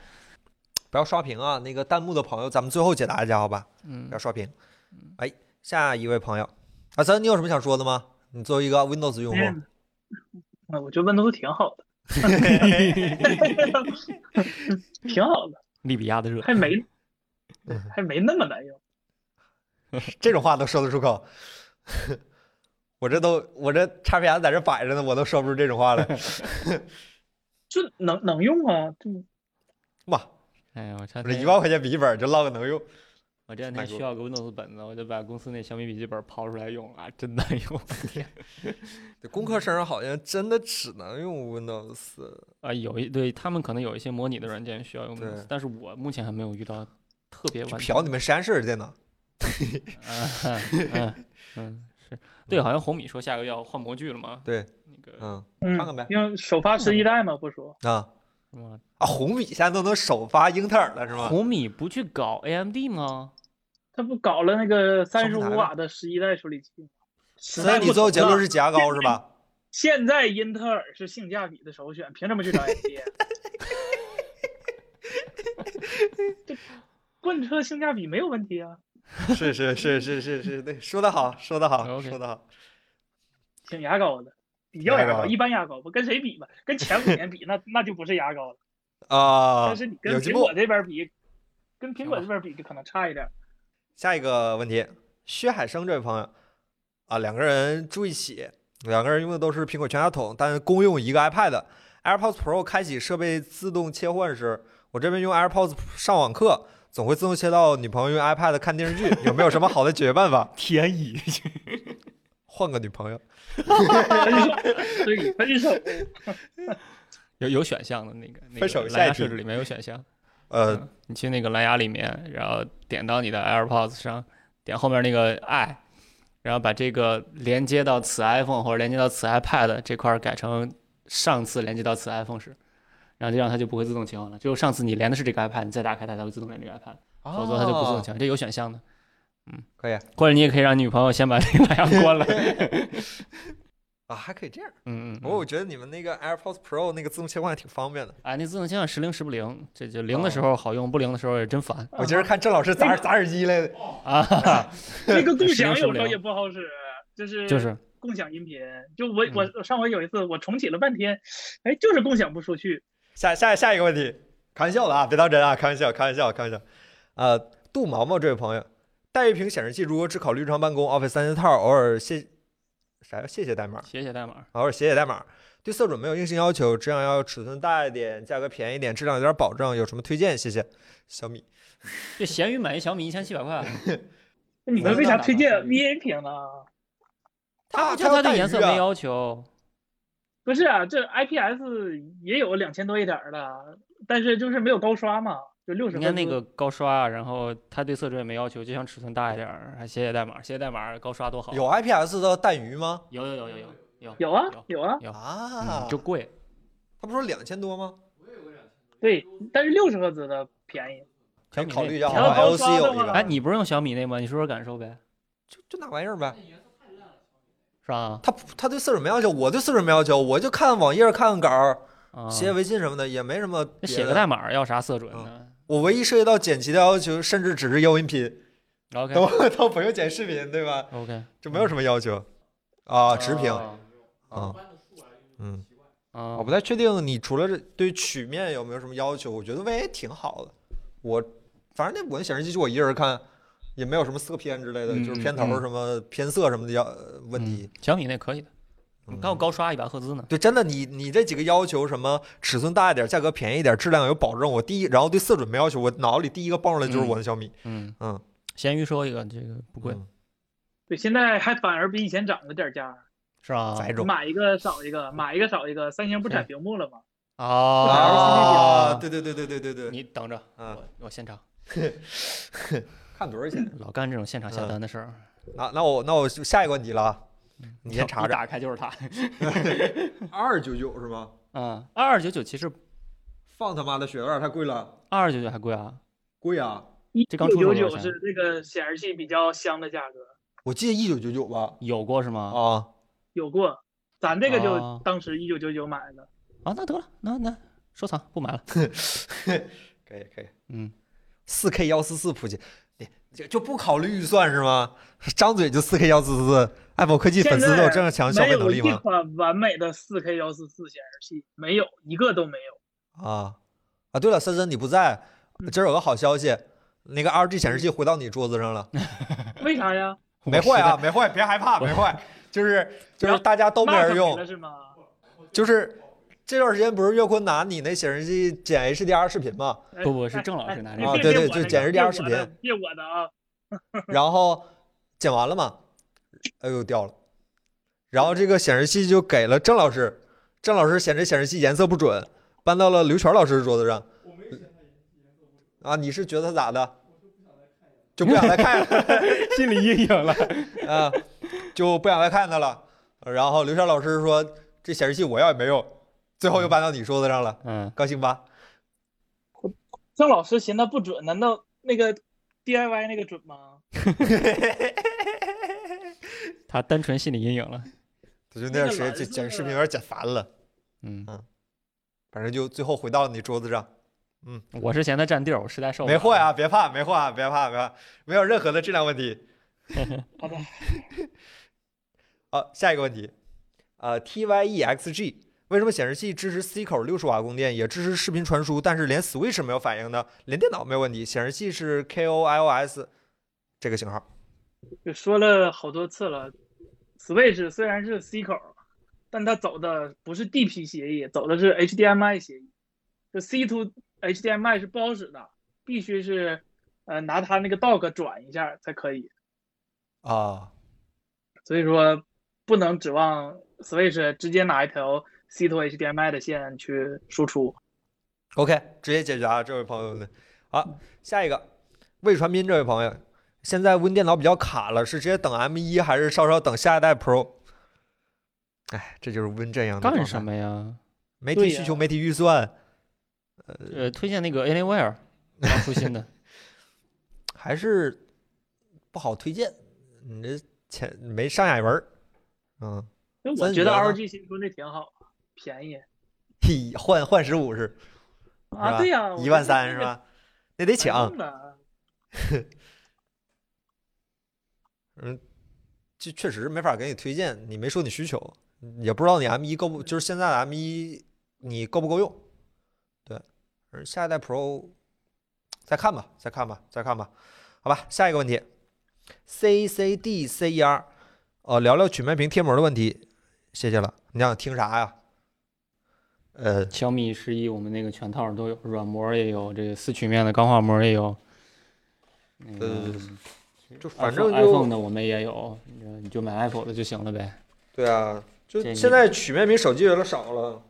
不要刷屏啊！那个弹幕的朋友，咱们最后解答一下，好吧？嗯不要，刷屏。哎，下一位朋友，阿森，你有什么想说的吗？你作为一个 Windows 用户，嗯，那嗯我觉得 Windows 挺好 的，挺好的，利比亚的热，还没嗯还没那么难用。这种话都说得出口， 我这都我这叉 P S 在这摆着呢，我都说不出这种话来。就能能用啊，就哇，哎呀，我差我这点一万块钱笔记本就唠个能用，我这两买天过需要个 Windows 本子，我就把公司那小米笔记本刨出来用了，啊真难用。对工科生好像真的只能用 Windows。 啊，有一对他们可能有一些模拟的软件需要用对 Windows，但是我目前还没有遇到特别就完嫖整你们实验室的电脑，啊嗯嗯，是对，好像红米说下个月要换模具了嘛？对，那个嗯嗯，看看呗因为首发十一代嘛，不说，啊什么啊，红米现在都能首发英特尔了是吗？红米不去搞 AMD 吗？他不搞了那个三十上五不来瓦的十一代处理器吗？时所代以你不最后同结论了是牙膏是吧？现在英特尔是性价比的首选，凭什么 去找 AMD？这棍车性价比没有问题啊，是是是是是是，对，说得好，说得好， OK 说得好。挺牙膏的，比较牙牙膏，膏一般牙膏吧，跟谁比吧？跟前五年比，那那就不是牙膏了。啊但是你，跟有进苹步果。这边比，跟苹行果吧这边比就可能差 一点。下一个问题，薛海生这位朋友啊，两个人住一起，两个人用的都是苹果全家桶，但共用一个 iPad。AirPods Pro 开启设备自动切换时，我这边用 AirPods 上网课，总会自动切到女朋友用 iPad 看电视 剧，有没有什么好的解决办法？天意，换个女朋友。所以分手，有有选项的那个那分个手下蓝牙一设题置里面有选项。呃嗯，你去那个蓝牙里面，然后点到你的 AirPods 上，点后面那个 i，然后把这个连接到此 iPhone 或者连接到此 iPad 这块儿改成上次连接到此 iPhone 时，然后这样它就不会自动切换了。只有上次你连的是这个 iPad，你再打开它，它会自动连这个 iPad，否啊则它就不自动哦切换。这有选项的，嗯可以或者你也可以让你女朋友先把这个蓝牙 关了。啊，还可以这样。嗯嗯不过我嗯。觉得你们那个 AirPods Pro 那个自动切换还挺方便的。啊，那自动切换时灵时不灵，这就灵的哦时候好用，不灵的时候也真烦我今儿看郑老师砸砸耳机来的，啊！哈哈那个共使用享受不有时候了也不好使，就是就是嗯共享音频。就我我我上回有一次我重启了半天，哎，就是共享不出去。下下下一个问题，开玩笑的啊，别当真啊，开玩笑，开玩笑，开玩笑。呃，杜毛毛这位朋友，带一屏显示器如果只考虑日常办公，Office 三件套，偶尔卸啥呀？谢谢代码，写写代 码，偶尔写写代码。对色准没有硬性要求，质量要尺寸大一点，价格便宜一点，质量有点保证。有什么推荐？谢谢。小米这闲鱼买一小米一千七百块，那你我们就这为啥样推打荐算 VA 屏呢？它就它要它对带颜色鱼啊没要求。不是啊，这 IPS 也有两千多一点儿的，但是就是没有高刷嘛，就六十。你看那个高刷，啊然后它对色准也没要求，就想尺寸大一点儿，还写写代码，写写代码高刷多好。有 IPS 的带鱼吗？有有有有有有有啊有有啊，啊嗯，就贵。他不说两千多吗？对，但是六十赫兹的便宜，可以考小米那虑一下，好调像高刷 LC 有的一吗个，哎，你不是用小米那吗？你说说感受呗，就就那玩意儿呗。是吧？他他对色准没要求，我对色准没要求，我就看网页看稿儿，啊，写写微信什么的也没什么那别写个的代码要啥色准呢我唯一涉及到剪辑的要求，甚至只是要音频， ？OK 都 都不用剪视频，对吧？ OK，就没有什么要求啊，啊直屏啊，啊嗯，啊我不太确定你除了这对曲面有没有什么要求，我觉得 VA 挺好的，我反正那我那显示器就我一人看，也没有什么色偏之类的，嗯就是偏头嗯嗯什么偏色什么的要呃问题。嗯小米那可以的，你嗯看我高刷一百赫兹呢。对，真的，你你这几个要求，什么尺寸大一点，价格便宜一点，质量有保证。我第一，然后对色准没要求，我脑子里第一个蹦出来就是我的小米。嗯嗯，闲鱼说一个，这个不贵嗯对，现在还反而比以前涨了点儿价儿，是吧？宰种买一个少一个，买一个少一个。三星不哎产屏幕了吗？啊，啊，对对对对对对对，你等着，啊我我现场。看多少钱？老干这种现场嗯下单的事儿，那啊那我那我就下一个问题了啊，你先一查查，打开就是它。二九九是吗？嗯，二二九九其实放他妈的雪有点太贵了，二二九九还贵啊，贵啊！一这刚出九的时候九多少钱是这个显示器比较香的价格，我记得一九九九吧？有过是吗？啊，有过，咱这个就哦当时一九九九买的。啊，那得了，那那收藏 不买了。可以可以，嗯，四 K 幺四四普及，你就就哎不考虑预算是吗？张嘴就四 K 幺四四，爱博科技粉丝都有这样强消没费能有力一吗？款完美的四 K 幺四四显示器，没有一个都没有。啊啊！对了，森森你不在，嗯今儿有个好消息，那个 RG 显示器回到你桌子上了，为啥呀？没坏啊，没坏，别害怕，没坏， 就是就是大家都没骂人上你用了，是吗？就是这段时间不是岳坤拿你那显示器剪 HDR 视频吗？哎不不是哎郑老师哎拿哎这个啊别对别对我就的剪别 HDR 我视的别我的啊，然后剪完了嘛，哎呦掉了，然后这个显示器就给了郑老师，郑老师显示显示器颜色不准，搬到了刘全老师的桌子上。啊，你是觉得他咋的？就不想再看 了心理阴影了。啊，就不想再看他了。然后刘全老师说：“这显示器我要也没用。”最后又搬到你桌子上了， 嗯，高兴吧？郑老师寻思不准，难道那个 DIY 那个准吗？他单纯心理阴影 了。他就那段时间就剪视频有点剪烦了，嗯，反正就最后回到你桌子上。我是嫌他占地儿，我实在受不了。没货呀、！别怕，没货啊，别怕，别怕，没有任何的质量问题。好的， 好、下一个问题，呃，TYEXG 为什么显示器支持 C 口六十瓦供电，也支持视频传输，但是连 Switch 没有反应呢？连电脑没有问题，显示器是 KOIOS 这个型号。就说了好多次了，Switch 虽然是 C 口，但它走的不是 DP 协议，走的是 HDMI 协议。就 C to HDMI 是不好使的，必须是呃拿它那个 dock 转一下才可以。啊，所以说不能指望 Switch 直接拿一条 C to HDMI 的线去输出。 OK，直接解决啊，这位朋友的。好，下一个，魏传斌这位朋友，现在 Win 电脑比较卡了，是直接等 M 一还是稍稍等下一代 Pro？哎，这就是 Win 这样的干状什态？么呀？媒体对需呀求，媒体预算，呃，推荐那个 Anywhere 刚出新的，还是不好推荐。你这前没上下文儿，嗯， 因为所以我你觉得觉得呢 ROG 新出那挺好，便宜嘿，换换十五是啊，对呀、一万三是？吧？那得抢，了，就确实没法给你推荐，你没说你需求，也不知道你 M 一够不，就是现在的 M 一你够不够用？对，而下一代 Pro 再看吧，再看吧，再看吧，好吧，下一个问题，C C D C E R，呃，聊聊曲面屏贴膜的问题，谢谢了。你想听啥呀？呃，小米十一我们那个全套都有，软膜也有，这个四曲面的钢化膜也有。那个呃就反正 iPhone- 就 iPhone 的我们也有，你就你就买 Apple 的就行了呗。对啊，就建议现在曲面屏手机有点少了。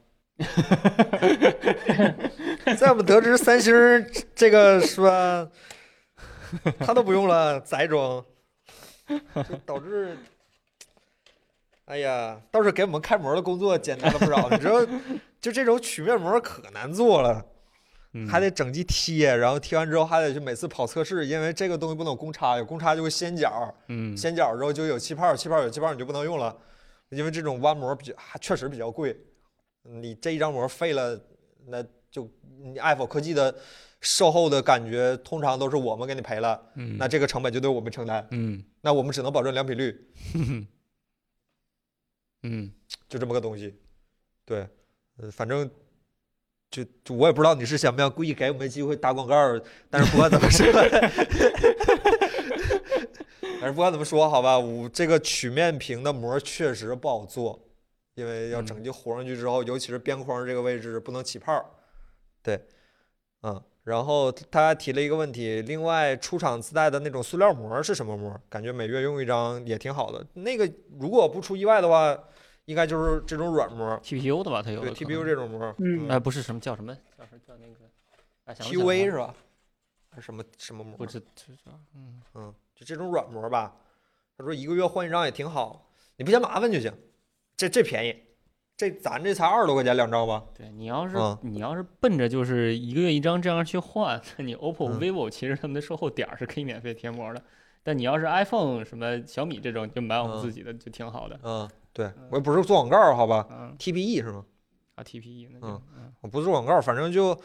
在我们得知三星儿这个是吧，他都不用了，咋装？就导致，哎呀，倒是给我们开模的工作简单了不少。你知道，就这种曲面膜可难做了，嗯 还得整机贴，然后贴完之后还得去每次跑测试，因为这个东西不能有公差，有公差就会掀角儿。嗯掀角之后就有气泡，气泡有气泡你就不能用了，因为这种弯膜比较还确实比较贵，你这一张膜废了，那就你爱否科技的售后的感觉通常都是我们给你赔了，嗯那这个成本就得我们承担，嗯那我们只能保证良品率，嗯就这么个东西，对，呃，反正。就就我也不知道你是想不想故意给我们机会打广告，但是不管怎么说，但是不管怎么说，好吧，我这个曲面屏的膜确实不好做，因为要整机糊上去之后，尤其是边框这个位置不能起泡儿。对，嗯，然后他还提了一个问题，另外出厂自带的那种塑料膜是什么膜？感觉每月用一张也挺好的。那个如果不出意外的话，应该就是这种软膜， ，TPU 的吧，它有对的可 TPU 能这种膜，嗯哎，不是什么叫什么叫什么叫那个哎想不起来，PUA 了是吧？还是什么什么膜？不知知道，嗯，嗯，就这种软膜吧。他说一个月换一张也挺好，你不嫌麻烦就行。这这便宜，这咱这才二十多块钱两张吧？对你要是、嗯你要是奔着就是一个月一张这样去换， 那你 OPPO、嗯 vivo 其实他们的售后点儿是可以免费贴膜的，但你要是 iPhone 什么小米这种，你就买我们嗯自己的就挺好的，嗯，对我也不是做广告，好吧嗯？TPE 是吗？啊 TPE 那就嗯嗯我不是做广告，反正就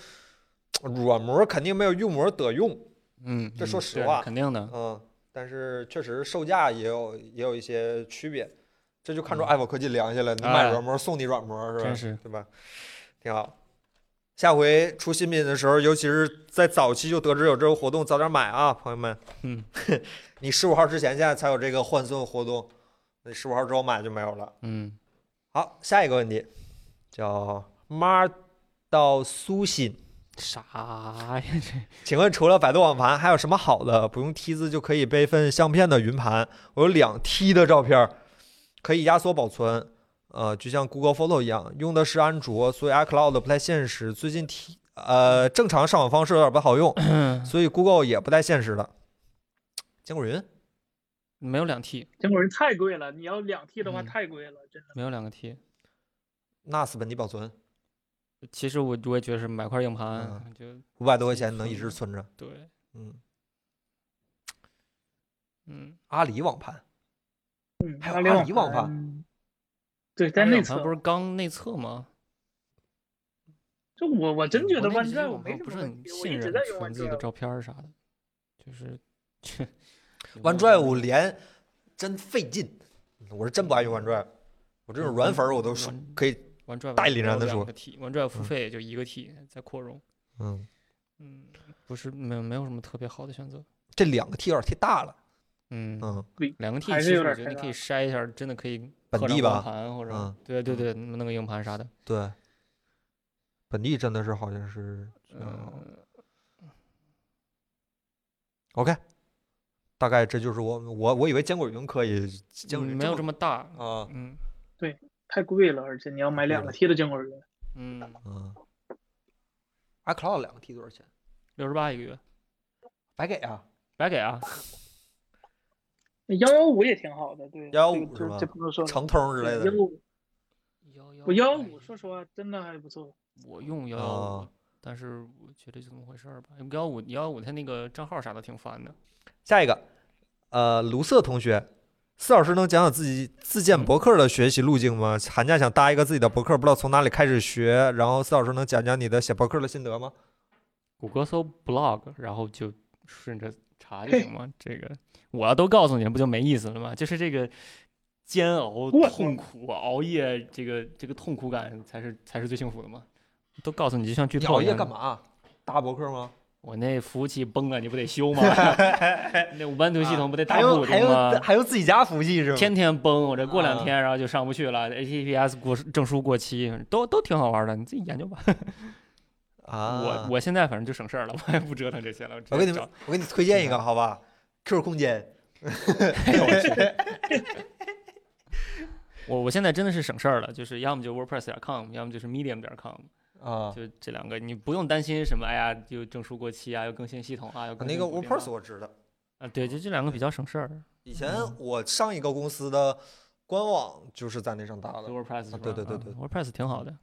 软膜肯定没有硬膜得用，嗯，这说嗯实对话肯定的，嗯，但是确实售价也有也有一些区别，这就看出嗯爱否科技良心了，你哎买软膜送你软膜是吧？真是对吧？挺好。下回出新品的时候，尤其是在早期就得知有这个活动，早点买啊，朋友们。嗯， 你十五号之前现在才有这个换送活动，你十五号之后买就没有了。嗯好，下一个问题叫 Mar 到苏欣，啥呀？这请问除了百度网盘，还有什么好的不用梯子就可以备份相片的云盘？我有两 T 的照片，可以压缩保存，呃，就像 Google Photo 一样。用的是安卓，所以 iCloud 不太现实。最近 T 呃正常上网方式有点不好用， 所以 Google 也不太现实了。坚果云没有两 T，坚果云太贵了，你要两 T 的话嗯太贵了，真的。没有两个 T。 NAS 本地保存其实我我也觉得是买块硬盘嗯就五百多块钱能一直存着，对，嗯，嗯，阿里网盘嗯，还有阿里阿里网盘，对，在但内硬盘测不。是刚内测吗？就我我真嗯觉国得内万这些智网我没盘什不么是问很题，我信一直任在用存万自智己的照片儿啥的，就是 这有没有这 OneDrive 个我连真费劲，我是真不爱用 OneDrive，我这种软粉儿我都说嗯可以， OneDrive 代理人的两说个 T OneDrive 付嗯费也就一个 T 在扩容，嗯。嗯，不是没有没有什么特别好的选择，这两个 T 有点太大了，嗯，嗯两个 T 还其是有实我点觉得你太可大以筛一下儿，真的可以本扩地张吧光盘或者、嗯对对对，弄个硬盘啥的，对，本地真的是好像是，嗯嗯， ，OK，大概这就是我我我以为坚果云可以，坚果云嗯没有这么么大，啊，嗯太贵了，而且你要买两个 T 的坚果云，嗯，嗯，iCloud 两个 T 多少钱？六十八一个月，白给啊，白给啊，幺幺五也挺好的，对， 115这是吧这这朋友说长通之类幺的，五，幺幺我幺幺嗯五，说实话真的还不错，我用幺幺五哦，但是我觉得就这么回事儿吧，幺幺五幺幺五它那个账号啥的挺烦的，下一个，呃，卢瑟同学。四老师能讲讲自己自建博客的学习路径吗？寒假想搭一个自己的博客，不知道从哪里开始学。然后四老师能讲讲你的写博客的心得吗？谷歌搜 blog，然后就顺着查就行 嘛。这个我要都告诉你了，不就没意思了吗？就是这个煎熬、我痛苦、熬夜，这个这个痛苦感才是才是最幸福的嘛。都告诉你，就像剧你透熬一夜样干？嘛？搭博客吗？我那服务器崩了，你不得修 吗？那ubuntu 系统不得大啊还有补还丁吗有？还有自己家服务器是吗？天天崩，我这过两嗯啊天然后就上不去了，HTTPS 过证书过期，都都挺好玩的，你自己研究吧。啊，我我现在反正就省事儿了， 我也不折腾这些了。我直我接给你们找，嗯我给你推荐一个好吧？Q 空间，哎呦我去 我我现在真的是省事儿了，就是要么就 WordPress 点 com，要么就是 Medium 点 com，啊，就这两个，你不用担心什么，哎呀，又证书过期啊，又更新系统啊，又更那新个补丁啊 WordPress 我知道，啊，对，就这两个比较省事儿。以前我上一个公司的官网就是在那上搭就的， WordPress 是吧对对对啊对，WordPress 挺好的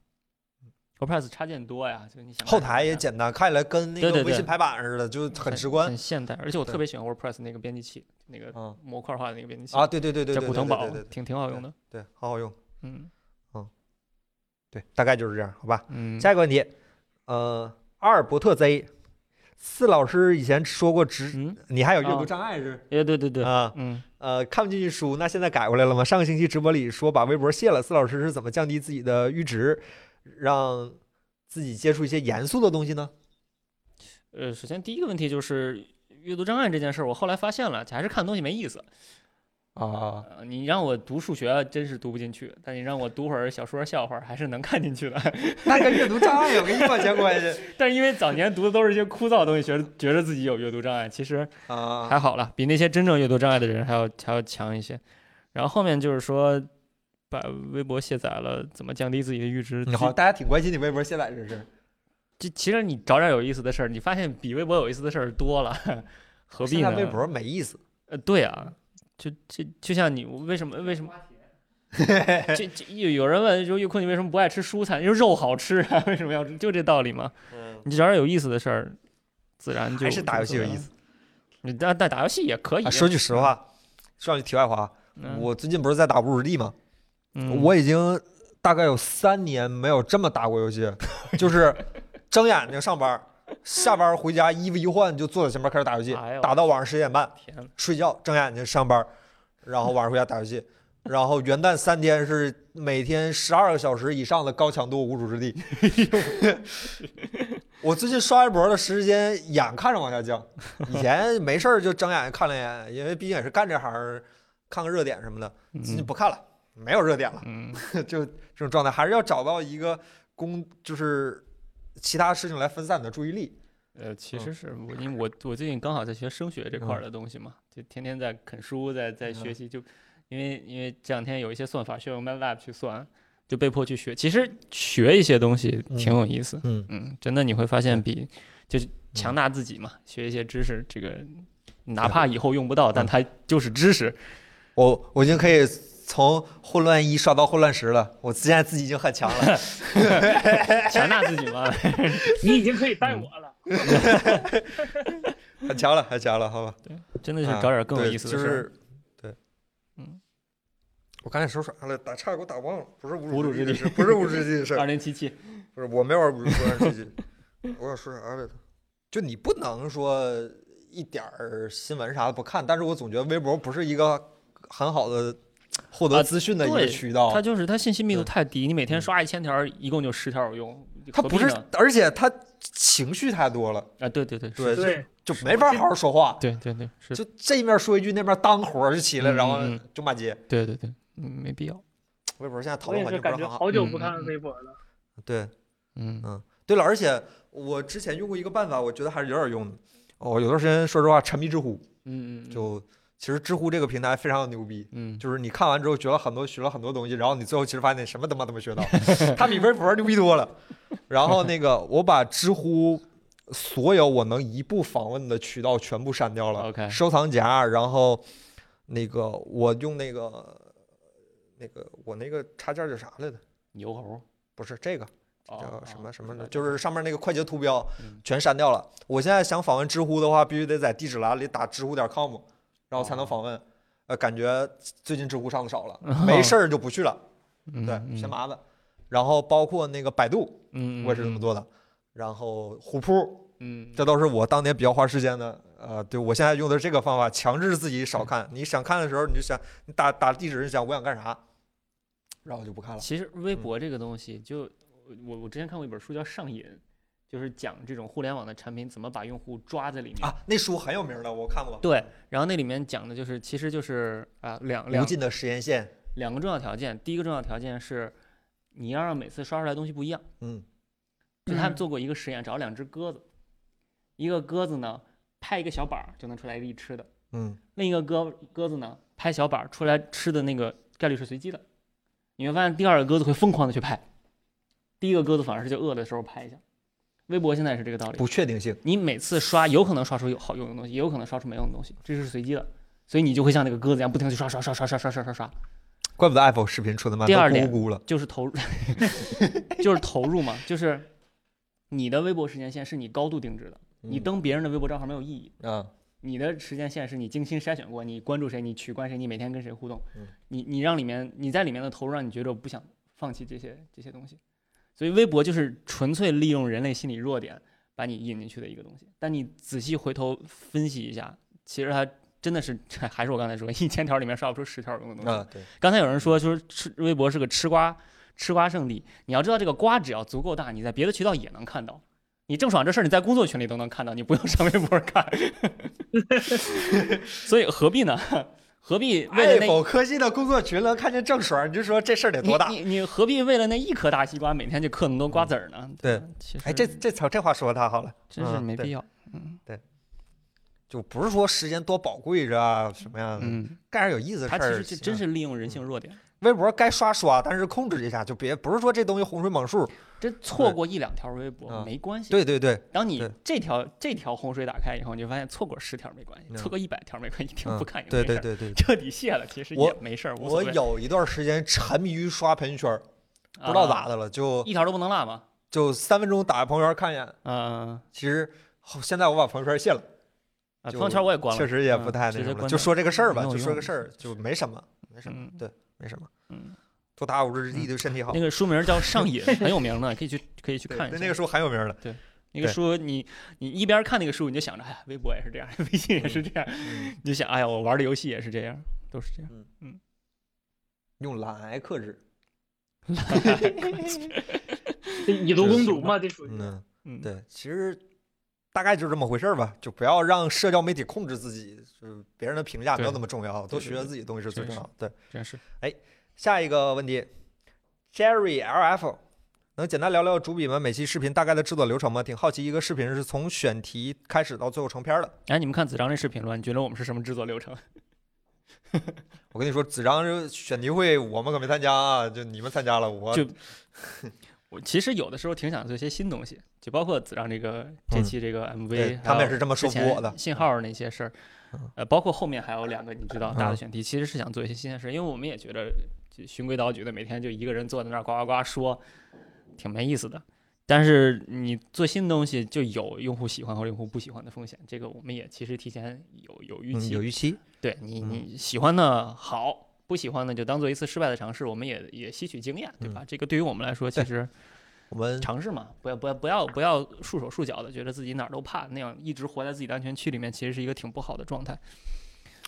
，WordPress 插件多呀，就你想后干什台么也干简单，看起来跟那对对个对微信排版似的，就很很直观很现代，而且我特对别喜欢 WordPress 那个编辑器，那个啊模块化的那个编辑器啊，，对对对对在对古对腾堡对对挺挺好用的。对，好好用，嗯对，大概就是这样，好吧？嗯，下一个问题，呃，阿尔伯特 Z，四老师以前说过直，嗯，你还有阅啊读障碍是？哎，对对对，啊，嗯， 呃，看不进去书，那现在改过来了吗？上个星期直播里说把微博卸了，四老师是怎么降低自己的阈值，让自己接触一些严肃的东西呢？呃，首先第一个问题就是阅读障碍这件事儿，我后来发现了，还是看东西没意思。啊，呃你让我读数学，啊真是读不进去；但你让我读会儿小说、笑话，还是能看进去的。 那跟阅读障碍有个一毛钱关系但是因为早年读的都是一些枯燥的东西，觉得觉得自己有阅读障碍，其实还啊？好了，比那些真正阅读障碍的人还要还要强一些。然后后面就是说，把微博卸载了，怎么降低自己的阈值？你好，大家挺关心你微博卸载这事儿。这其实你找点有意思的事儿，你发现比微博有意思的事儿多了，何必现在呢？微博没意思，呃，对啊，就就就像你我为什么 为什么？这这有有人问说玉坤你为什么不爱吃蔬菜？因为肉好吃啊， 为什么要吃？就这道理嘛。嗯，你找点有意思的事儿，自然就还是打就游戏自有然意了思。你但但打游戏也可以。啊说句实话，说两句题外话，嗯，我最近不是在打《侮辱地》吗？嗯我已经大概有三年没有这么打过游戏， 就是睁眼睛上班，下班回家衣服一换就坐在前面开始打游戏哎呦，打到晚上十点半天呐，睡觉，睁眼睛上班，然后晚上回家打游 戏。然后元旦三天是每天十二个小时以上的高强度无主之 地。我最近刷微博的时间眼看着往下降，以前没事儿就睁眼睛看两眼，因为毕竟也是干这行儿，看个热点什么的。最近嗯不看了， 没有热点了。嗯就这种状态，还是要找到一个工，就是其他事情来分散你的注意力。呃，其嗯实是我，因为我我最近刚好在学声学这块儿的东西嘛，就天天在啃书，在在学嗯习，就因为因为这两天有一些算法需要用 MATLAB 去算，就被迫去学。其实学一些东西挺有意思，嗯，嗯，真的你会发现比就是强大自己嘛，学一些知识，这个哪怕以后用不到，但嗯它就是知 识。我我已经可以从混乱一刷到混乱十了，我现在自己已经很强 了。强大自己嘛， 你已经可以嗯带我了。很强了，很强了，好吧？真的是啊找点更有对意思就的事儿。是，对，嗯。我刚才说啥了？打岔给我打忘了，不是侮侮辱辱之之地地的事，不是侮辱之地的事二 儿，零七七，不是我没玩侮辱说二十我想说啥来着？就你不能说一点儿新闻啥的不看，但是我总觉得微博不是一个很好的获啊得资讯的一对个渠道。它就是它信息密度对太低，你每天刷一千条，一共就十条有用，他何不必是呢，而且他情绪太多了，啊？对对对，对，是对，就就没法好好说话。对对对，是，就这面说一句，那边当活儿就起来，嗯然后嗯嗯就骂街。对对对，嗯，没必要，微博现在讨我论也环境是不感是觉很好。好久嗯不看嗯微博了。对，嗯嗯对了，而且我之前用过一个办法，我觉得还是有点用的。我、有段时间说实话沉迷知乎，嗯嗯，就其实知乎这个平台非常牛逼。嗯就是你看完之后学了很多，学了很多东西，然后你最后其实发现你什么他妈都没学到，它比微博牛逼多了。然后那个我把知乎所有我能一步访问的渠道全部删掉了 OK 收藏夹，然后那个我用那个那个我那个插件叫啥来着？牛猴不是这个哦叫什哦么什么知的，道就知道是上面那个快捷图标嗯全删掉了。我现在想访问知乎的话，必须得在地址栏里打知乎点 com，然后才能哦，访问。呃，感觉最近知乎上的少了没事儿就不去了，嗯对，嗯嫌麻烦。然后包括那个百度，嗯，我也是这么做的。然后虎扑，嗯，嗯，这都是我当年比较花时间的。呃，对我现在用的是这个方法，强制自己少看。你想看的时候，你就想你打打地址，你想我想干啥，然后就不看了。其实微嗯博这个东西，就我我之前看过一本书叫《上瘾》，就是讲这种互联网的产品怎么把用户抓在里面。啊，那书很有名的，我看过。对，然后那里面讲的就是，其实就是啊，两无两尽的实验线，两个重要条件。第一个重要条件是，你要让每次刷出来的东西不一样。嗯。就他们嗯做过一个实验，找两只鸽子，一个鸽子呢拍一个小板儿就能出来一粒吃的，嗯另一个鸽鸽子呢拍小板儿出来吃的那个概率是随机的。你会发现第二个鸽子会疯狂的去拍，第一个鸽子反而是就饿了的时候拍一下。微博现在也是这个道理，不确定性。你每次刷有可能刷出有好用的东西，也有可能刷出没用的东西，这是随机的。所以你就会像那个鸽子一样，不停的去刷刷刷刷刷刷刷刷刷，怪不得 Apple 视频出的慢，第都二咕点咕咕了。就是投入， 就是投入嘛，就是你的微博时间线是你高度定制的，你嗯登别人的微博账号没有意义。啊，你的时间线是你精心筛选过，你关注谁，你取关谁，你每天跟谁互动嗯，你你让里面你在里面的投入，让你觉得我不想放弃这些这些东西。所以微博就是纯粹利用人类心理弱点把你引进去的一个东西。但你仔细回头分析一下，其实它真的是 还是我刚才说，一千条里面刷不出十条有用的东西。啊对，刚才有人说，就是吃微博是个吃瓜吃瓜圣地。你要知道，这个瓜只要足够大，你在别的渠道也能看到。你郑爽这事儿，你在工作群里都能看到，你不用上微博看。 所以何必呢？何必为了那？ ，Apple 科技的工作群能看见郑爽，你就说这事儿得多大？你你你何必为了那一颗大西瓜每天就嗑那么多瓜子儿呢？对吧，其实哎，这这操，这话说的太好了，真是嗯没对必要。就不是说时间多宝贵着啊，什么样的，嗯，干点有意思的事他儿其行啊。实这真是利用人性弱点，微博该刷刷，但是控制一下，就别不是说这东西洪水猛 兽。真错过一两条微博嗯没关系。对对 对，当你对这条这条洪水打开以后，你就发现错过十条没关系，嗯错过一百条没关系，一条嗯不看也没事对儿。对对对。 彻底卸了，其实也我没事儿，无所我谓。有一段时间沉迷于刷朋友圈，不不知道咋的了，就啊一条都不能落嘛。就三分钟打开朋友圈看一眼。嗯，其实后现在我把朋友圈卸了。啊就朋友圈我也关了，确实也嗯不太那直接什么关了。就掉说这个事儿吧，没有就说用个事儿，就没什么，没什么嗯，对，没什么。嗯，多打五十之地对身体好那。个书名叫《上瘾》， 很有名的，可以去可以去对看一下。那个书很有名的，那对个书，你你一边看那个书，你就想着，哎呀，微博也是这样，微信也是这嗯样， 你就想，哎呀，我玩的游戏也是这样，都是这样。用懒癌克制。这以毒攻毒嘛，这属于。嗯，嗯，对，其实大概就这么回事儿吧，就不要让社交媒体控制自己，就是别人的评价没有对那么重要，对多对学对自己的东西是最确重实要的。对，真是下一个问题，Jerry LF 能简单聊聊主笔们每期视频大概的制作流程吗？挺好奇一个视频是从选题开始到最后成片儿的。哎，你们看子章这视频了，你觉得我们是什么制作流程？我跟你说，子章这选题会我们可没参加啊，就你们参加了，我就我其实有的时候挺想做一些新东西，就包括子章这个这期这个 MV，、嗯对他们也是这么说服我的嗯信号那些事儿，呃，包括后面还有两个你知道大的选题，其实是想做一些新鲜事，因为我们也觉得就循规蹈矩的每天就一个人坐在那儿呱呱呱说，挺没意思的。但是你做新东西就有用户喜欢或者用户不喜欢的风险，这个我们也其实提前有有预嗯期，有预嗯期，对你，你喜欢的好，不喜欢的就当做一次失败的尝试，我们也也吸取经验，对吧？这个对于我们来说，其嗯对实我们尝试嘛，不要不要不要不要束手束脚的，觉得自己哪儿都怕，那样一直活在自己的安全区里面，其实是一个挺不好的状态。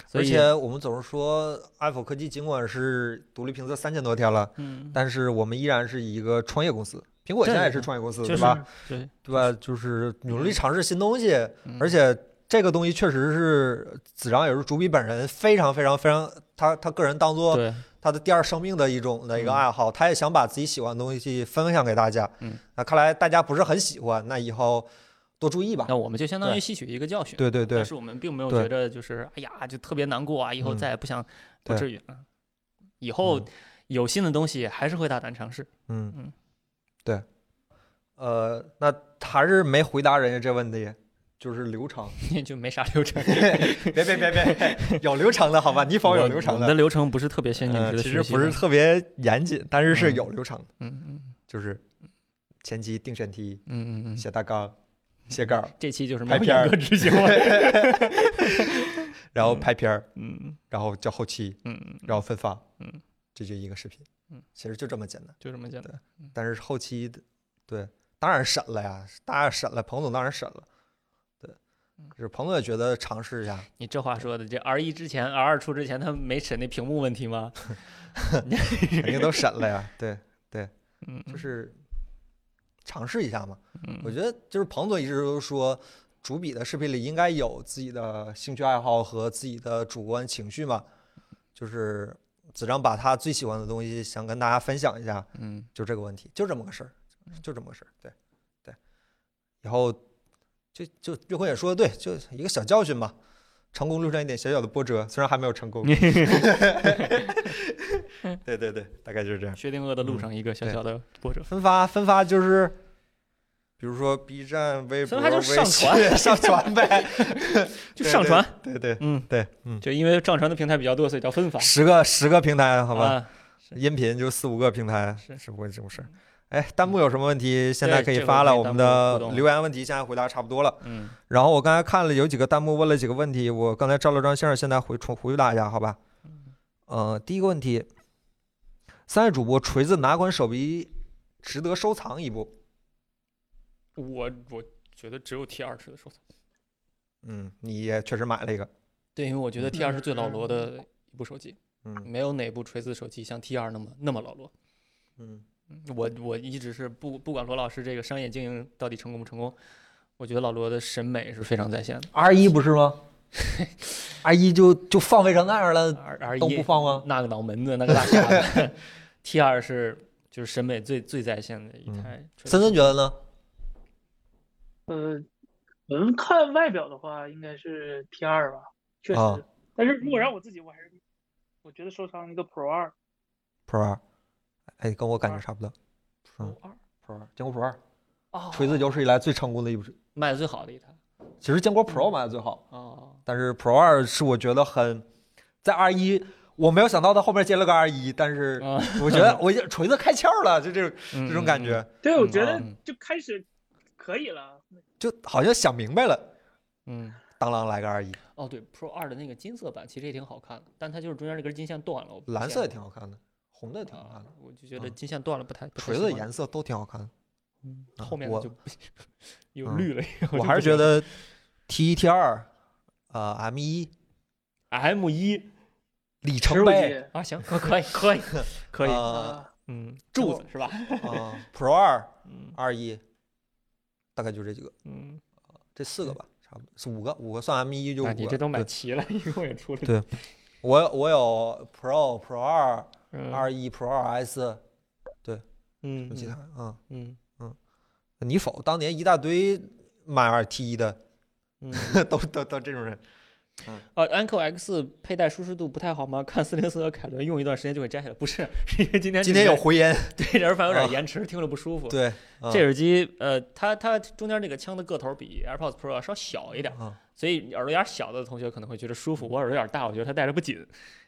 所而以，且我们总是说，爱否科技尽管是独立评测三千多天了，嗯，但是我们依然是一个创业公司。苹果现在也是创业公司，就对是吧？对，对吧？就是努力尝试新东西，嗯而且这个东西确实是子章也是主笔本人非常非常非常他他个人当做对，他的第二生命的一种的一个嗯爱好，他也想把自己喜欢的东西分享给大家。嗯，那看来大家不是很喜欢，那以后多注意吧。那我们就相当于对吸取一个教训。对对对但，是我们并没有对觉得就是哎呀，就特别难过啊，以后嗯再也不想，不对至于啊。以后嗯有新的东西还是会大胆尝试。 嗯嗯，对，呃，那还是没回答人家这问题，就是流 程。就没啥 流程。别别别别，有流程的 好吧？你否有我流我程们的的？流程不是特别先进，呃，觉得其学实习不是的，特别严谨，但是是嗯有流程的，嗯嗯就是前期定选题、嗯嗯嗯，写大纲、写稿，这期就是拍没有片儿严格执行了， 然后拍片儿，嗯然后叫后期，嗯嗯，然后分发，嗯，这就一个视频，嗯，其实就这么简单。就这么简单。但是后期的，对，当然审了呀，当然审了，彭总当然审了，对，嗯就是彭总也觉得尝试一 下，你这话说的，这 R 一之前，R 二出之前，他没审那屏幕问题吗？肯定都审了呀，对，嗯，就嗯是尝试一下嘛。嗯我觉得就是彭总一直都说，主笔的视频里应该有自己的兴趣爱好和自己的主观情绪嘛，就是子章把他最喜欢的东西想跟大家分享一下，嗯，就这个问题，就这么个事儿，就这么个事儿，对对。然后就就岳坤也说的对，就一个小教训吧，成功路上一点小小的波折，虽然还没有成 功。对对对，大概就是这样。薛定谔的路嗯上一个小对小的波折。分发分发就是，比如说 B 站、微博、分微发就上传信上传呗， 就对上传，对对嗯，对对，嗯，就因为上传的平台比较多，所以叫分发。十个十个平台，好吧，啊，音频就四五个平台，是嗯是不会这种事儿。哎，弹幕有什么问题？现在对可以这会儿发可以了，我弹们幕的互动留言问题现在回答差不多了。嗯，然后我刚才看了有几个弹幕问了几个问题，我刚才照了张先生，现在回重回答一下，好吧？嗯呃，第一个问题，三位主播锤子哪款手机值得收藏一部？我我觉得只有 T 二是的收藏。嗯，你也确实买了一个，对，因为我觉得 T 二是最老罗的一部手机，嗯没有哪部锤子手机像 T 二那么那么老罗。嗯我我一直是不不管罗老师这个商业经营到底成功不成功，我觉得老罗的审美是非常在线的。 ，R 一不是 吗？R 一就就放废成那样了，而而都不一放吗？那个脑门子，那个大下 巴，T 二是就是审美最最在线的一嗯台锤子。森森觉得呢？呃，纯看外表的话，应该是 T 二吧，确实。啊但是如嗯果让我自己，我还是我觉得收藏一个 Pro 二， Pro 二，哎，跟我感觉差不多。嗯 Pro 二 Pro 二，坚果 Pro 二，哦，锤子有史以来最成功的一部。卖的最好的一台其实坚嗯果 Pro 买的最好，哦，但是 Pro 二是我觉得很，在 R 一我没有想到它后面接了个 R 一，但是啊我觉 得我已经锤子开窍了，就这种这嗯这种感觉，对我嗯觉得嗯就开始可以了。就好像想明白了，嗯。嗯当啷来个 R 一，哦，对，Pro 二的那个金色版其实也挺好看的，但它就是中间这根金线断了。我不蓝见色也了挺好看的，红的也挺好看啊的，，我就觉得嗯金线断了不太。不太锤喜子欢颜色都挺好看的。嗯啊后面我 它就 不又嗯绿了以后就不行了。我还是觉得 T 一 T 二，呃 M 一 M 一里植程入碑机啊，行，可可以，可以，可以，呃啊，嗯，柱我子 是吧？啊 Pro 二哦嗯 R 一，大概就这几个，嗯，这四个吧，差不多是五个，五个算 M 一就五那个。你这都买对齐了，一共也出了。对我我有 Pro Pro 二嗯， R 一 Pro 二 S，嗯手机台嗯啊。嗯你否当年一大堆买 RT 的，嗯， 都都都这种人，啊，Anko X 佩戴舒适度不太好吗？ 看四零四和凯伦用一段时间就给摘下来，不是，是因为今天今天有这回音，个对耳返有啊点延迟，听着不舒服。对，啊这耳机呃，它它中间那个枪的个头比 AirPods Pro 要稍小一点，啊，所以耳朵眼儿小的同学可能会觉得舒服，我耳朵眼儿大，我觉得它戴着不紧，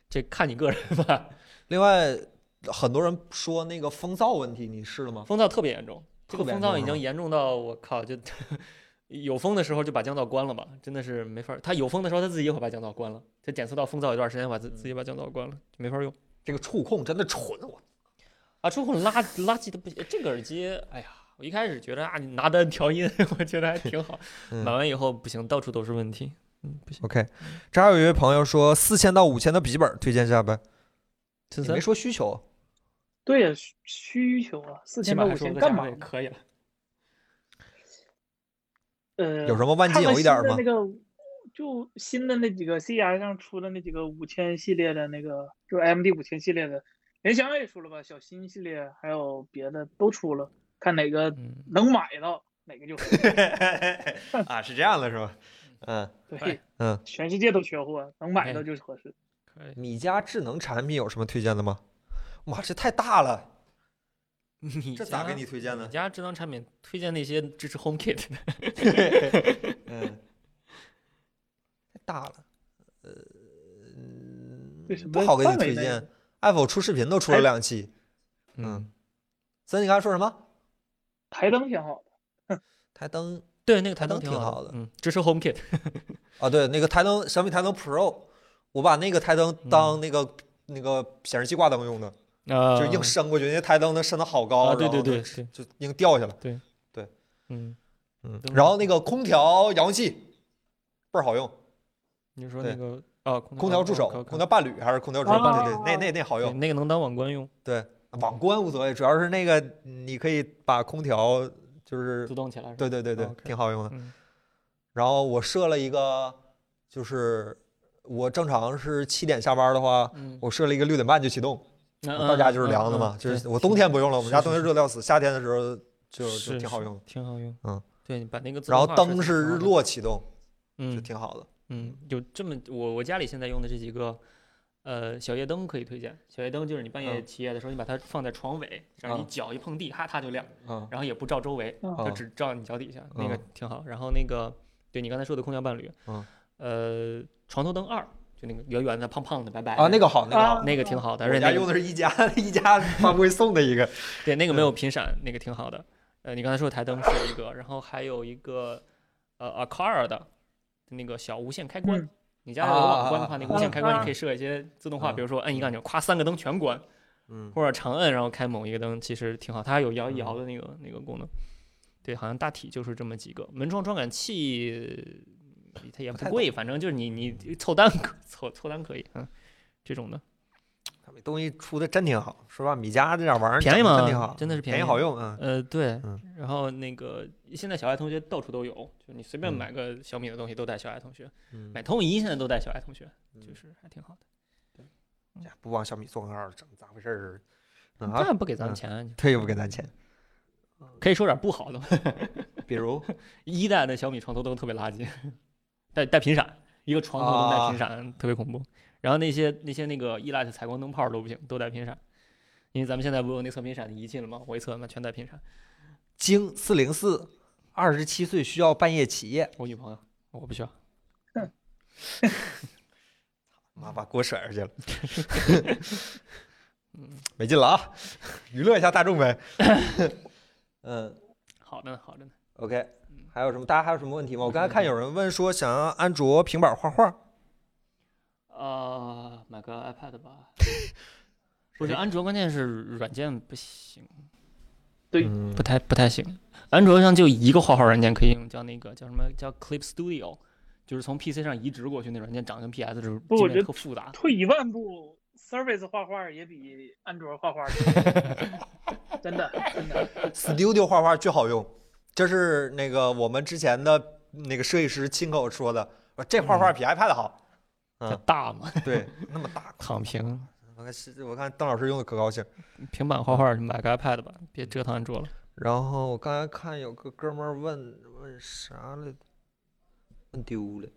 这看你个人吧。 另外，很多人说那个风噪问题，你试了吗？风噪特别严重，这个特别风严噪重啊已是经吧严重到我靠，就 有风的时候就把降噪关了吧，真的是没法儿。它有风的时候，它自己也会把降噪关了。它检测到风噪一段时间，把自自己把降噪关了，就没法儿用。这个触控真的蠢，我啊，触控垃垃圾的不行，这个耳机，哎呀，我一开始觉得啊，你拿单调音， 我 觉得还挺好，嗯买完以后不行，到处都是问题。嗯，不行， OK，这还有一位朋友说四千到五千的笔记本推荐一下呗，森你没森，说需求，啊对呀，需需求啊，四起千码到还五说千个干价嘛位呢？可以了。呃，有什么万看金油看一点新儿的吗那？个就新的那几个 CES 上出的那几个五千系列的那个，就是 AMD 五千系列的，联想也出了吧，小新系列还有别的都出了，看哪个嗯，能买到哪个就可以 啊，是这样的，是吧？嗯，对，嗯，全世界都缺货，能买到哎就是合适。可以。米家智能产品有什么推荐的吗？哇，这太大了，你这咋家给你推荐呢你家智能产品推荐那些支持 HomeKit 的，嗯，太大了，为什么不好给你范围推内荐。Apple 出视频都出了哎两期， 嗯，森，你刚才说什么？台灯挺好的，台灯对，那个台台灯灯挺好好的嗯，支持 HomeKit，啊，对，那个台灯，小米台灯 Pro，我把那个台灯当那个、那个显示器挂灯用的，啊就硬伸过去，那台灯能伸得好高，啊，对然对后对对，就，就硬掉下来。嗯，嗯灯然后那个空调遥控器倍儿好用，你说对那个啊，空空调助手、可可空调伴侣还是空调助手，啊对对，那那那好对用。那个能当网关用，对，网关无所谓，主要是那个你可以把空调就是自动起来是吧。对对对对， OK 挺好用的。嗯然后我设了一个，就是我正常是七点下班的话，嗯，我设了一个六点半就启动，嗯我到家就是嗯凉的嗯嘛，就对是我冬天不用了，我们是家是冬天是热得要死，夏天的时候就就是挺好是用的。挺好用。嗯，对你把那个自然后动化灯设是计挺好日的，落启动，就嗯挺好的。嗯，有这么我我家里现在用的这几个，呃，小夜灯可以推荐。小夜灯就是你半夜嗯起夜的时候，你把它放在床尾，然后你嗯脚一碰地，哈它就亮，嗯然后也不照周围，就嗯只照你脚底下，那个嗯挺好。然后那个对你刚才说的空调伴侣嗯，呃，床头灯二，就那个圆圆的、胖胖的、白白啊，那个个好，那个好啊。那个挺好的，而且人家 那个用的是一加一加发布会送的一个，对，那个没有频闪，那个挺好的。呃，你刚才说的台灯是一个，然后还有一个呃 Aquara 的那个小无线开关。嗯你家有网关的啊啊话，那啊个无线开关啊你可以设一些自动化，嗯比如说摁一个按钮，咵三个灯全关，嗯，或者长摁然后开某一个灯，其实挺好。它还有摇一摇的那个那个功能。对，好像大体就是这么几个。门窗传感器呃它也不不太贵，反正就是你你凑单可凑凑单可以，嗯，这种的他们东西出的真挺好。说实话，米家这点玩意儿便宜整得吗？真挺好，真的是便宜宜好用啊。呃，对嗯，然后那个现在小爱同学到处都有，就是你随便嗯买个小米的东西都带小爱同学，嗯，买投影仪现在都带小爱同学，嗯就是还挺好的。哎不往小米做广告，整咋回事儿似的？当啊，然不给咱嗯们钱，退又不给咱钱，可以说点不好的吗。比如 一代的小米床头灯特别垃圾， 带带频闪，一个床头灯带频啊闪，特别恐怖。然后那些那些那个 e l i t 采光灯泡都不行，都带频闪。因为咱们现在不是有那测频闪的仪器了吗？我一测，那全带频闪。京四零四，二十七岁需要半夜起夜，我女朋友，我不需要。妈把锅甩出去了， 没劲了啊！娱乐一下大众呗。 嗯好着呢，好着呢。 ，OK，还有什么？大家还有什么问题吗？我刚才看有人问说想让安卓平板画画，呃，买个 iPad 吧。不是安卓，关键是软件不行，对嗯不太不太行。安卓上就一个画画软件可以用，叫那个叫什么叫 Clip Studio，就是从 PC 上移植过去那软件，长得跟 PS 就是不界我面觉得特复杂。退一万步，Surface 画画也比安卓画画厉害真的真的。 Studio 画画巨好用，这是那个我们之前的那个设计师亲口说嗯的，说这画画比 iPad 好。它大嘛， 对，那么大，躺平。我看是我看邓老师用的可高兴。平板画画去买个 iPad 吧，别折腾桌了。然后我刚才看有个哥们儿问问啥来，问丢了。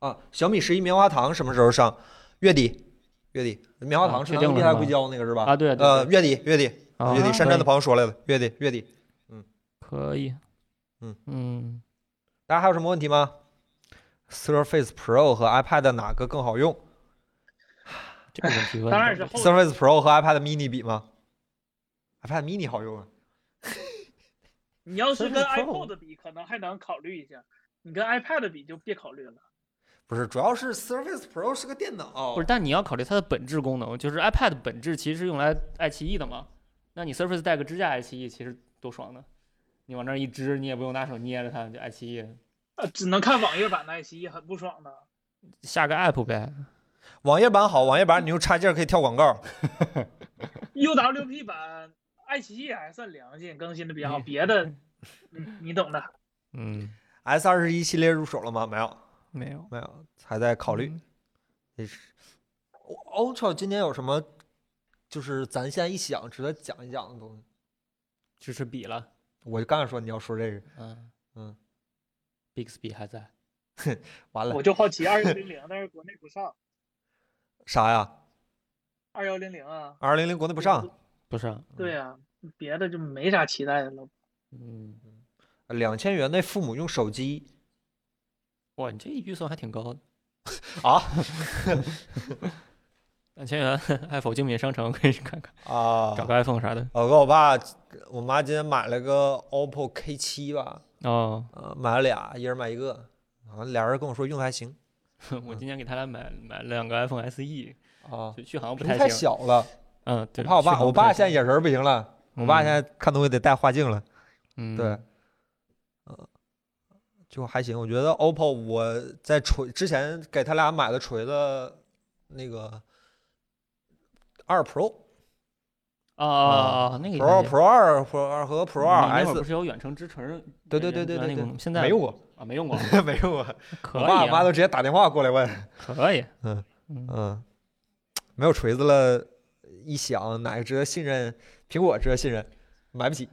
啊，小米十一棉花糖什么时候上？月底，月底。棉花啊糖是确咱定们了电台是硅吗胶那个是吧？啊，对对呃，对，月底，月底，啊月底。山可寨以的朋友说来了，月底，月底。可以，嗯嗯，大家还有什么问题吗？Surface Pro 和 iPad 哪个更好用这个问题问当然得是后者。 ？Surface Pro 和 iPad mini 比吗？iPad mini 好用啊。你要是跟 Surface Pro iPod 比，可能还能考虑一下；你跟 iPad 比就别考虑了。不是，主要是 Surface Pro 是个电脑不是，，但你要考虑它的本质功能，就是 iPad 本质其实是用来爱奇艺的嘛。那你 Surface 带个支架爱奇艺，其实多爽的。你往那儿一支，你也不用拿手捏着它，就爱奇艺呃，只能看网页版的爱奇艺，很不爽的。下个 app 呗。网页版好，网页版你用插件可以跳广告。 UWP 版爱奇艺还算良心，更新的比较好，嗯别的，嗯，你懂的。嗯， S 二十一系列入手了吗？没有，没有没有，还在考虑。。嗯也是我 Ultra 今年有什么，就是咱现在一想值得讲一讲的东西？支持笔了，我就刚想说你要说这个，嗯嗯，Bixby 还在，完了我就好奇二幺零零，但是国内不上啥呀？二幺零零啊。二零零国内不上，不是啊？对呀、别的就没啥期待的了。嗯，两千元内父母用手机哇，你这预算还挺高的。啊两千元，iPhone 精品商城可以去看看，啊找个 iPhone 啥的。我跟我爸，我妈今天买了个 OPPO K 七吧，哦，呃，买了俩，一人买一个，好像俩人跟我说用的还行 我今年给他俩买买了两个 iPhone SE，啊，就续航哦不屏太太行。小了，嗯，我对，怕我续爸，航我不太爸现在行眼神儿不行了，我爸嗯现在看东西得戴化镜了，嗯，对，呃，就还行，我觉得 OPPO 我在锤之前给他俩买的锤子那个二 Pro 啊啊啊，那个 Pro 也 Pro 二 Pro 二和你 Pro 二那会儿不 S，是有远程支持？对对对对对对，现在没用过， 啊，没用过，没用过，可我以爸我妈啊，都直接打电话过来问。可以，嗯嗯 嗯，没有锤子了，一想哪个值得信任？苹果值得信任，买 不起，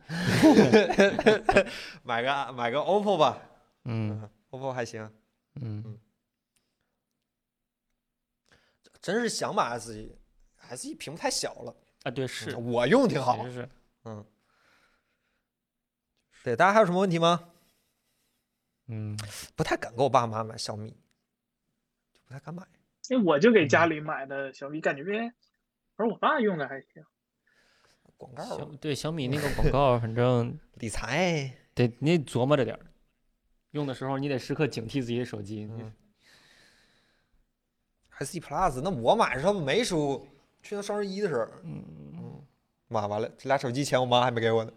买个买个 OPPO 吧嗯，OPPO 还行，嗯，真是想买 SE。S E 屏幕太小了，啊，对，是我用挺好确。实是，对，大家还有什么问题吗？嗯，不太敢给我爸妈买小米，就不太敢买。因为我就给家里买的小米，感觉而我爸用的还行。广告小对小米那个广告，反正 理财，得你得琢磨着点儿，用的时候你得时刻警惕自己的手机。你嗯，S E Plus，那我买的时候没输，去年双十一的时候，嗯，妈完了，这俩手机钱我妈还没给我呢，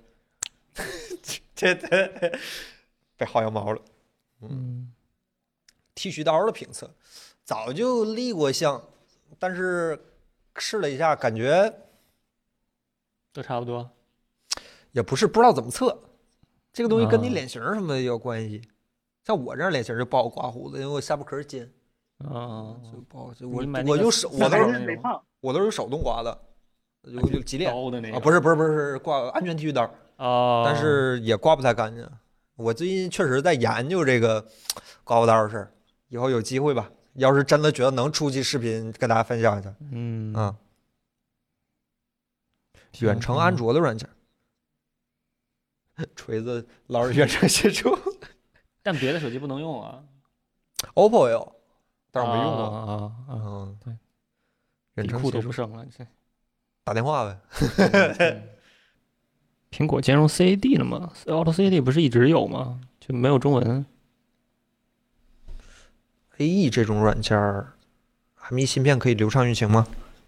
这这被薅羊毛了。嗯，剃须刀的评测，早就立过项，但是试了一下，感觉都差不多。也不是不知道怎么测。这个东西跟你啊脸型什么的也有关系，像我这样脸型就不好刮胡子，因为我下巴壳尖，啊，就不好。就我你买那我个用手，我那都还是种是那肥种胖，我都是用手动刮的，有有挤脸刀的哎那个啊，不是不是不是挂安全剃须刀，啊，但是也刮不太干净。我最近确实在研究这个刮胡刀的事儿，以后有机会吧，要是真的觉得能出期视频，跟大家分享一下。嗯嗯，远程安卓的软件儿，嗯锤子老是远程协助但别的手机不能用啊， ，OPPO 也有，但是我没用过。啊啊啊，嗯，对，远底程裤协都不助剩了，这打电话呗。嗯苹果兼容 CAD 了吗？Auto CAD 不是一直有吗？就没有中文 AE E 这种软件儿，M1 芯片可以流畅运行吗？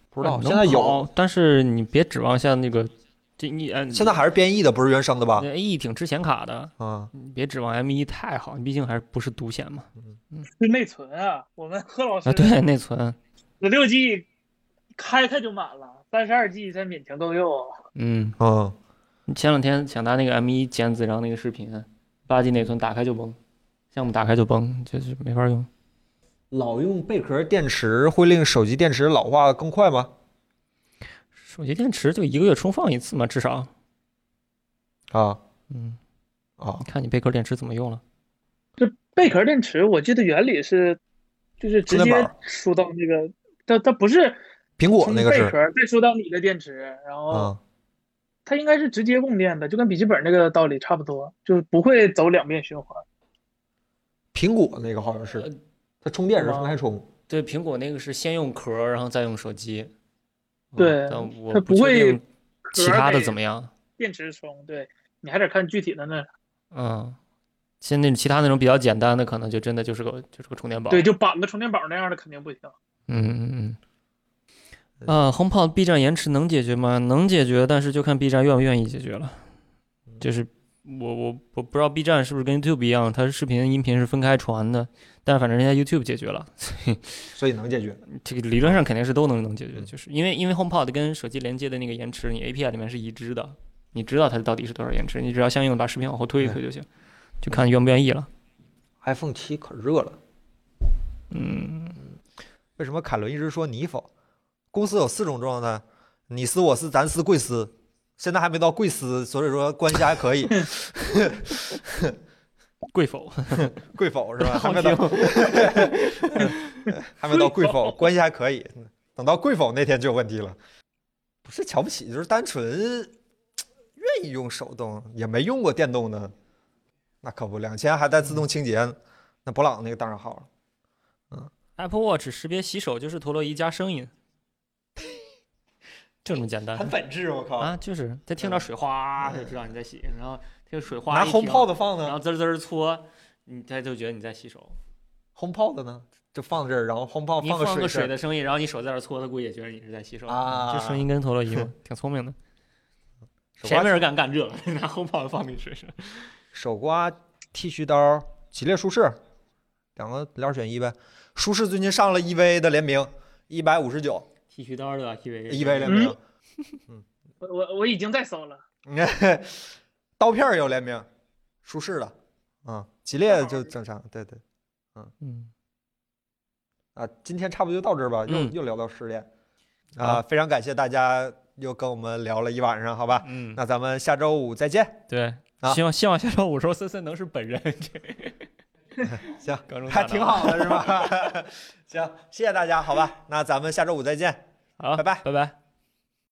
不知道，哦现在有，，哎但是你别指望像那个这你嗯，现在还是编译的，不是原生的吧？ A E 挺吃显卡的，嗯啊，你别指望 M 1太好，你毕竟还是不是独显嘛。是内存啊。我们贺老师啊，对， 内存，十六 G 开开就满了，三十二 G 才勉强够用。嗯，嗯，前两天想拿那个 M 1剪子张那个视频，八 G 内存打开就崩，项目打开就崩，就是没法用。老用贝壳电池会令手机电池老化更快吗？手机电池就一个月充放一次嘛，至少。啊嗯，啊看你贝壳电池怎么用了。贝壳电池，我记得原理是，就是直充电接宝输到那个，它它不是苹果从那个贝壳是再输到你的电池，然后啊它应该是直接供电的，就跟笔记本那个道理差不多，就是不会走两遍循环。苹果那个好像呃是，它充电是分开充。对，苹果那个是先用壳儿，然后再用手机。嗯对但我它不不确会定其他的得怎么样。电池充，对你还得看具体的那，嗯，像那种其他那种比较简单的，可能就真的就是个就是个充电宝。对，就绑个充电宝那样的肯定不行。嗯嗯嗯。啊，HomePod B 站延迟能解决吗？能解决，但是就看 B 站愿不愿意解决了。嗯就是我我我不知道 B 站是不是跟 YouTube 一样，它视频音频是分开传的，但反正人家 YouTube 解决了，所以能解决。这个理论上肯定是都能能解决，嗯就是因为因为 HomePod 跟手机连接的那个延迟，你 API 里面是已知的，你知道它到底是多少延迟，你只要相应的把视频往后推一推就行，就看愿不愿意了。 iPhone 七可热了，嗯，为什么凯伦一直说你否？公司有四种状态，你撕我撕咱撕贵撕，现在还没到贵撕，所以说关系还可以。贵否？贵否 是吧？还好没听到，还没到贵否，关系还可以。等到贵否那天就有问题了，不是瞧不起，就是单纯愿意用手动，也没用过电动的，那可不，两千还带自动清洁呢，那博朗那个当然好了。 Apple Watch 识别洗手就是陀螺仪加声音，就这么简单很本质，我靠！啊！就是它听到水哗，它就知道你在洗，然后听水哗拿一红停泡子放然呢，后滋儿滋儿搓，你它就觉得你在洗手。红泡子呢就放这儿，然后红泡你个放水声个水的声音，然后你手在这儿搓，它估计也觉得你是在洗手啊这声音跟陀螺仪嘛，挺聪明的。手谁没刮人敢干这？ 拿红炮放你水上，手刮剃须刀，吉列舒适，两个两选一呗。舒适最近上了 EVA 的联名，一百五十九。剃须刀的 EVA eBay 联名，我我我已经在搜了，你看嗯 刀片儿有联名，舒适的，嗯，吉列就正常，对对嗯，啊，今天差不多就到这儿吧，又、嗯又聊到失恋，好啊，非常感谢大家又跟我们聊了一晚上，好吧，嗯，那咱们下周五再见，对啊，希望希望下周五时候森森能是本人，这行高中，大还脑挺好 的是吧？行，谢谢大家，好吧，那咱们下周五再见，好，拜拜拜拜。